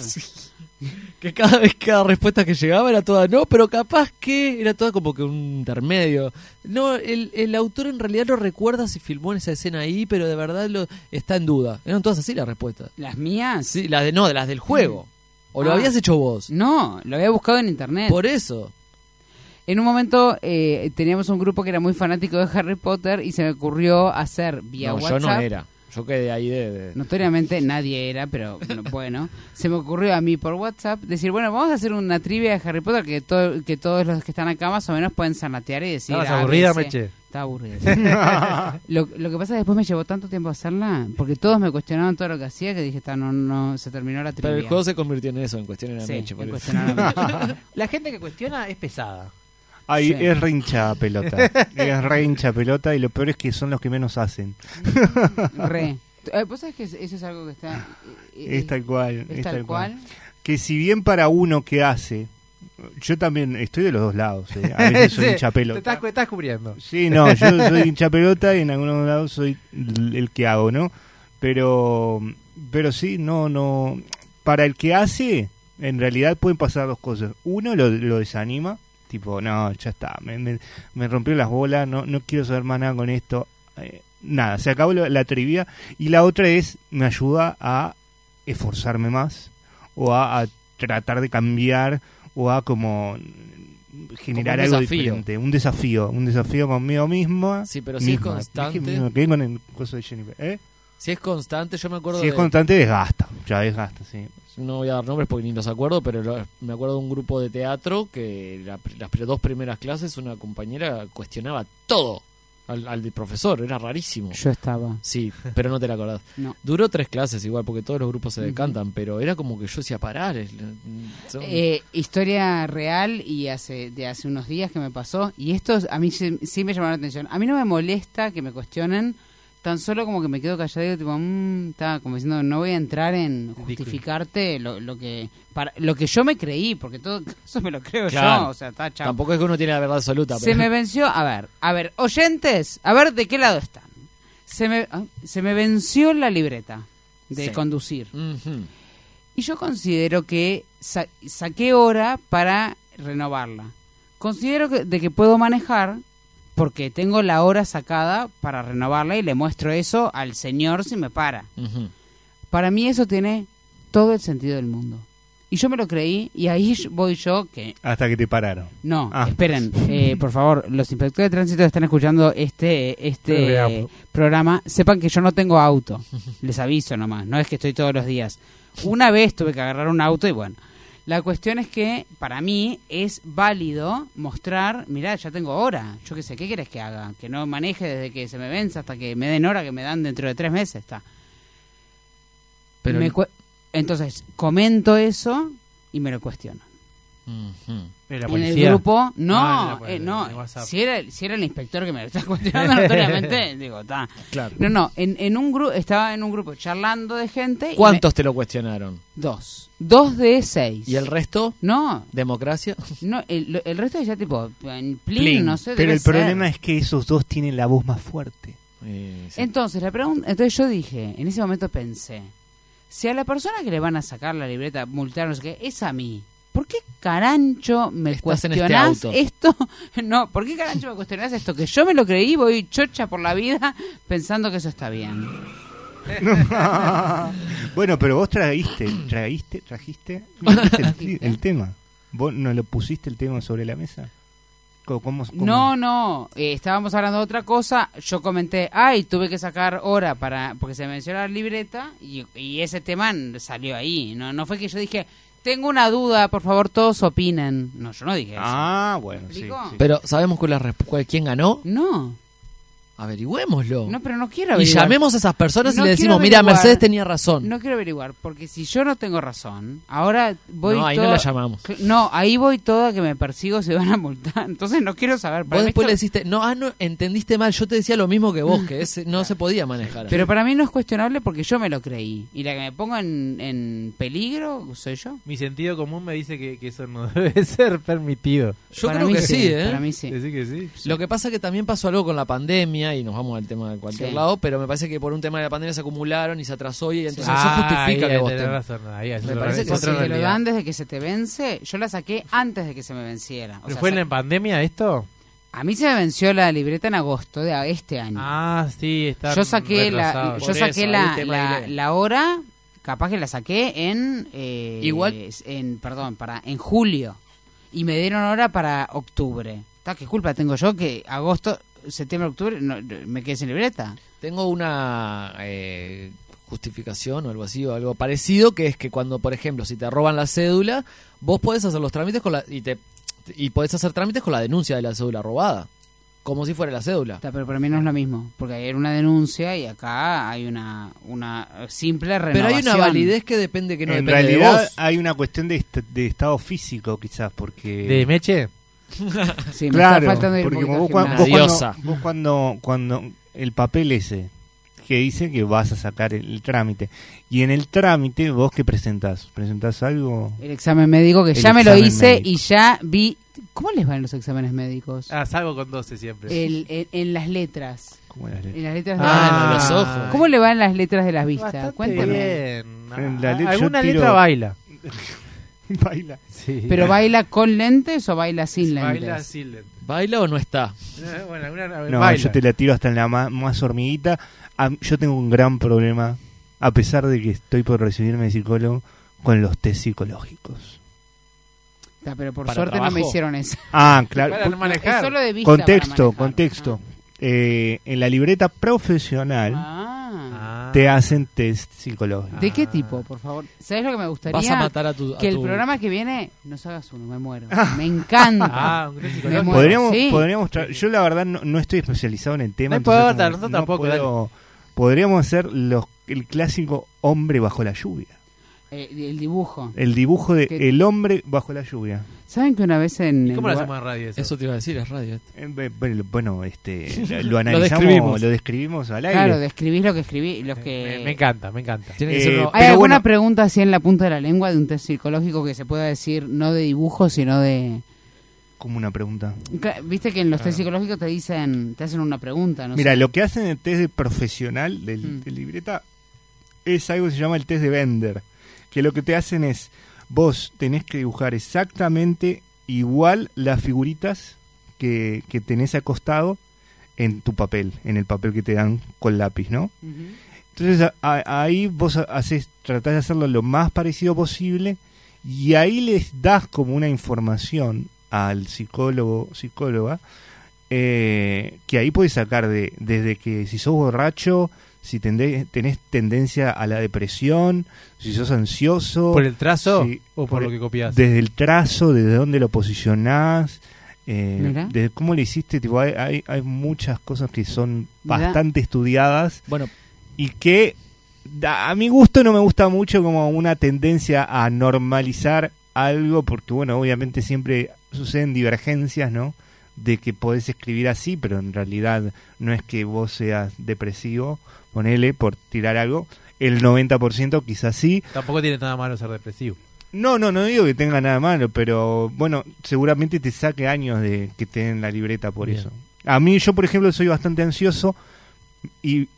Speaker 15: Que cada vez, cada respuesta que llegaba era toda no, pero capaz que era toda como que un intermedio. No, el, el autor en realidad no recuerda si filmó en esa escena ahí, pero de verdad lo está en duda. Eran todas así las respuestas.
Speaker 4: ¿Las mías?
Speaker 15: Sí, las de, no, de las del juego. ¿O lo
Speaker 4: Ah.
Speaker 15: habías hecho vos?
Speaker 4: No, lo había buscado en internet.
Speaker 15: Por eso.
Speaker 4: En un momento eh, teníamos un grupo que era muy fanático de Harry Potter y se me ocurrió hacer vía
Speaker 15: no,
Speaker 4: WhatsApp.
Speaker 15: yo no era. Yo quedé ahí de... de-
Speaker 4: Notoriamente nadie era, pero no, bueno, se me ocurrió a mí por WhatsApp decir, bueno, vamos a hacer una trivia de Harry Potter que, to- que todos los que están acá más o menos pueden zanatear y decir...
Speaker 3: ¿Estabas
Speaker 4: A, B,
Speaker 3: aburrida,
Speaker 4: C".
Speaker 3: Meche?
Speaker 4: Estaba aburrida. sí. lo, lo que pasa es que después me llevó tanto tiempo hacerla, porque todos me cuestionaban todo lo que hacía, que dije, "Ta, no, no, se terminó la trivia.
Speaker 15: Pero el juego se convirtió en eso, en cuestiones de
Speaker 4: Sí,
Speaker 15: la
Speaker 4: en
Speaker 15: mecha. por eso.
Speaker 4: cuestionar a Meche.
Speaker 3: La gente que cuestiona es pesada.
Speaker 6: Ay,
Speaker 3: Sí.
Speaker 6: es rincha pelota. es rincha pelota y lo peor es que son los que menos hacen.
Speaker 4: Re. Eh, ¿Vos sabés que es- eso es algo que está... eh, eh,
Speaker 6: Es tal cual.
Speaker 4: Es tal cual.
Speaker 6: Que si bien para uno que hace, yo también estoy de los dos lados. eh. A veces soy
Speaker 3: Sí,
Speaker 6: hincha
Speaker 3: Te
Speaker 6: pelota.
Speaker 3: estás, te estás cubriendo.
Speaker 6: Sí, no, yo soy hincha pelota y en algunos lados soy l- el que hago, ¿no? Pero, pero sí, no, no. Para el que hace, en realidad pueden pasar dos cosas. Uno lo, lo desanima, tipo, no, ya está, me, me- me rompió las bolas, no, no quiero saber más nada con esto. Eh, nada, se acabó la, la trivia. Y la otra es, me ayuda a esforzarme más o a, a tratar de cambiar o a como generar
Speaker 5: Como un
Speaker 6: algo
Speaker 5: desafío.
Speaker 6: diferente, un desafío, un desafío conmigo misma.
Speaker 5: Sí, pero si es
Speaker 6: misma.
Speaker 5: constante.
Speaker 6: Dije, me quedé con el coso de Jennifer. ¿Eh?
Speaker 5: Si es constante, yo me acuerdo
Speaker 6: Si es
Speaker 5: de-
Speaker 6: constante desgasta, ya desgasta, sí.
Speaker 5: no voy a dar nombres porque ni los acuerdo, pero lo- me acuerdo de un grupo de teatro que la pr- las pr- dos primeras clases una compañera cuestionaba todo al, al profesor, era rarísimo.
Speaker 4: Yo estaba.
Speaker 5: Sí, pero no te la acordás.
Speaker 4: No.
Speaker 5: Duró tres clases igual, porque todos los grupos se
Speaker 4: Ujú.
Speaker 5: decantan, pero era como que yo decía parar. es- son-
Speaker 4: Eh, historia real y hace de hace unos días que me pasó y esto a mí sí sí me llamó la atención. A mí no me molesta que me cuestionen, tan solo como que me quedo callado y tipo, "Mm", está como diciendo, no voy a entrar en justificarte lo, lo que para, lo que yo me creí, porque todo eso me lo creo
Speaker 5: Claro.
Speaker 4: yo, o sea, está chao.
Speaker 5: Tampoco es que uno tiene la verdad absoluta.
Speaker 4: Se
Speaker 5: pero-
Speaker 4: me venció, a ver, a ver, oyentes, a ver de qué lado están. Se me, ah, se me venció la libreta de
Speaker 5: Sí.
Speaker 4: conducir.
Speaker 5: Ujú.
Speaker 4: Y yo considero que sa- saqué hora para renovarla. Considero que, de que puedo manejar porque tengo la hora sacada para renovarla y le muestro eso al señor si me para.
Speaker 5: Ujú.
Speaker 4: Para mí eso tiene todo el sentido del mundo. Y yo me lo creí y ahí yo- voy yo que
Speaker 6: Hasta que te pararon.
Speaker 4: no,
Speaker 6: Ah.
Speaker 4: esperen, eh, por favor, los inspectores de tránsito que están escuchando este este
Speaker 5: Veamos.
Speaker 4: eh, programa, sepan que yo no tengo auto. Les aviso nomás, no es que estoy todos los días. Una vez tuve que agarrar un auto y bueno. La cuestión es que para mí es válido mostrar, mirá, ya tengo hora, yo qué sé, ¿qué querés que haga? Que no maneje desde que se me vence hasta que me den hora que me dan dentro de tres meses, está.
Speaker 5: Pero-
Speaker 4: Me cue- entonces, comento eso y me lo cuestiono.
Speaker 5: Ujú.
Speaker 4: En el grupo, no, eh, no,
Speaker 5: WhatsApp.
Speaker 4: si era, si era el inspector que me lo está cuestionando notoriamente, digo, está.
Speaker 5: Claro.
Speaker 4: No, no, en, en un grupo, estaba en un grupo charlando de gente. y
Speaker 5: ¿Cuántos te lo cuestionaron?
Speaker 4: me- dos. Dos de seis.
Speaker 5: ¿Y el resto?
Speaker 4: No.
Speaker 5: ¿Democracia?
Speaker 4: No, el, lo- el resto es ya tipo, en plin,
Speaker 5: Plin.
Speaker 4: no sé.
Speaker 6: Pero
Speaker 4: debe
Speaker 6: el
Speaker 4: ser.
Speaker 6: problema es que esos dos tienen la voz más fuerte.
Speaker 4: Entonces, la pregunta, entonces yo dije, en ese momento pensé, si a la persona que le van a sacar la libreta, multar, no sé qué, es a mí, ¿por qué carancho me
Speaker 5: en este
Speaker 4: cuestionás
Speaker 5: auto.
Speaker 4: esto? No, ¿por qué carancho me cuestionás esto? Que yo me lo creí, voy chocha por la vida pensando que eso está bien.
Speaker 6: bueno, pero vos trajiste, trajiste, trajiste el, el tema. ¿Vos no lo pusiste el tema sobre la mesa? ¿Cómo, cómo- cómo?
Speaker 4: No, no, eh, estábamos hablando de otra cosa, yo comenté, ay, tuve que sacar hora para, porque se mencionó la libreta y, y ese tema n- salió ahí, no, no fue que yo dije, tengo una duda, por favor todos opinen. No, yo no dije eso.
Speaker 6: Ah, bueno,
Speaker 4: sí, explico? sí.
Speaker 5: Pero ¿sabemos cuál es la resp- cuál- quién ganó?
Speaker 4: No.
Speaker 5: Averigüémoslo.
Speaker 4: No, pero no quiero
Speaker 5: y
Speaker 4: averiguar.
Speaker 5: llamemos a esas personas
Speaker 4: No
Speaker 5: y le
Speaker 4: quiero
Speaker 5: decimos, mira,
Speaker 4: averiguar.
Speaker 5: Mercedes tenía razón.
Speaker 4: No quiero averiguar, porque si yo no tengo razón, ahora voy.
Speaker 5: No, ahí no
Speaker 4: toda-
Speaker 5: la llamamos.
Speaker 4: Cl- No, ahí voy toda que me persigo, se van a multar. Entonces no quiero saber. Para
Speaker 5: Vos
Speaker 4: mí
Speaker 5: después le
Speaker 4: esto-
Speaker 5: deciste, no, ah, no, entendiste mal, yo te decía lo mismo que vos, que ese no se podía manejar.
Speaker 4: Pero para mí no es cuestionable porque yo me lo creí. Y la que me ponga en, en peligro soy yo.
Speaker 3: Mi sentido común me dice que, que eso no debe ser permitido.
Speaker 5: Yo creo que sí, ¿eh?
Speaker 3: Decí que sí.
Speaker 5: Lo que pasa es que también pasó algo con la pandemia, y nos vamos al tema de cualquier
Speaker 3: Sí.
Speaker 5: lado, pero me parece que por un tema de la pandemia se acumularon y se atrasó y entonces
Speaker 3: Ah,
Speaker 5: eso justifica
Speaker 3: ahí,
Speaker 5: que
Speaker 3: ahí
Speaker 5: vos
Speaker 3: tenés
Speaker 5: tengas-
Speaker 3: razón, ahí, ahí,
Speaker 5: Me
Speaker 3: otra
Speaker 5: parece
Speaker 3: vez,
Speaker 5: que
Speaker 3: otra
Speaker 5: sí.
Speaker 4: Te lo
Speaker 3: realidad.
Speaker 4: dan desde que se te vence. Yo la saqué antes de que se me venciera. O sea,
Speaker 3: ¿Fue en
Speaker 4: sa-
Speaker 3: la pandemia esto?
Speaker 4: A mí se me venció la libreta en agosto de a- este año.
Speaker 3: Ah, sí, está.
Speaker 4: yo saqué la
Speaker 3: retrasado.
Speaker 4: yo
Speaker 3: Por
Speaker 4: saqué
Speaker 3: eso,
Speaker 4: la,
Speaker 3: ahí el tema
Speaker 4: la-
Speaker 3: delay.
Speaker 4: la hora capaz que la saqué en eh, en perdón para en julio y me dieron hora para octubre Ta, qué culpa tengo yo que agosto septiembre octubre no, no, me quedé sin libreta
Speaker 5: Tengo una eh, justificación o algo así, o algo parecido, que es que cuando, por ejemplo, si te roban la cédula, vos podés hacer los trámites con la, y te y podés hacer trámites con la denuncia de la cédula robada, como si fuera la cédula.
Speaker 4: Ta, pero para mí no es lo mismo porque hay una denuncia y acá hay una una simple
Speaker 5: Pero
Speaker 4: renovación
Speaker 5: hay una validez que depende que no
Speaker 6: en
Speaker 5: depende de
Speaker 6: realidad
Speaker 5: vos.
Speaker 6: hay una cuestión de, est- de estado físico, quizás, porque...
Speaker 3: ¿De Meche?
Speaker 4: Sí, me
Speaker 6: claro,
Speaker 4: está faltando ir un
Speaker 6: porque
Speaker 4: poquito
Speaker 6: vos,
Speaker 4: al
Speaker 6: cuan- vos
Speaker 4: gimnasio.
Speaker 6: cuando, vos cuando, cuando el papel ese que dice que vas a sacar el, el trámite y en el trámite vos qué presentás, presentás algo.
Speaker 4: el examen médico que
Speaker 6: El
Speaker 4: ya me lo
Speaker 6: examen
Speaker 4: hice
Speaker 6: médico.
Speaker 4: y ya vi cómo les van los exámenes médicos
Speaker 3: Ah, salgo con 12 siempre.
Speaker 4: El- en, en las letras.
Speaker 6: ¿Cómo las letras?
Speaker 4: En las letras
Speaker 3: Ah,
Speaker 4: de las-
Speaker 3: los ojos.
Speaker 4: ¿Cómo le van las letras de las vistas? Cuéntame.
Speaker 3: Bien.
Speaker 6: En la
Speaker 3: Ah,
Speaker 6: le- yo
Speaker 3: Alguna
Speaker 6: tiro-
Speaker 3: letra baila.
Speaker 6: baila.
Speaker 3: Sí.
Speaker 4: ¿Pero baila con lentes o baila sin lentes?
Speaker 3: Baila sin lentes.
Speaker 5: ¿Baila o no está?
Speaker 3: Eh, Bueno, alguna
Speaker 6: No,
Speaker 3: baila.
Speaker 6: yo te la tiro hasta en la ma- más hormiguita. A- yo tengo un gran problema, a pesar de que estoy por recibirme de psicólogo, con los test psicológicos.
Speaker 4: Ta, pero por
Speaker 6: para
Speaker 4: suerte no me
Speaker 6: trabajo.
Speaker 4: hicieron eso.
Speaker 6: Ah, claro.
Speaker 4: Para no manejar. Es solo de vista para
Speaker 6: contexto,
Speaker 4: manejar. Ah.
Speaker 6: contexto. Eh, en la libreta profesional Ah.
Speaker 4: Ah.
Speaker 6: te hacen test psicológicos.
Speaker 4: ¿De qué tipo, por favor? ¿Sabes lo que me gustaría?
Speaker 15: Ah. Vas a matar a tu- a
Speaker 4: Que el
Speaker 15: tu-
Speaker 4: programa que viene nos hagas uno, me muero. Me encanta.
Speaker 15: Ah, un clásico,
Speaker 4: Me
Speaker 15: ¿no?
Speaker 4: muero,
Speaker 6: podríamos,
Speaker 4: sí.
Speaker 6: podríamos tra- yo la verdad no, no estoy especializado en el tema.
Speaker 15: No
Speaker 6: entonces
Speaker 15: importa,
Speaker 6: como
Speaker 15: nosotros
Speaker 6: no
Speaker 15: tampoco,
Speaker 6: puedo- podríamos hacer los, el clásico hombre bajo la lluvia.
Speaker 4: Eh, el dibujo.
Speaker 6: El dibujo de
Speaker 4: Que-
Speaker 6: el hombre bajo la lluvia.
Speaker 4: ¿Saben que una vez en. el lugar-
Speaker 15: en radio eso? te iba a decir, es radio.
Speaker 6: Eh, be- Bueno, bueno, este, lo- lo
Speaker 15: Lo
Speaker 6: analizamos, lo describimos,
Speaker 15: describimos.
Speaker 6: al aire.
Speaker 4: Claro, describís lo que escribí. Lo que...
Speaker 15: Me encanta, me encanta.
Speaker 6: Eh, pero
Speaker 4: ¿Hay alguna
Speaker 6: bueno,
Speaker 4: pregunta así en la punta de la lengua de un test psicológico que se pueda decir no de dibujo, sino de...
Speaker 6: como una pregunta.
Speaker 4: Cla- Viste que en los test psicológicos te dicen, te hacen una pregunta, ¿no?
Speaker 6: Mira,
Speaker 4: sé. Mm.
Speaker 6: lo que hacen en el test de profesional del, de libreta es algo que se llama el test de vender. Que lo que te hacen es, vos tenés que dibujar exactamente igual las figuritas que, que tenés acostado en tu papel, en el papel que te dan con lápiz, ¿no? Entonces a- a- ahí vos ha- haces, tratás de hacerlo lo más parecido posible y ahí les das como una información al psicólogo, psicóloga, eh, que ahí puedes sacar de, desde que si sos borracho, si tendé- tenés tendencia a la depresión, si sos ansioso.
Speaker 3: ¿Por el trazo
Speaker 6: si-
Speaker 3: o por lo que copiás?
Speaker 6: Desde el trazo, desde dónde lo posicionás. eh,
Speaker 3: Mirá.
Speaker 6: desde cómo lo hiciste, tipo, hay, hay, hay muchas cosas que son
Speaker 15: Mirá.
Speaker 6: bastante estudiadas
Speaker 15: Bueno,
Speaker 6: y que da- a mi gusto no me gusta mucho como una tendencia a normalizar algo, porque bueno, obviamente siempre suceden divergencias, ¿no? De que podés escribir así, pero en realidad no es que vos seas depresivo, ponele por tirar algo. El 90% quizás sí.
Speaker 3: Tampoco tiene nada malo ser depresivo.
Speaker 6: No, no, no digo que tenga nada malo, pero bueno, seguramente te saque años de que te den la libreta por
Speaker 3: Bien.
Speaker 6: eso. A mí, yo por ejemplo, soy bastante ansioso y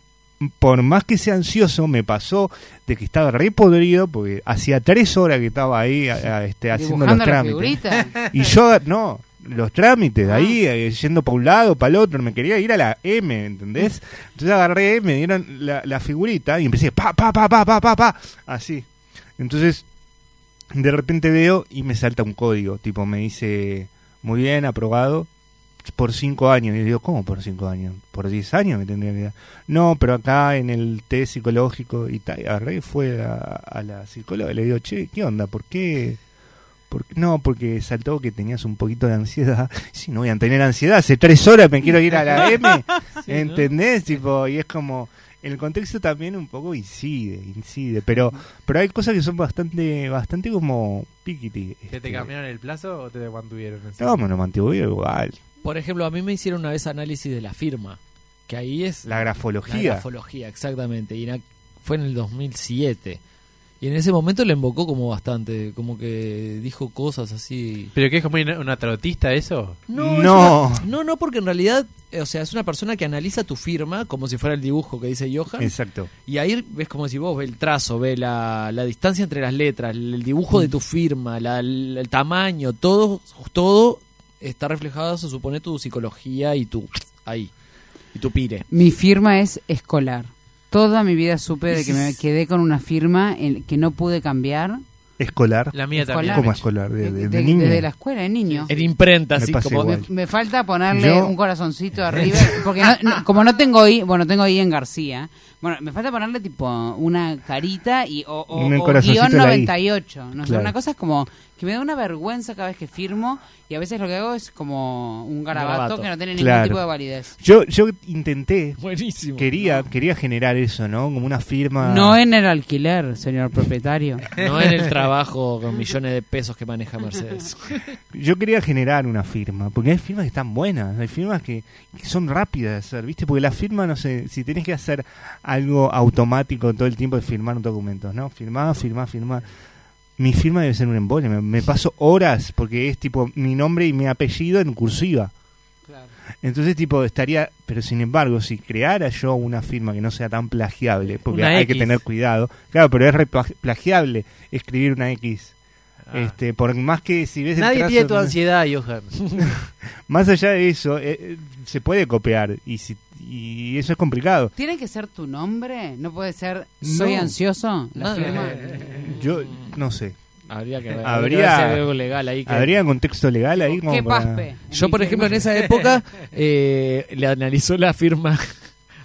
Speaker 6: por más que sea ansioso, me pasó de que estaba re podrido porque hacía tres horas que estaba ahí a- a- este, haciendo los
Speaker 4: Dibujando las
Speaker 6: trámites.
Speaker 4: figuritas. Ah.
Speaker 6: Y yo, no, los trámites, ahí, eh, yendo para un lado, para el otro, me quería ir a la M, ¿entendés? Entonces agarré, me dieron la, la figurita y empecé, pa, pa, pa, pa, pa, pa, pa, así. Entonces, de repente veo y me salta un código, tipo, me dice, muy bien, aprobado, por cinco años. Y digo, ¿cómo por cinco años? ¿Por 10 años me tendría que dar? No, pero acá en el test psicológico y tal, agarré y fue a, a la psicóloga y le digo, che, ¿qué onda? ¿Por qué? por qué? No, porque saltó que tenías un poquito de ansiedad. Si no voy a tener ansiedad, hace tres horas me quiero ir a la M.
Speaker 13: Sí, ¿no?
Speaker 6: ¿Entendés? Tipo, y es como, el contexto también un poco incide, incide, pero, pero hay cosas que son bastante, bastante como piquiti.
Speaker 16: Este,
Speaker 3: ¿Que te cambiaron el plazo o te mantuvieron? en
Speaker 6: No, me lo mantuve igual.
Speaker 15: Por ejemplo, a mí me hicieron una vez análisis de la firma, que ahí es...
Speaker 6: La grafología.
Speaker 15: La grafología, exactamente. Y en ac- fue en el 2007. Y en ese momento le invocó como bastante, como que dijo cosas así...
Speaker 3: ¿Pero qué es como una, una tarotista eso?
Speaker 15: es una- no, no, porque en realidad, eh, o sea, es una persona que analiza tu firma como si fuera el dibujo que dice Johan.
Speaker 6: Exacto.
Speaker 15: Y ahí ves como si vos ves el trazo, ves la, la distancia entre las letras, el el dibujo de tu firma, la- el, el tamaño, todo, todo está reflejado, se supone, tu psicología y tu ahí, y tu pire.
Speaker 4: Mi firma es escolar. Toda mi vida supe de que me
Speaker 15: Es-
Speaker 4: quedé con una firma en- que no pude cambiar
Speaker 6: Escolar.
Speaker 3: La mía
Speaker 4: Escolar. también.
Speaker 6: ¿Cómo escolar? De, de- de
Speaker 4: de-
Speaker 6: niño.
Speaker 4: desde la escuela de niño.
Speaker 15: En imprenta,
Speaker 6: Me
Speaker 15: así
Speaker 6: pasa
Speaker 15: como...
Speaker 6: igual.
Speaker 4: Me falta ponerle
Speaker 6: Yo-
Speaker 4: un corazoncito arriba, porque no- no- como no tengo I, bueno, tengo I en García. Bueno, me falta ponerle tipo una carita y o, o-
Speaker 6: Un
Speaker 4: o
Speaker 6: corazoncito
Speaker 4: guión
Speaker 6: en la I.
Speaker 4: 98. No sé,
Speaker 6: Claro.
Speaker 4: una cosa es como que me da una vergüenza cada vez que firmo y a veces lo que hago es como un garabato,
Speaker 15: garabato.
Speaker 4: que no tiene
Speaker 6: Claro.
Speaker 4: ningún tipo de validez.
Speaker 6: Yo, yo intenté,
Speaker 15: Buenísimo.
Speaker 6: quería, quería generar eso, ¿no? Como una firma.
Speaker 4: No en el alquiler, señor propietario.
Speaker 15: No en el trabajo con millones de pesos que maneja Mercedes.
Speaker 6: Yo quería generar una firma, porque hay firmas que están buenas, hay firmas que, que son rápidas de hacer, ¿viste? Porque la firma, no sé, si tenés que hacer algo automático todo el tiempo de firmar un documento, ¿no? Firmá, firmá, firmá. Mi firma debe ser un embole, me, me paso horas, porque es tipo mi nombre y mi apellido en cursiva. Entonces, tipo, estaría. Pero sin embargo, si creara yo una firma que no sea tan plagiable, porque
Speaker 3: Una
Speaker 6: hay que
Speaker 3: X.
Speaker 6: tener cuidado. Claro, pero es re pla- plagiable escribir una X.
Speaker 3: Ah.
Speaker 6: Este, por más que si ves el
Speaker 3: Nadie
Speaker 6: trazo-
Speaker 3: tiene tu ansiedad, Johan.
Speaker 6: Más allá de eso, eh, eh, se puede copiar y, si- y eso es complicado.
Speaker 4: ¿Tiene que ser tu nombre? ¿No puede ser soy
Speaker 6: No.
Speaker 4: ansioso? La
Speaker 15: No,
Speaker 4: firma.
Speaker 15: eh,
Speaker 6: Yo no sé.
Speaker 16: Habría que ver.
Speaker 6: Habría,
Speaker 16: que ver si hay algo legal ahí. Que...
Speaker 6: habría un contexto legal ahí. como para-
Speaker 16: Yo, por ejemplo, en esa época eh, le analizó la firma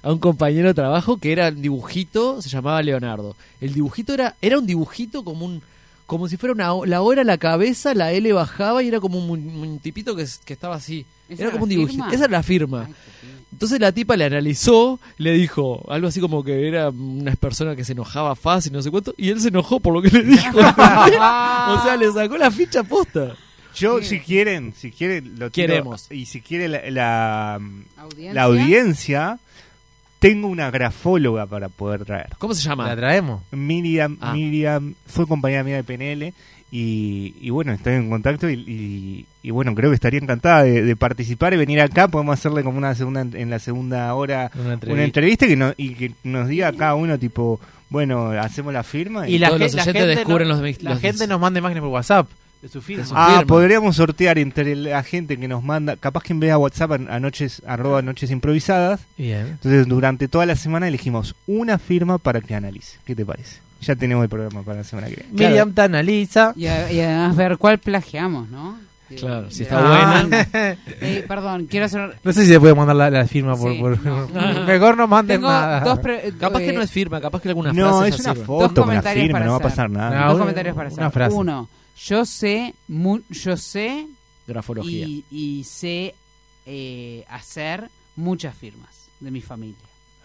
Speaker 16: a un compañero de trabajo que era un dibujito, se llamaba Leonardo. El dibujito era, era un dibujito como un como si fuera una o- la hora a la cabeza, la L bajaba y era como un, un tipito que, es- que estaba así. Era
Speaker 15: ¿Esa era
Speaker 16: como un
Speaker 15: la
Speaker 16: dibujito.
Speaker 15: firma?
Speaker 16: Esa era la firma. Entonces la tipa le analizó, le dijo algo así como que era una persona que se enojaba fácil, no sé cuánto, y él se enojó por lo que le dijo. o sea, le sacó la ficha posta.
Speaker 6: Yo, si quieren, si quieren, lo tiro.
Speaker 16: Queremos.
Speaker 6: Y si quiere la, la-
Speaker 16: ¿Audiencia?
Speaker 6: la audiencia, tengo una grafóloga para poder traer.
Speaker 16: ¿Cómo se llama?
Speaker 3: ¿La traemos?
Speaker 6: Miriam,
Speaker 3: Ah.
Speaker 6: Miriam fue compañera mía de PNL y, y bueno, estoy en contacto y, y- y bueno, creo que estaría encantada de, de participar y venir acá. Podemos hacerle como una segunda, en la segunda hora
Speaker 3: Una
Speaker 6: una entrevista,
Speaker 3: entrevista.
Speaker 6: que no- y que nos diga cada uno tipo, bueno, hacemos la firma
Speaker 3: Y, la, ge- la gente no-
Speaker 6: no-
Speaker 3: la gente nos manda imágenes por WhatsApp de su firma.
Speaker 6: Ah, podríamos sortear entre la gente que nos manda, capaz que en vez de a WhatsApp an- a noches, arroba noches improvisadas.
Speaker 3: Bien.
Speaker 6: Entonces durante toda la semana elegimos una firma para que analice. ¿Qué te parece? Ya tenemos el programa para la semana que viene.
Speaker 3: Miriam te analiza.
Speaker 4: Y, a- y además ver cuál plagiamos, ¿no?
Speaker 16: Claro, si
Speaker 3: está Ah.
Speaker 4: buena. perdón, quiero hacer.
Speaker 3: No sé si se puede mandar la, la firma por. por-
Speaker 16: Ah,
Speaker 3: Mejor no manden
Speaker 4: Tengo
Speaker 3: nada.
Speaker 4: dos pre-
Speaker 16: Capaz que
Speaker 4: eh,
Speaker 16: no es firma, capaz que alguna
Speaker 6: No,
Speaker 16: frase
Speaker 6: es
Speaker 16: ya
Speaker 6: una
Speaker 16: sirve.
Speaker 6: foto,
Speaker 4: dos
Speaker 6: una
Speaker 4: comentarios
Speaker 6: firma,
Speaker 4: para
Speaker 6: no va a
Speaker 4: hacer.
Speaker 6: pasar nada.
Speaker 4: Dos
Speaker 6: No, una-
Speaker 4: comentarios para hacer.
Speaker 6: una frase.
Speaker 4: Uno, yo sé, mu- yo sé
Speaker 16: Grafología.
Speaker 4: y, y sé eh, hacer muchas firmas de mi familia.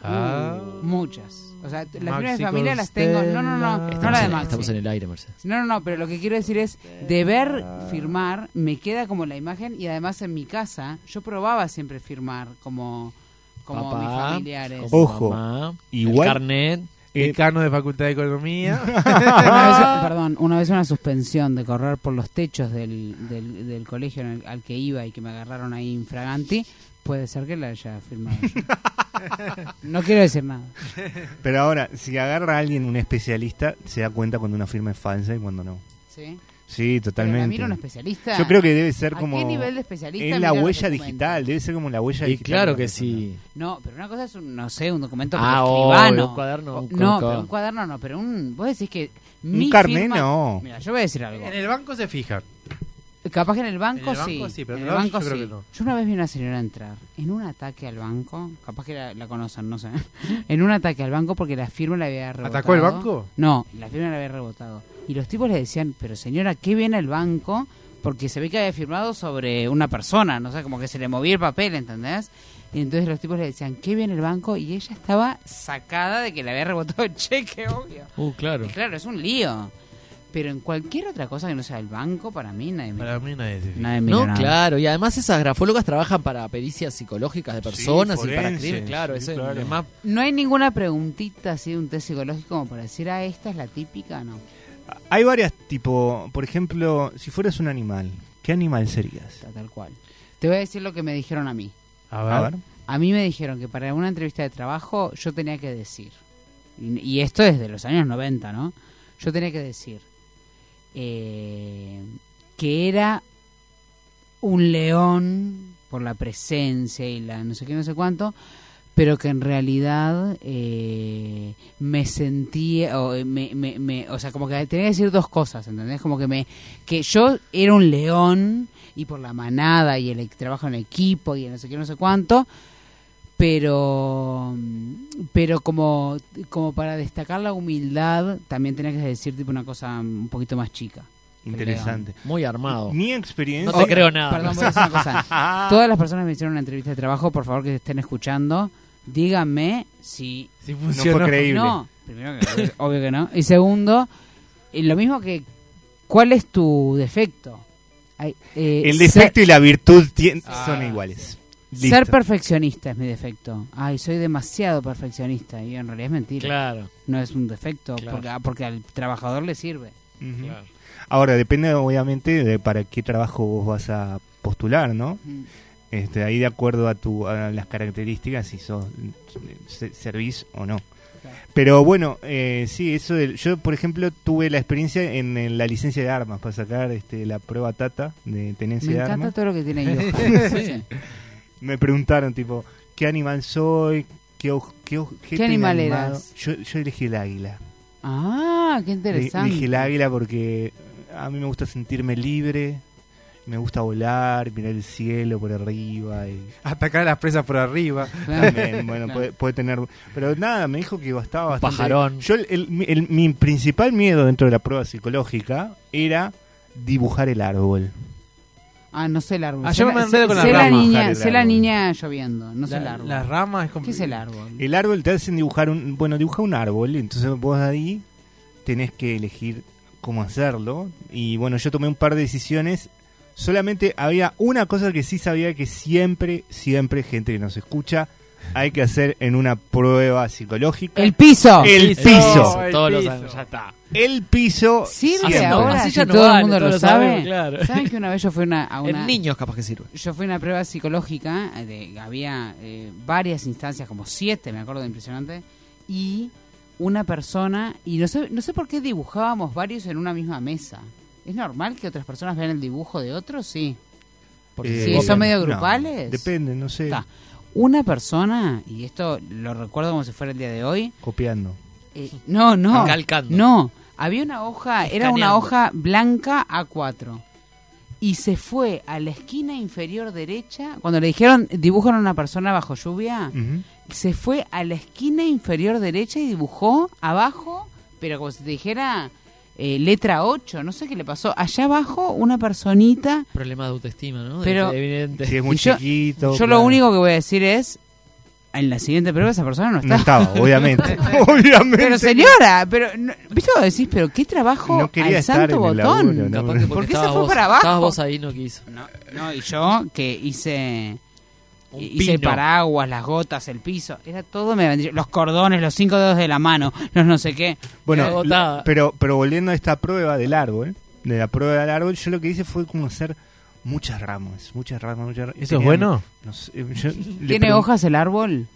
Speaker 16: Ah.
Speaker 4: Muchas. O sea, t- las
Speaker 16: Maxi
Speaker 4: firmas de familia las tengo. No, no, no.
Speaker 16: Estamos,
Speaker 4: no la de
Speaker 16: en,
Speaker 4: Maxi.
Speaker 16: estamos en el aire, Mercedes.
Speaker 4: No, no, no, pero lo que quiero decir es, de ver firmar, me queda como la imagen y además en mi casa yo probaba siempre firmar como, como
Speaker 16: Papá,
Speaker 4: mis familiares.
Speaker 16: como
Speaker 6: Ojo, igual.
Speaker 16: el carnet.
Speaker 3: El cano de Facultad de Economía.
Speaker 4: Una vez- perdón, una vez una suspensión de correr por los techos del, del, del colegio en el- al que iba y que me agarraron ahí infraganti, puede ser que la haya firmado yo. No quiero decir nada.
Speaker 6: Pero ahora, si agarra a alguien un especialista, se da cuenta cuando una firma es falsa y cuando no.
Speaker 4: ¿Sí?
Speaker 6: Sí, totalmente.
Speaker 4: mira un especialista.
Speaker 6: Yo creo que debe ser
Speaker 4: ¿A qué
Speaker 6: como.
Speaker 4: nivel de especialista
Speaker 6: Es
Speaker 4: mira
Speaker 6: la
Speaker 4: los
Speaker 6: huella
Speaker 4: documentos?
Speaker 6: digital, debe ser como la huella
Speaker 16: Y
Speaker 6: digital.
Speaker 16: claro
Speaker 6: de la
Speaker 16: que
Speaker 6: persona.
Speaker 16: sí.
Speaker 4: No, pero una cosa es, un, no sé, un documento
Speaker 16: Ah,
Speaker 4: como escribano.
Speaker 16: obvio, un cuaderno, un-
Speaker 4: no,
Speaker 16: un
Speaker 4: pero
Speaker 16: cuaderno.
Speaker 4: un cuaderno no, pero un... Vos decís que...
Speaker 6: Un
Speaker 4: mi
Speaker 6: carnet,
Speaker 4: firma-
Speaker 6: no.
Speaker 4: Mira, yo voy a decir algo.
Speaker 3: En el banco se fijan.
Speaker 4: Capaz que en el banco,
Speaker 3: En el banco
Speaker 4: sí.
Speaker 3: sí, pero
Speaker 4: en
Speaker 3: en
Speaker 4: el
Speaker 3: el banco
Speaker 4: banco
Speaker 3: yo creo
Speaker 4: sí.
Speaker 3: que no.
Speaker 4: Yo una vez vi una señora entrar en un ataque al banco. Capaz que la, la conocen, no sé. En un ataque al banco porque la firma la había rebotado.
Speaker 3: ¿Atacó el banco?
Speaker 4: No, la firma la había rebotado. Y los tipos le decían, pero señora, ¿qué viene el banco? Porque se ve que había firmado sobre una persona, no sé, como que se le movía el papel, ¿entendés? Y entonces los tipos le decían, ¿qué viene el banco? Y ella estaba sacada de que le había rebotado el cheque, obvio.
Speaker 16: Uh, claro.
Speaker 4: Y claro, es un lío. Pero en cualquier otra cosa que no sea el banco, para mí nadie me
Speaker 3: Para mí nadie se fija.
Speaker 4: mira
Speaker 16: No,
Speaker 4: nada.
Speaker 16: claro. Y además esas grafólogas trabajan para pericias psicológicas de personas y para
Speaker 6: forenses,
Speaker 16: crímenes. Claro,
Speaker 6: sí,
Speaker 16: ese es
Speaker 6: claro.
Speaker 16: el más...
Speaker 4: No hay ninguna preguntita así de un test psicológico como para decir, ah, esta es la típica, no.
Speaker 6: Hay varias, tipo, por ejemplo, si fueras un animal, ¿qué animal serías?
Speaker 4: Está tal cual. Te voy a decir lo que me dijeron a mí.
Speaker 3: A
Speaker 6: ver. A ver.
Speaker 4: A mí me dijeron que para una entrevista de trabajo yo tenía que decir, y, y esto es de los años 90, ¿no? Yo tenía que decir eh, que era un león por la presencia y la no sé qué, no sé cuánto, pero que en realidad eh, me sentía, o, eh, me, me- me- o sea, como que tenía que decir dos cosas, ¿entendés? Como que me que yo era un león y por la manada y el e- trabajo en equipo y el no sé qué, no sé cuánto, pero pero como como para destacar la humildad también tenía que decir tipo una cosa un poquito más chica. que el león.
Speaker 6: Interesante.
Speaker 16: Muy armado.
Speaker 6: Mi experiencia.
Speaker 4: Oh, Perdón, voy a decir una cosa. Todas las personas que me hicieron una entrevista de trabajo, por favor, que estén escuchando, díganme si,
Speaker 3: si
Speaker 6: funcionó. No fue creíble.
Speaker 4: No, primero que obvio- obvio que no. Y segundo, eh, lo mismo que, ¿cuál es tu defecto? Ay, eh,
Speaker 6: El
Speaker 4: ser- Ah,
Speaker 6: defecto y la virtud tien- son iguales. Listo.
Speaker 4: Ser perfeccionista es mi defecto. Ay, soy demasiado perfeccionista. Y en realidad es mentira.
Speaker 16: Claro.
Speaker 4: No es un defecto, porque, ah, porque al trabajador le sirve.
Speaker 6: Ujú. Ahora, depende obviamente de para qué trabajo vos vas a postular, ¿no?
Speaker 4: Mm.
Speaker 6: Este, ahí de acuerdo a, tu, a las características, si sos, se- servís o no. Pero bueno, eh, sí, eso del- yo por ejemplo tuve la experiencia en, en la licencia de armas para sacar este, la prueba Tata de tenencia
Speaker 4: Me
Speaker 6: de
Speaker 4: encanta
Speaker 6: armas.
Speaker 4: todo lo que tiene yo. Sí, sí.
Speaker 6: Me preguntaron tipo, ¿qué animal soy? ¿Qué, oj- qué, oj-
Speaker 4: ¿Qué animal
Speaker 6: inanimado?
Speaker 4: eras?
Speaker 6: Yo, yo elegí el águila.
Speaker 4: Ah, qué
Speaker 6: Le-
Speaker 4: interesante.
Speaker 6: Dije el águila porque a mí me gusta sentirme libre, me gusta volar, mirar el cielo por arriba. Y...
Speaker 16: Atacar a las presas por arriba.
Speaker 6: También, bueno, puede, puede tener... Pero nada, me dijo que bastaba bastante...
Speaker 16: pajarón.
Speaker 6: Yo, el- el- el- mi principal miedo dentro de la prueba psicológica era dibujar el árbol.
Speaker 4: Ah, no sé el árbol.
Speaker 6: Ah,
Speaker 4: sé
Speaker 6: yo
Speaker 4: la-
Speaker 6: me mandé
Speaker 4: sé-
Speaker 6: con la
Speaker 4: sé
Speaker 6: rama.
Speaker 4: niña,
Speaker 6: Jale,
Speaker 4: sé
Speaker 6: el
Speaker 4: la
Speaker 6: árbol.
Speaker 4: niña lloviendo, no sé el árbol.
Speaker 6: las
Speaker 16: ramas es
Speaker 4: ¿Qué es el árbol?
Speaker 6: El árbol te hacen dibujar un. Bueno, dibuja un árbol, y entonces vos ahí tenés que elegir cómo hacerlo. Y bueno, yo tomé un par de decisiones. Solamente había una cosa que sí sabía que siempre, siempre, gente que nos escucha, hay que hacer en una prueba psicológica.
Speaker 4: El piso.
Speaker 6: El
Speaker 4: El
Speaker 6: piso.
Speaker 4: piso,
Speaker 16: el Todos lo piso. saben, ya está.
Speaker 6: El piso.
Speaker 4: Sirve
Speaker 6: siempre.
Speaker 4: ahora, si todo el mundo lo sabe. ¿Saben que una vez yo fui una, a
Speaker 16: En
Speaker 4: una...
Speaker 16: niños capaz que sirve.
Speaker 4: Yo fui a una prueba psicológica, eh, de, había eh, varias instancias, como siete, me acuerdo, impresionante, y una persona, y no sé, no sé por qué dibujábamos varios en una misma mesa. ¿Es normal que otras personas vean el dibujo de otros? Sí.
Speaker 6: Eh,
Speaker 4: si son medio
Speaker 6: no,
Speaker 4: grupales.
Speaker 6: depende, no sé.
Speaker 4: Está. Una persona, y esto lo recuerdo como si fuera el día de hoy,
Speaker 6: Copiando.
Speaker 4: eh, no, no.
Speaker 16: Calcando.
Speaker 4: No, había una hoja, era una
Speaker 16: Escaneando.
Speaker 4: hoja blanca A4. Y se fue a la esquina inferior derecha. Cuando le dijeron dibujan a una persona bajo lluvia, se fue a la esquina inferior derecha y dibujó abajo, pero como si te dijera eh, letra 8, no sé qué le pasó. Allá abajo, una personita
Speaker 16: Problema de autoestima, ¿no?
Speaker 4: Pero-
Speaker 16: evidente.
Speaker 4: Si es muy Y yo- chiquito, yo lo claro. único que voy a decir es. En la siguiente prueba esa persona no estaba.
Speaker 6: estaba, obviamente. Obviamente.
Speaker 4: Pero señora, pero no- ¿viste cuando decís, pero qué trabajo
Speaker 6: No quería
Speaker 4: al
Speaker 6: estar
Speaker 4: santo
Speaker 6: en el
Speaker 4: botón?
Speaker 6: laburo, no.
Speaker 4: ¿Por qué
Speaker 6: Porque
Speaker 4: se
Speaker 6: estabas
Speaker 4: fue
Speaker 6: vos-
Speaker 4: para abajo?
Speaker 16: Estabas vos ahí, no quiso.
Speaker 4: No, y yo que hice hice
Speaker 16: pino.
Speaker 4: el paraguas, las gotas, el piso, era todo me vendría- los cordones, los cinco dedos de la mano, los no sé qué. Era-
Speaker 6: Bueno, la- pero, pero volviendo a esta prueba del árbol, de la prueba del árbol, yo lo que hice fue como hacer muchas ramas, muchas ramas, muchas ramas.
Speaker 3: ¿Eso es bueno?
Speaker 6: no sé, yo le
Speaker 4: ¿Tiene
Speaker 6: pregun-
Speaker 4: hojas el árbol?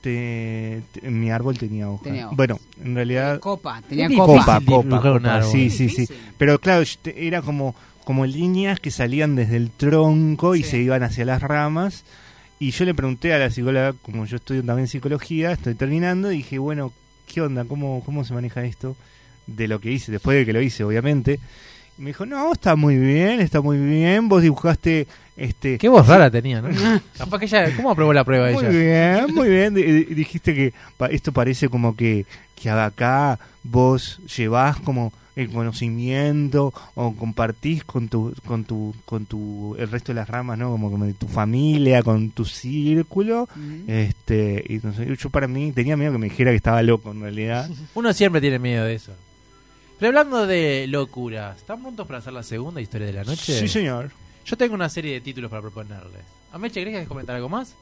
Speaker 6: Te- te- mi árbol tenía hojas.
Speaker 4: Tenía hojas.
Speaker 6: Bueno, en realidad...
Speaker 4: copa, tenía
Speaker 6: Es
Speaker 4: copa.
Speaker 6: Copa,
Speaker 4: difícil
Speaker 6: copa,
Speaker 3: dibujar un
Speaker 6: copa,
Speaker 3: árbol.
Speaker 6: sí, sí, sí. Pero claro, yo te- era como, como líneas que salían desde el tronco y se iban hacia las ramas. Y yo le pregunté a la psicóloga, como yo estudio también psicología, estoy terminando, y dije, bueno, ¿qué onda? ¿Cómo, cómo se maneja esto? De lo que hice, después de que lo hice, obviamente. Y me dijo, no, está muy bien, está muy bien, vos dibujaste... este
Speaker 3: Qué voz rara tenía, ¿no? Capaz que ella. ¿Cómo aprobó la prueba
Speaker 6: muy
Speaker 3: ella?
Speaker 6: bien, muy bien. Di- di- Dijiste que pa- esto parece como que, que acá vos llevás como el conocimiento o compartís con tu, con tu, con tu, el resto de las ramas, ¿no? Como con tu familia, con tu círculo.
Speaker 4: Mm.
Speaker 6: Este, y no sé, yo para mí tenía miedo que me dijera que estaba loco en realidad.
Speaker 3: Uno siempre tiene miedo de eso. Pero hablando de locura, ¿están prontos para hacer la segunda historia de la noche?
Speaker 6: Sí, señor.
Speaker 3: Yo tengo una serie de títulos para proponerles. Ameche, ¿querés comentar algo más?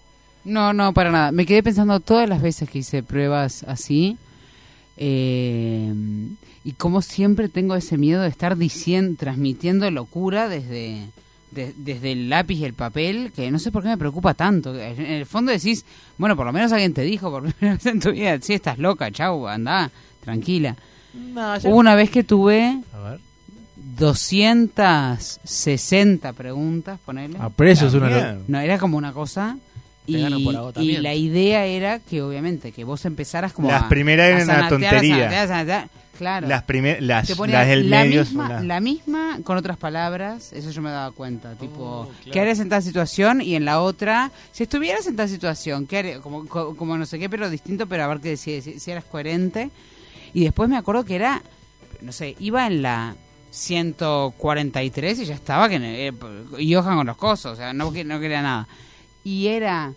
Speaker 4: No, no, para nada. Me quedé pensando todas las veces que hice pruebas así. eh, y como siempre tengo ese miedo de estar diciendo, transmitiendo locura desde, de- desde el lápiz y el papel, que no sé por qué me preocupa tanto. En el fondo decís, bueno, por lo menos alguien te dijo por primera vez en tu vida, sí, estás loca, chau, andá, tranquila.
Speaker 3: No,
Speaker 4: Hubo una vez que tuve
Speaker 3: A ver.
Speaker 4: 260 preguntas, ponele.
Speaker 3: Ah, pero eso es una También. lo-
Speaker 4: No, era como una cosa.
Speaker 3: Te
Speaker 4: Y,
Speaker 3: ganan por agotamiento.
Speaker 4: y la idea era que, obviamente, que vos empezaras como
Speaker 6: Las
Speaker 4: a-
Speaker 6: primeras
Speaker 4: a
Speaker 6: eran una
Speaker 4: zanatear, a
Speaker 6: tontería.
Speaker 4: zanatear, a zanatear. Claro.
Speaker 6: Las primeras, las,
Speaker 4: Te ponían
Speaker 6: las del
Speaker 4: la
Speaker 6: medio son
Speaker 4: misma,
Speaker 6: las-
Speaker 4: la misma con otras palabras, eso yo me daba cuenta,
Speaker 3: Oh,
Speaker 4: tipo, ¿qué harías en tal situación? Y en la otra, si estuvieras en tal situación, ¿qué harías? Como, co- como no sé qué, pero distinto, pero a ver qué decías, si, si eras coherente. Y después me acuerdo que era, no sé, iba en la 143 y ya estaba, que eh, y hoja con los cosos, o sea, no, que- no quería nada. Y era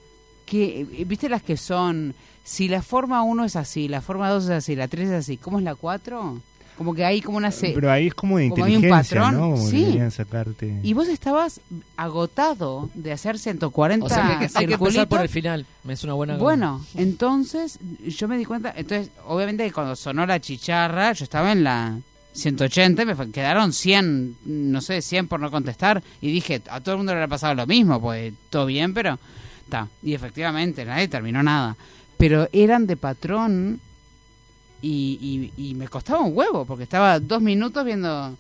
Speaker 4: que, eh, ¿viste las que son? Si la forma 1 es así, la forma 2 es así, la 3 es así, ¿cómo es la 4? Como que hay como una... se-
Speaker 6: Pero ahí es como de
Speaker 4: como hay un
Speaker 6: inteligencia,
Speaker 4: patrón,
Speaker 6: ¿no? Como que
Speaker 4: sí.
Speaker 6: querían sacarte.
Speaker 4: Y vos estabas agotado de hacer 140
Speaker 16: O sea, que hay que- hay que empezar
Speaker 4: circulitos.
Speaker 16: por el final. Es una buena.
Speaker 4: Bueno, entonces yo me di cuenta, entonces obviamente que cuando sonó la chicharra, yo estaba en la 180, me fa- quedaron 100, no sé, 100 por no contestar y dije, a todo el mundo le ha pasado lo mismo, pues todo bien, pero está. Y efectivamente, nadie terminó nada. Pero eran de patrón y, y- y me costaba un huevo, porque estaba dos minutos viendo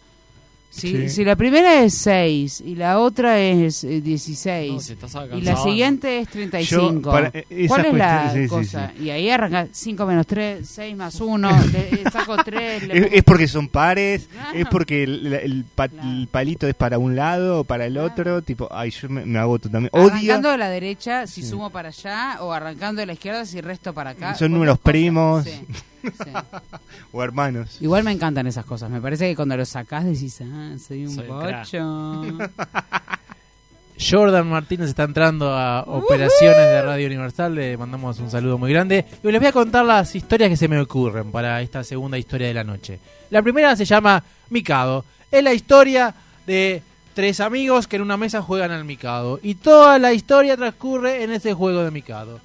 Speaker 4: Si,
Speaker 17: Sí.
Speaker 4: si la primera es 6 y la otra es eh, 16
Speaker 17: se está sacando.
Speaker 4: y la siguiente es 35,
Speaker 6: Yo, para, eh, esa
Speaker 4: ¿cuál es la
Speaker 6: cuestión- sí, sí,
Speaker 4: cosa? Y ahí arranca 5 menos 3, 6 más 1, le, le saco 3, le
Speaker 6: Es,
Speaker 4: pongo-
Speaker 6: es porque son pares, es porque el, el- el pa- el palito es para un lado o para el otro, tipo, ay, yo me, me agoto también. Odio,
Speaker 4: Arrancando de la derecha, si
Speaker 6: Sí.
Speaker 4: sumo para allá, o arrancando de la izquierda, si resto para acá.
Speaker 6: son
Speaker 4: Bueno,
Speaker 6: números primos
Speaker 4: sí.
Speaker 6: o hermanos.
Speaker 4: Igual me encantan esas cosas. Me parece que cuando lo sacás decís, ah, soy un
Speaker 3: Soy un crack.
Speaker 4: bocho.
Speaker 3: Jordan Martínez está entrando a operaciones de Radio Universal. Le mandamos un saludo muy grande. Y les voy a contar las historias que se me ocurren para esta segunda historia de la noche. La primera se llama Mikado. Es la historia de tres amigos que en una mesa juegan al Mikado. Y toda la historia transcurre en ese juego de Mikado.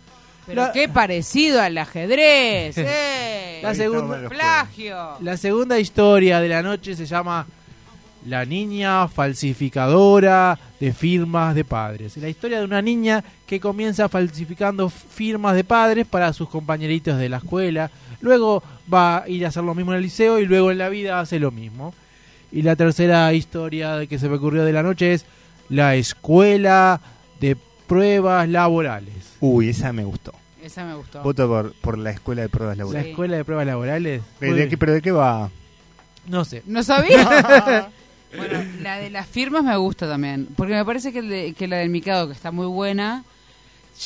Speaker 4: Pero
Speaker 3: La-
Speaker 4: qué parecido al ajedrez, ¡eh!
Speaker 3: La segunda- los
Speaker 4: Plagio.
Speaker 3: La segunda historia de la noche se llama La niña falsificadora de firmas de padres. La historia de una niña que comienza falsificando firmas de padres para sus compañeritos de la escuela. Luego va a ir a hacer lo mismo en el liceo y luego en la vida hace lo mismo. Y la tercera historia de que se me ocurrió de la noche es La escuela de pruebas laborales.
Speaker 6: Uy, esa me gustó.
Speaker 4: Esa me gustó.
Speaker 6: Voto por, por la escuela de pruebas
Speaker 3: La
Speaker 6: laborales.
Speaker 3: escuela de pruebas laborales.
Speaker 6: Eh, ¿de qué- ¿Pero de qué va?
Speaker 3: No sé.
Speaker 4: No sabía. bueno, la de las firmas me gusta también. Porque me parece que, el de- que la del Mikado, que está muy buena,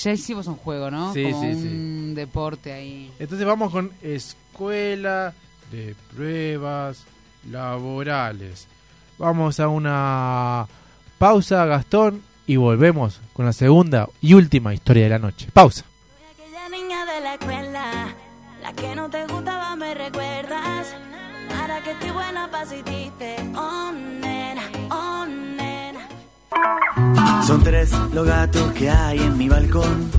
Speaker 4: ya hicimos un juego, ¿no?
Speaker 3: Sí,
Speaker 4: Como
Speaker 3: sí, sí.
Speaker 4: un deporte ahí.
Speaker 3: Entonces vamos con escuela de pruebas laborales. Vamos a una pausa, Gastón, y volvemos con la segunda y última historia de la noche. Pausa.
Speaker 18: Aquella niña de la escuela, la que no te gustaba, me recuerdas. Ahora que estoy buena, paso y dite, oh nena, oh nena.
Speaker 7: Son tres los gatos que hay en mi balcón.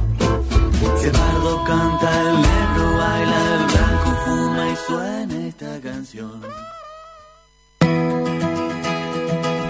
Speaker 7: Si el pardo canta, el negro baila, el blanco fuma y suena esta canción.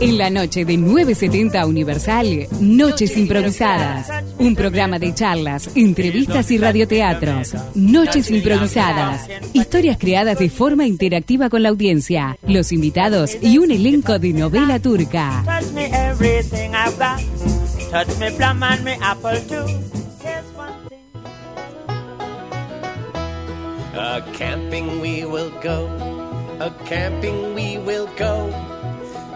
Speaker 8: En la noche de 970 Universal, Noches Improvisadas. Un programa de charlas, entrevistas y radioteatros. Noches Improvisadas. Historias creadas de forma interactiva con la audiencia, los invitados y un elenco de novela turca.
Speaker 9: Touch me everything I've got. Touch me plum and me apple too. Here's one
Speaker 11: A camping we will go. A camping we will go.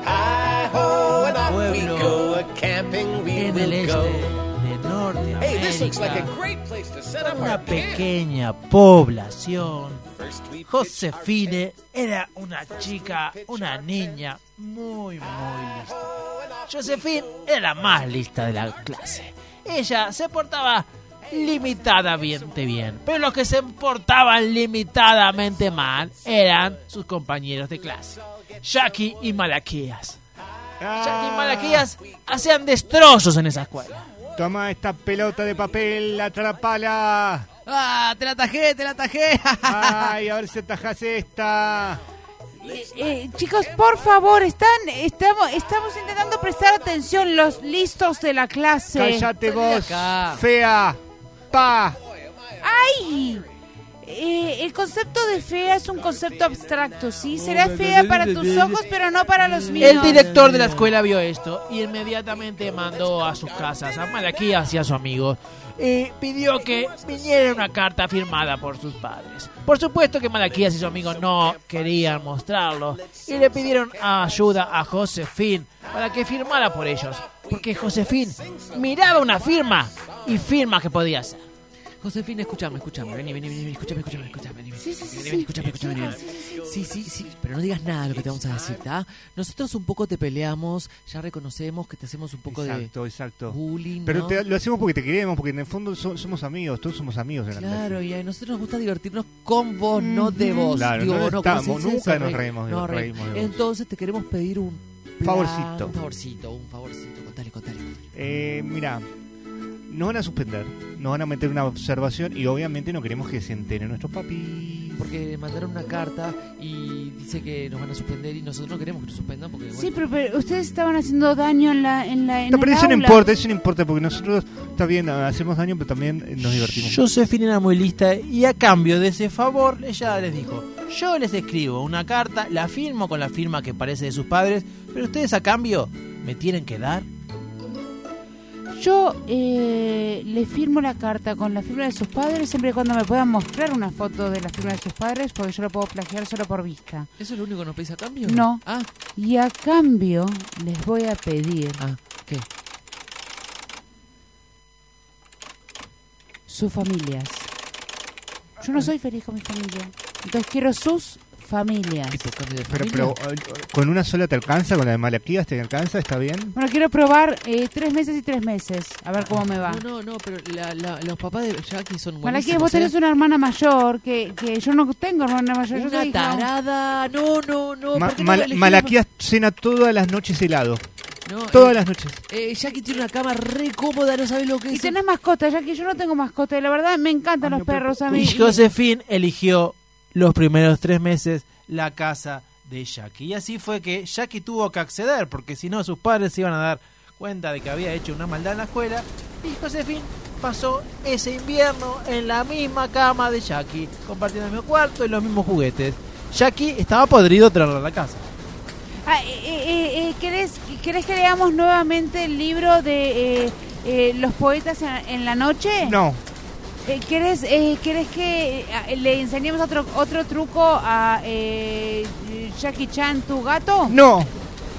Speaker 11: Hi ho, and off we go. A camping we
Speaker 3: En el
Speaker 11: will
Speaker 3: este
Speaker 11: go.
Speaker 3: de Norte
Speaker 11: Hey, this looks like a
Speaker 3: América,
Speaker 11: great place to set up our
Speaker 3: una
Speaker 11: camp.
Speaker 3: pequeña población. Josefine era una chica, una niña muy, muy lista. Josephine era la más lista de la clase. Ella se portaba limitadamente bien, pero los que se portaban limitadamente mal eran sus compañeros de clase, Jackie y Malaquías.
Speaker 6: Ah.
Speaker 3: Jackie y Malaquías hacían destrozos en esa escuela.
Speaker 19: Toma esta pelota de papel, atrapala.
Speaker 15: ¡Ah! ¡Te la tajé, te la tajé!
Speaker 19: ¡Ay, a ver si atajas esta!
Speaker 4: Eh, chicos, por favor, están, estamos, estamos intentando prestar atención los listos de la clase.
Speaker 19: ¡Cállate vos, fea! ¡Pa!
Speaker 4: ¡Ay! Eh,
Speaker 19: El concepto de fea es un concepto abstracto, ¿sí? Será fea para tus ojos, pero no para los míos.
Speaker 11: El director de la escuela vio esto y inmediatamente mandó a sus casas, a Malaquías y a su amigo, y pidió que viniera una carta firmada por sus padres. Por supuesto que Malaquías y su amigo no querían mostrarlo y le pidieron ayuda a Josefín para que firmara por ellos, porque Josefín miraba una firma y firma que podía hacer.
Speaker 15: Josefina, escúchame, escúchame, vení, vení, vení, escúchame, escúchame, escúchame, vení,
Speaker 19: sí, sí,
Speaker 15: vení,
Speaker 19: sí,
Speaker 15: vení, escúchame, escúchame, vení. Sí, sí, sí, pero no digas nada de lo que te vamos a decir, ¿tá? Nosotros un poco te peleamos, ya reconocemos que te hacemos un poco de...
Speaker 6: Exacto, exacto.
Speaker 15: Bullying,
Speaker 6: Pero
Speaker 15: ¿no?
Speaker 6: te- lo hacemos porque te queremos, porque en el fondo so- somos amigos, todos somos amigos. En la
Speaker 15: Claro, y a nosotros nos gusta divertirnos con vos, no de vos.
Speaker 6: Claro,
Speaker 15: Digo,
Speaker 6: no
Speaker 15: vos
Speaker 6: estamos,
Speaker 15: ¿cómo se dice
Speaker 6: nunca
Speaker 15: eso?
Speaker 6: nos
Speaker 15: Re-
Speaker 6: reímos de-
Speaker 15: no, re-
Speaker 6: reímos de vos.
Speaker 15: Entonces te queremos pedir un plan,
Speaker 6: Favorcito.
Speaker 15: Un favorcito, un favorcito. Contale, contale.
Speaker 6: Eh, mira, nos van a suspender, nos van a meter una observación y obviamente no queremos que se enteren nuestros papis.
Speaker 15: Porque le mandaron una carta y dice que nos van a suspender y nosotros no queremos que nos suspendan porque...
Speaker 19: Sí, pero, pero ustedes estaban haciendo daño en la en la en
Speaker 6: No, pero
Speaker 19: el
Speaker 6: eso no
Speaker 19: aula.
Speaker 6: importa, eso no importa, porque nosotros, está bien, hacemos daño, pero también nos divertimos.
Speaker 11: Josefina era muy lista y a cambio de ese favor, ella les dijo, yo les escribo una carta, la firmo con la firma que parece de sus padres, pero ustedes a cambio me tienen que dar
Speaker 19: Yo eh, le firmo la carta con la firma de sus padres siempre y cuando me puedan mostrar una foto de la firma de sus padres, porque yo la puedo plagiar solo por vista.
Speaker 15: ¿Eso es lo único que nos pedís a cambio?
Speaker 19: No.
Speaker 15: Ah,
Speaker 19: Y a cambio les voy a pedir.
Speaker 3: Ah,
Speaker 15: ¿qué?
Speaker 19: Sus familias. Yo no soy feliz con mi familia. Entonces quiero sus familias.
Speaker 6: Pero, pero, eh, con una sola te alcanza, con la de Malaquías te alcanza, está bien.
Speaker 19: Bueno, quiero probar eh, tres meses y tres meses. A ver cómo me va.
Speaker 15: No, no, no, pero la- la- los papás de Jackie son
Speaker 19: Malaquías,
Speaker 15: buenísimos.
Speaker 19: vos tenés
Speaker 15: ¿eh?
Speaker 19: una hermana mayor que, que yo no tengo hermana mayor. yo
Speaker 15: Una
Speaker 19: soy hija-
Speaker 15: tarada. No, no, no.
Speaker 6: Ma-
Speaker 15: ¿por qué no
Speaker 6: Mal-
Speaker 15: elegimos-
Speaker 6: Malaquías cena todas las noches helado.
Speaker 15: No,
Speaker 6: todas
Speaker 15: eh,
Speaker 6: las noches.
Speaker 15: Eh, Jackie tiene una cama re cómoda, no sabes lo que es.
Speaker 19: Y tenés mascota, ya que yo no tengo mascota. Y la verdad me encantan
Speaker 6: Ah,
Speaker 19: los perros a mí.
Speaker 11: Y Josephine eligió los primeros tres meses la casa de Jackie. Y así fue que Jackie tuvo que acceder, porque si no sus padres se iban a dar cuenta de que había hecho una maldad en la escuela. Y Josephine pasó ese invierno en la misma cama de Jackie, compartiendo el mismo cuarto y los mismos juguetes. Jackie estaba podrido tras la casa.
Speaker 19: Ah, eh, eh, eh, ¿querés, querés que leamos nuevamente el libro de eh, eh, los poetas en, en la noche?
Speaker 6: No.
Speaker 19: Eh, ¿querés, eh, querés que eh, a- le enseñemos otro, otro truco a eh, Jackie Chan, tu gato?
Speaker 6: No.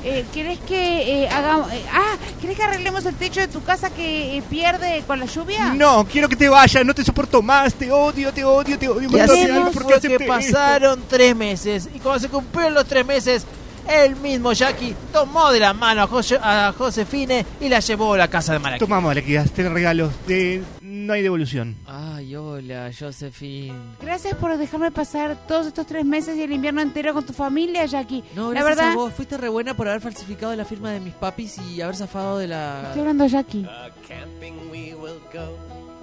Speaker 19: Eh, ¿Querés que eh, hagamos... eh, ah, ¿querés que arreglemos el techo de tu casa que eh, pierde con la lluvia?
Speaker 6: No, quiero que te vayas, no te soporto más, te odio, te odio, te odio.
Speaker 11: Y
Speaker 6: maldita
Speaker 11: así
Speaker 6: sea, ¿por qué
Speaker 11: fue que
Speaker 6: acepté esto?
Speaker 11: pasaron tres meses. Y cuando se cumplieron los tres meses, el mismo Jackie tomó de la mano a, Jose- a Josefine y la llevó a la casa de Malaquías.
Speaker 6: Tomá, Malaquías, te regalos. eh, no hay devolución.
Speaker 15: Ay, hola, Josephine.
Speaker 19: Gracias por dejarme pasar todos estos tres meses y el invierno entero con tu familia, Jackie.
Speaker 15: No,
Speaker 19: la
Speaker 15: gracias
Speaker 19: verdad,
Speaker 15: a vos. Fuiste re buena por haber falsificado la firma de mis papis y haber zafado de la.
Speaker 19: estoy hablando a Jackie.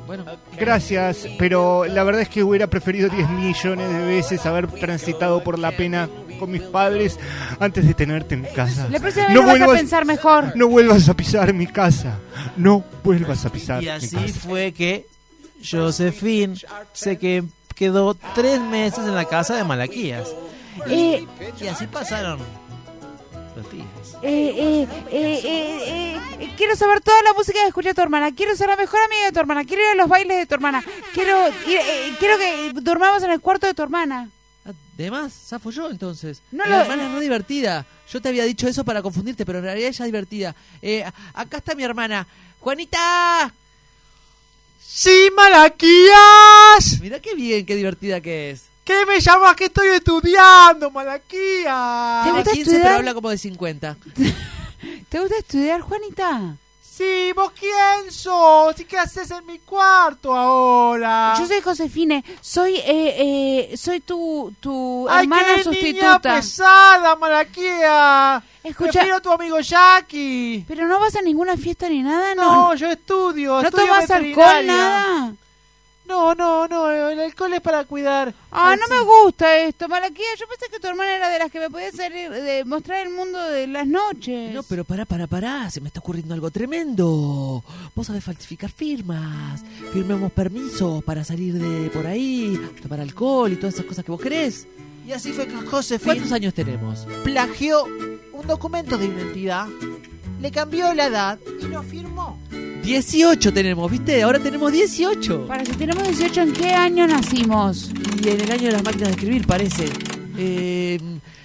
Speaker 15: Bueno,
Speaker 6: Gracias, pero la verdad es que hubiera preferido 10 millones de veces haber transitado por la pena con mis padres antes de tenerte en casa.
Speaker 19: La próxima vez lo vas a pensar mejor.
Speaker 6: No vuelvas a pisar mi casa. No vuelvas a pisar
Speaker 11: Y
Speaker 6: mi
Speaker 11: así
Speaker 6: casa.
Speaker 11: fue que Josephine se que- quedó tres meses en la casa de Malaquías.
Speaker 19: Eh,
Speaker 11: Y así pasaron los días.
Speaker 19: Eh, eh, eh, eh, eh, eh, quiero saber toda la música que escucha tu hermana. Quiero ser la mejor amiga de tu hermana. Quiero ir a los bailes de tu hermana. Quiero, ir- eh, quiero que dormamos en el cuarto de tu hermana.
Speaker 15: Además, zafo yo entonces.
Speaker 19: No
Speaker 15: No,
Speaker 19: lo-
Speaker 15: la hermana es re divertida. Yo te había dicho eso para confundirte, pero en realidad ella es divertida. Eh, a- acá está mi hermana. ¡Juanita!
Speaker 14: ¡Sí, Malaquías!
Speaker 15: Mirá qué bien, qué divertida que es.
Speaker 14: ¿Qué me llamas que estoy estudiando, Malaquías?
Speaker 15: Tiene 15 pero habla como de 50.
Speaker 19: ¿Te gusta estudiar, Juanita?
Speaker 14: Sí, ¿vos quién sos? ¿Y qué haces en mi cuarto ahora?
Speaker 19: Yo soy Josefine. Soy, eh, eh, soy tu, tu
Speaker 14: Ay,
Speaker 19: hermana
Speaker 14: qué
Speaker 19: sustituta.
Speaker 14: niña pesada, Malaquía.
Speaker 19: Escucha-
Speaker 14: Prefiero a tu amigo Jackie.
Speaker 19: Pero no vas a ninguna fiesta ni nada,
Speaker 14: No,
Speaker 19: ¿no?
Speaker 14: yo estudio.
Speaker 19: ¿No
Speaker 14: estudio
Speaker 19: tomas alcohol,
Speaker 14: veterinaria.
Speaker 19: nada?
Speaker 14: No, no, no, el alcohol es para cuidar.
Speaker 19: Ah,
Speaker 14: al
Speaker 19: no me gusta esto, Malaquía. Yo pensé que tu hermana era de las que me podía salir, de mostrar el mundo de las noches.
Speaker 15: No, pero pará, pará, pará, se me está ocurriendo algo tremendo. Vos sabés falsificar firmas, firmemos permisos para salir de por ahí, tomar alcohol y todas esas cosas que vos querés.
Speaker 14: Y así fue que Josefina
Speaker 15: ¿Cuántos años tenemos?
Speaker 14: plagió un documento de identidad, le cambió la edad y lo firmó.
Speaker 15: 18 tenemos, ¿viste? Ahora tenemos 18.
Speaker 19: Para si tenemos 18, ¿en qué año nacimos?
Speaker 15: Y en el año de las máquinas de escribir, parece. Eh,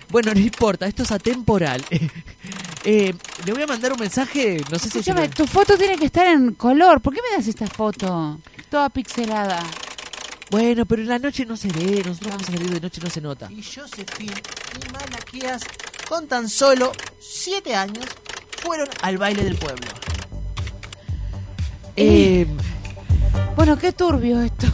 Speaker 15: bueno, no importa, esto es atemporal. Eh, le voy a mandar un mensaje, no sé si... se
Speaker 19: Escúchame,
Speaker 15: lo-
Speaker 19: tu foto tiene que estar en color. ¿Por qué me das esta foto? Toda pixelada.
Speaker 15: Bueno, pero en la noche no se ve, nosotros vamos a salir de noche, no se nota.
Speaker 14: Y Josephine y Malaquías, con tan solo 7 años, fueron al baile del pueblo.
Speaker 15: Eh,
Speaker 19: Bueno, qué turbio esto.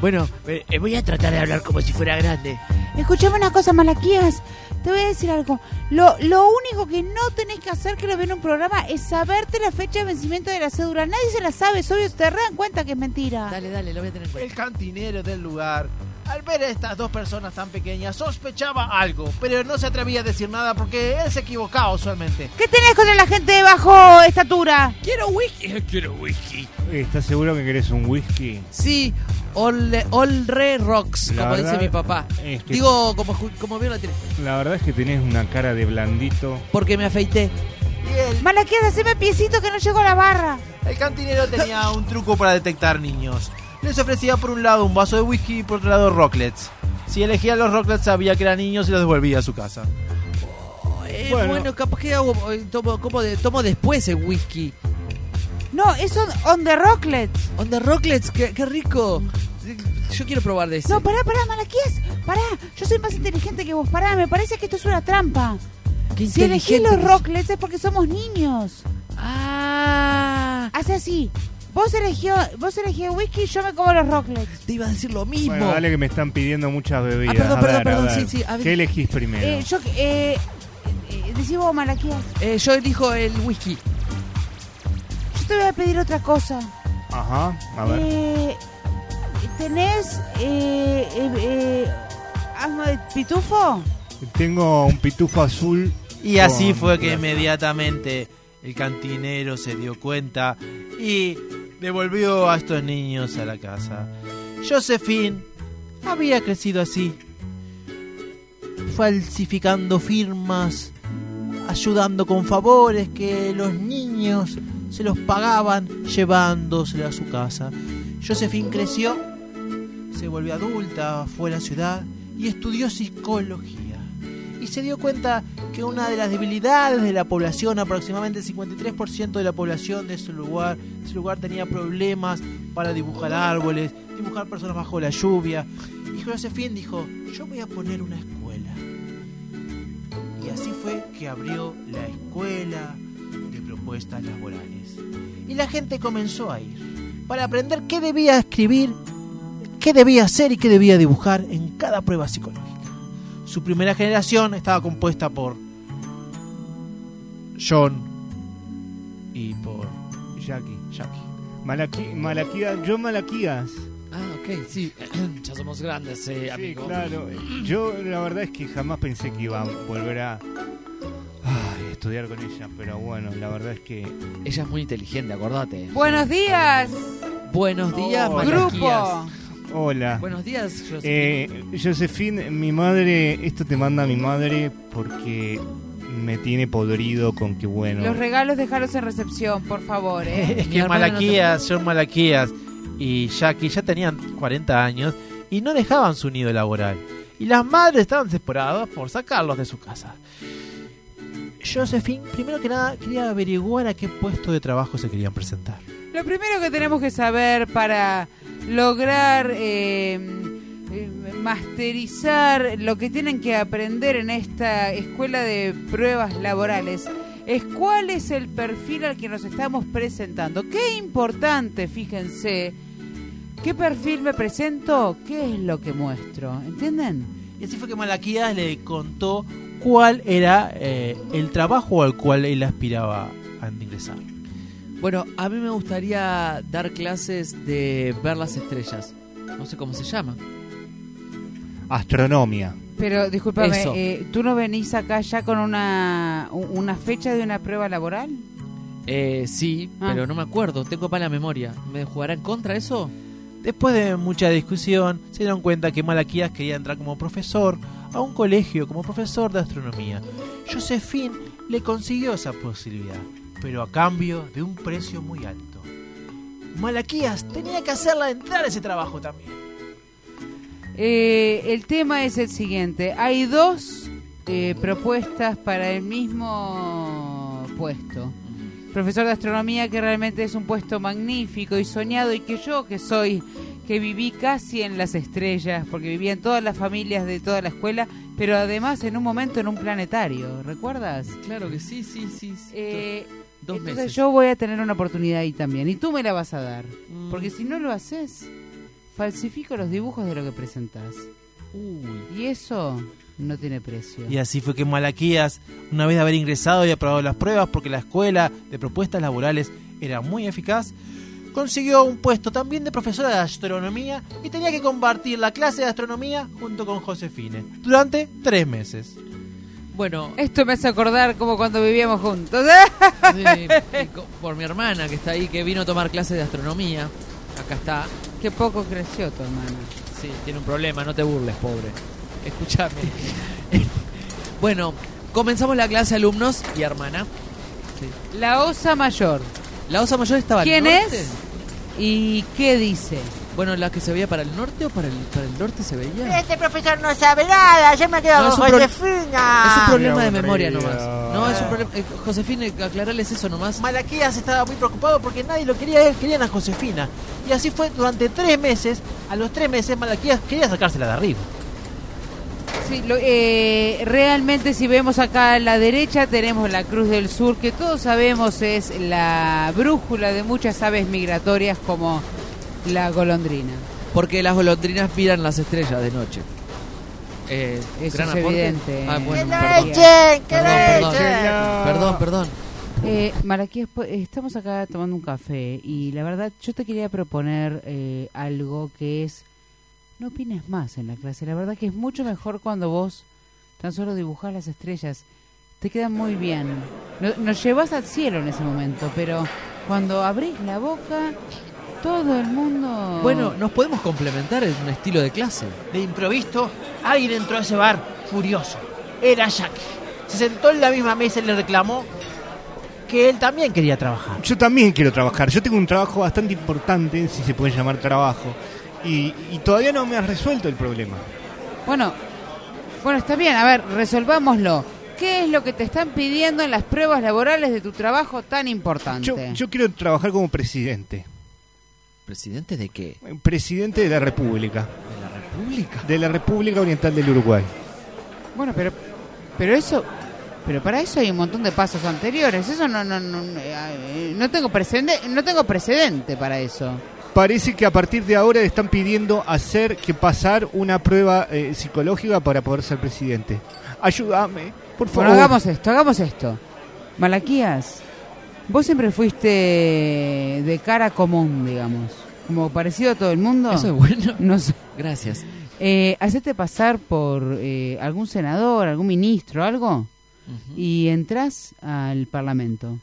Speaker 15: bueno, eh, eh, voy a tratar de hablar como si fuera grande.
Speaker 19: Escuchame una cosa, Malaquías. Te voy a decir algo. Lo, lo único que no tenés que hacer que lo ven en un programa es saberte la fecha de vencimiento de la cédula. Nadie se la sabe, es obvio, te re dan cuenta que es mentira.
Speaker 15: Dale, dale, lo voy a tener en
Speaker 14: El cantinero del lugar, al ver a estas dos personas tan pequeñas, sospechaba algo, pero no se atrevía a decir nada porque él se equivocaba usualmente.
Speaker 19: ¿Qué tenés contra la gente de bajo estatura?
Speaker 15: Quiero whisky. Quiero whisky.
Speaker 6: Eh, ¿Estás seguro que querés un whisky?
Speaker 15: Sí, all, all re rocks,
Speaker 6: La
Speaker 15: como
Speaker 6: verdad
Speaker 15: dice mi papá.
Speaker 6: es que-
Speaker 15: Digo, como, ju- como veo la tele.
Speaker 6: La verdad es que tenés una cara de blandito.
Speaker 15: Porque me afeité.
Speaker 19: Malaquías, haceme piecito que no llego a la barra.
Speaker 14: El cantinero tenía un truco para detectar niños. Les ofrecía por un lado un vaso de whisky y por otro lado rocklets. Si elegía los rocklets sabía que eran niños y los devolvía a su casa.
Speaker 15: Eh,
Speaker 14: Bueno.
Speaker 15: bueno. capaz que hago, eh, tomo, como de- tomo después el whisky.
Speaker 19: No, es on, on the rocklets.
Speaker 15: On the rocklets, qué, qué rico. Yo quiero probar de este. ese.
Speaker 19: No, pará, pará, Malaquías. Pará, yo soy más inteligente que vos. Pará, me parece que esto es una trampa.
Speaker 15: Qué
Speaker 19: Si elegís
Speaker 15: inteligente
Speaker 19: los
Speaker 15: que
Speaker 19: rocklets es porque somos niños.
Speaker 15: Ah.
Speaker 19: Hace así. Vos eligió, vos elegí el whisky y yo me como los rocklets.
Speaker 15: Te iba a decir lo mismo.
Speaker 6: Bueno, dale que me están pidiendo muchas bebidas.
Speaker 15: Ah, perdón,
Speaker 6: A
Speaker 15: perdón,
Speaker 6: ver, a
Speaker 15: perdón,
Speaker 6: ver.
Speaker 15: sí, sí, a ver.
Speaker 6: ¿Qué elegís primero?
Speaker 19: Eh, yo, eh, eh, decí vos, Malaquías.
Speaker 15: Eh, yo elijo el whisky.
Speaker 19: Yo te voy a pedir otra cosa.
Speaker 6: Ajá, a ver.
Speaker 19: Eh, ¿Tenés, eh, eh, eh, asma de pitufo?
Speaker 6: Tengo un pitufo azul.
Speaker 3: Y así
Speaker 6: con-
Speaker 3: fue que inmediatamente el cantinero se dio cuenta y devolvió a estos niños a la casa. Josephine había crecido así,
Speaker 14: falsificando firmas, ayudando con favores que los niños se los pagaban llevándosele a su casa. Josephine creció, se volvió adulta, fue a la ciudad y estudió psicología. Y se dio cuenta que una de las debilidades de la población, aproximadamente el 53% de la población de ese lugar, ese lugar tenía problemas para dibujar árboles, dibujar personas bajo la lluvia. Y Josephine dijo, yo voy a poner una escuela. Y así fue que abrió la escuela de propuestas laborales. Y la gente comenzó a ir para aprender qué debía escribir, qué debía hacer y qué debía dibujar en cada prueba psicológica. Su primera generación estaba compuesta por John y por
Speaker 6: Jackie. Malaki- Malaquía, yo Malaquías.
Speaker 15: Ah, ok, sí. ya somos grandes, eh, amigo.
Speaker 6: claro. Yo la verdad es que jamás pensé que iba a volver a ay, estudiar con ella, pero bueno, la verdad es que...
Speaker 15: Ella es muy inteligente, acordate.
Speaker 19: Buenos días.
Speaker 15: Buenos días,
Speaker 6: Oh,
Speaker 15: Malaquías.
Speaker 6: grupo. Hola.
Speaker 15: Buenos días, Josephine.
Speaker 6: Eh, Josephine, mi madre, esto te manda mi madre porque me tiene podrido con que bueno.
Speaker 19: Los regalos dejalos en recepción, por favor. ¿eh?
Speaker 3: Es que Malaquías, John Malaquías y Jackie ya tenían 40 años y no dejaban su nido laboral. Y las madres estaban desesperadas por sacarlos de su casa. Josephine, primero que nada, quería averiguar a qué puesto de trabajo se querían presentar.
Speaker 4: Lo primero que tenemos que saber para lograr eh, eh, masterizar lo que tienen que aprender en esta escuela de pruebas laborales es cuál es el perfil al que nos estamos presentando. Qué importante, fíjense, qué perfil me presento, qué es lo que muestro, ¿entienden?
Speaker 3: Y así fue que Malaquías le contó cuál era eh, el trabajo al cual él aspiraba a ingresar.
Speaker 15: Bueno, a mí me gustaría dar clases de ver las estrellas. No sé cómo se llama.
Speaker 6: Astronomía.
Speaker 4: Pero discúlpame,
Speaker 15: Eso.
Speaker 4: eh, ¿tú no venís acá ya con una, u- una fecha de una prueba laboral?
Speaker 15: Eh, sí,
Speaker 4: Ah.
Speaker 15: pero no me acuerdo. Tengo mala memoria. ¿Me jugará en contra eso?
Speaker 3: Después de mucha discusión, se dieron cuenta que Malaquías quería entrar como profesor a un colegio como profesor de astronomía. Josephine le consiguió esa posibilidad, pero a cambio de un precio muy alto. Malaquías tenía que hacerla entrar a ese trabajo también.
Speaker 4: Eh, el tema es el siguiente. Hay dos eh, propuestas para el mismo puesto. Profesor de astronomía que realmente es un puesto magnífico y soñado y que yo que soy, que viví casi en las estrellas, porque vivía en todas las familias de toda la escuela, pero además en un momento en un planetario, ¿recuerdas?
Speaker 15: Claro que sí, sí, sí. sí. Do- dos
Speaker 4: Eh, Entonces
Speaker 15: meses.
Speaker 4: yo voy a tener una oportunidad ahí también y tú me la vas a dar, porque si no lo haces, falsifico los dibujos de lo que presentás. Y eso no tiene precio.
Speaker 3: Y así fue que Malaquías, una vez de haber ingresado y aprobado las pruebas porque la escuela de propuestas laborales era muy eficaz, consiguió un puesto también de profesora de astronomía y tenía que compartir la clase de astronomía junto con Josefine durante tres meses.
Speaker 15: Bueno,
Speaker 4: Esto me hace acordar como cuando vivíamos juntos.
Speaker 15: sí, co- por mi hermana que está ahí, que vino a tomar clases de astronomía. Acá está.
Speaker 4: Qué poco creció tu hermana.
Speaker 15: Sí, tiene un problema, no te burles, pobre. Escúchame. bueno, comenzamos la clase alumnos y hermana.
Speaker 4: La Osa Mayor.
Speaker 15: La Osa Mayor estaba al
Speaker 4: ¿Quién
Speaker 15: norte.
Speaker 4: es? ¿Y qué dice?
Speaker 15: Bueno, la que se veía para el norte o para el, para el norte se veía.
Speaker 20: Este profesor no sabe nada, yo me quedo
Speaker 15: No, es
Speaker 20: con
Speaker 15: un pro-
Speaker 20: Josefina.
Speaker 15: Es un problema de
Speaker 20: Qué
Speaker 15: memoria
Speaker 20: aburrido.
Speaker 15: nomás. No, es un problema. eh, Josefine, aclararles eso nomás.
Speaker 3: Malaquías estaba muy preocupado porque nadie lo quería a él, querían a Josefina. Y así fue durante tres meses. A los tres meses Malaquías quería sacársela de arriba.
Speaker 4: Sí, lo- eh, realmente si vemos acá a la derecha tenemos la Cruz del Sur, que todos sabemos es la brújula de muchas aves migratorias como la golondrina.
Speaker 15: Porque las golondrinas miran las estrellas de noche. Eh,
Speaker 4: Eso
Speaker 15: gran
Speaker 4: es
Speaker 15: aporte.
Speaker 4: evidente.
Speaker 15: Ah, bueno,
Speaker 4: ¡Que la
Speaker 15: perdón.
Speaker 4: echen, que
Speaker 15: perdón,
Speaker 4: la
Speaker 15: perdón.
Speaker 4: echen!
Speaker 15: perdón, perdón.
Speaker 4: Eh, Malaquías, po- eh, estamos acá tomando un café y la verdad yo te quería proponer eh, algo que es, no opines más en la clase, la verdad que es mucho mejor cuando vos tan solo dibujás las estrellas, te quedan muy bien, No- nos llevas al cielo en ese momento, pero cuando abrís la boca, todo el mundo...
Speaker 15: Bueno, nos podemos complementar en un estilo de clase.
Speaker 3: De improviso, alguien entró a ese bar furioso. Era Jack. Se sentó en la misma mesa y le reclamó que él también quería trabajar.
Speaker 6: Yo también quiero trabajar. Yo tengo un trabajo bastante importante, si se puede llamar trabajo. Y, y todavía no me has resuelto el problema.
Speaker 4: Bueno, bueno, está bien, a ver, resolvámoslo. ¿Qué es lo que te están pidiendo en las pruebas laborales de tu trabajo tan importante?
Speaker 6: Yo, yo quiero trabajar como presidente.
Speaker 15: ¿Presidente de qué?
Speaker 6: Presidente de la República.
Speaker 15: ¿De la República?
Speaker 6: De la República Oriental del Uruguay.
Speaker 4: Bueno, pero pero eso pero para eso hay un montón de pasos anteriores. Eso no no no eh, no tengo precedente, no tengo precedente para eso.
Speaker 6: Parece que a partir de ahora le están pidiendo hacer que pasar una prueba eh, psicológica para poder ser presidente. Ayúdame, por favor.
Speaker 4: Bueno, hagamos esto, hagamos esto. Malaquías, vos siempre fuiste de cara común, digamos, como parecido a todo el mundo.
Speaker 15: Eso es bueno.
Speaker 4: No sé.
Speaker 15: Gracias.
Speaker 4: Eh, hacete pasar por eh, algún senador, algún ministro, algo, y entras al Parlamento.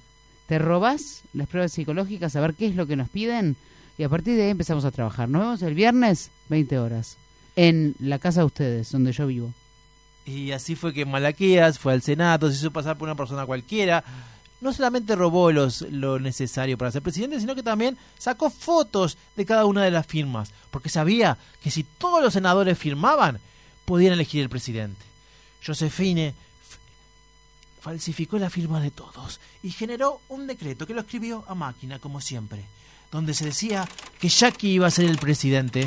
Speaker 4: Te robás las pruebas psicológicas a ver qué es lo que nos piden y a partir de ahí empezamos a trabajar. Nos vemos el viernes, 20 horas, en la casa de ustedes, donde yo vivo.
Speaker 3: Y así fue que Malaquías fue al Senado, se hizo pasar por una persona cualquiera. No solamente robó los, lo necesario para ser presidente, sino que también sacó fotos de cada una de las firmas, porque sabía que si todos los senadores firmaban, podían elegir el presidente. Josefine f- falsificó la firma de todos y generó un decreto que lo escribió a máquina, como siempre, donde se decía que Jackie iba a ser el presidente,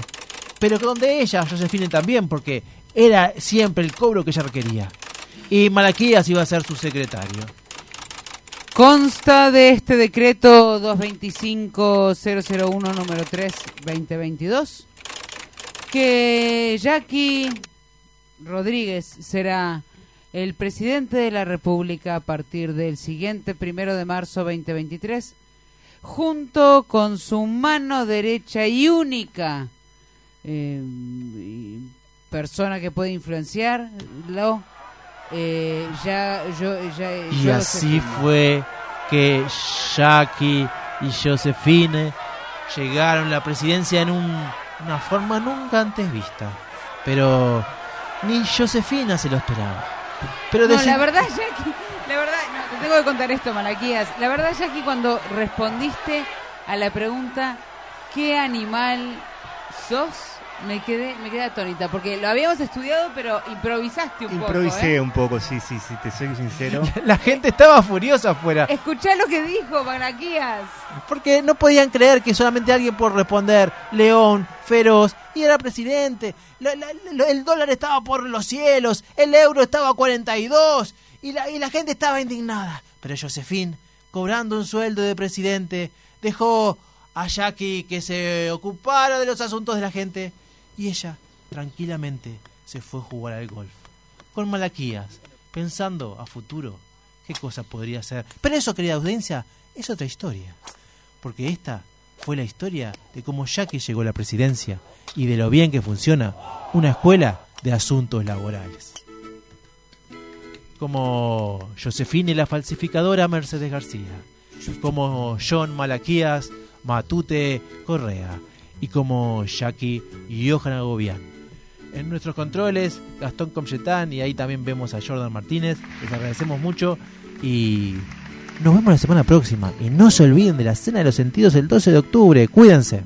Speaker 3: pero que donde ella, Josefine también, porque era siempre el cobro que ella requería. Y Malaquías iba a ser su secretario.
Speaker 4: Consta de este decreto 225.001, número 3, 2022, que Jackie Rodríguez será el presidente de la República a partir del siguiente primero de marzo 2023, junto con su mano derecha y única eh, y persona que puede influenciarlo. eh, ya, yo, ya,
Speaker 3: Y
Speaker 4: yo
Speaker 3: así fue que Jackie y Josefine llegaron a la presidencia en un- una forma nunca antes vista. Pero ni Josefina se lo esperaba. Pero
Speaker 4: no,
Speaker 3: desin-
Speaker 4: la verdad, Jackie, la verdad, no, te tengo que contar esto, Malaquías. La verdad, Jackie, cuando respondiste a la pregunta, ¿qué animal sos? Me quedé, me quedé atónita, porque lo habíamos estudiado, pero improvisaste un poco. ¿eh?
Speaker 6: Improvisé un poco, sí, sí, sí, te soy sincero.
Speaker 3: ¿eh? La gente estaba furiosa afuera.
Speaker 4: ¿eh? Escuchá lo que dijo Malaquías.
Speaker 3: Porque no podían creer que solamente alguien por responder, León, feroz, y era presidente. Lo- la- lo- el dólar estaba por los cielos, el euro estaba a 42, y la, y la gente estaba indignada. Pero Josefín, cobrando un sueldo de presidente, dejó a Jackie que se ocupara de los asuntos de la gente, y ella tranquilamente se fue a jugar al golf. Con Malaquías, pensando a futuro qué cosa podría ser. Pero eso, querida audiencia, es otra historia porque esta fue la historia de cómo Jackie llegó a la presidencia y de lo bien que funciona una escuela de asuntos laborales. Como Josefine la falsificadora Mercedes García, como John Malaquías Matute Correa y como Jackie Johan Agobián. En nuestros controles, Gastón Comchetán y ahí también vemos a Jordan Martínez. Les agradecemos mucho y nos vemos la semana próxima. Y no se olviden de la Cena de los Sentidos el 12 de octubre. Cuídense.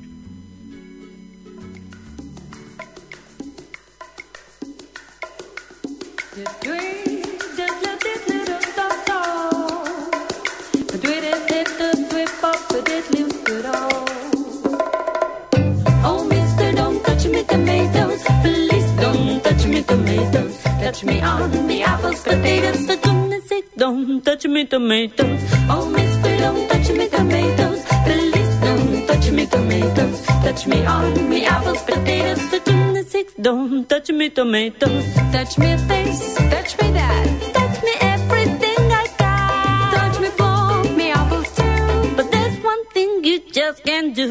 Speaker 1: Oh, mister, don't touch me tomatoes. Please don't touch me tomatoes. Touch me on the apples, potatoes. For goodness sake, don't touch me tomatoes. Oh, mister, don't touch me tomatoes. Please don't touch me tomatoes. Touch me on the apples, potatoes. For goodness sake, don't touch me tomatoes. Touch me this, touch me that. Touch me everything I got. Touch me for me apples too. But there's one thing you just can't do.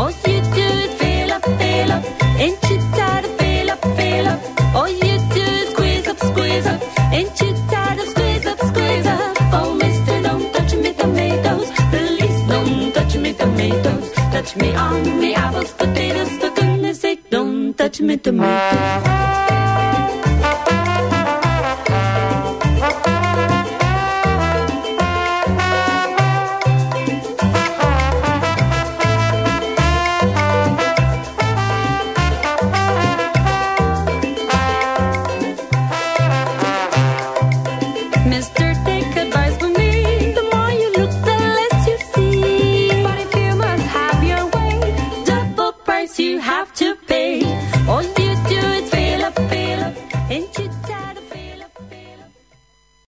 Speaker 1: All you do is fill up, fill up. Ain't you tired of fill up, fill up? All you do is squeeze up, squeeze up. Ain't you tired of squeeze up, squeeze up? Oh, mister, don't touch me tomatoes. Please don't touch me tomatoes. Touch me on the apples, potatoes. For goodness sake, don't touch me tomatoes. Mr.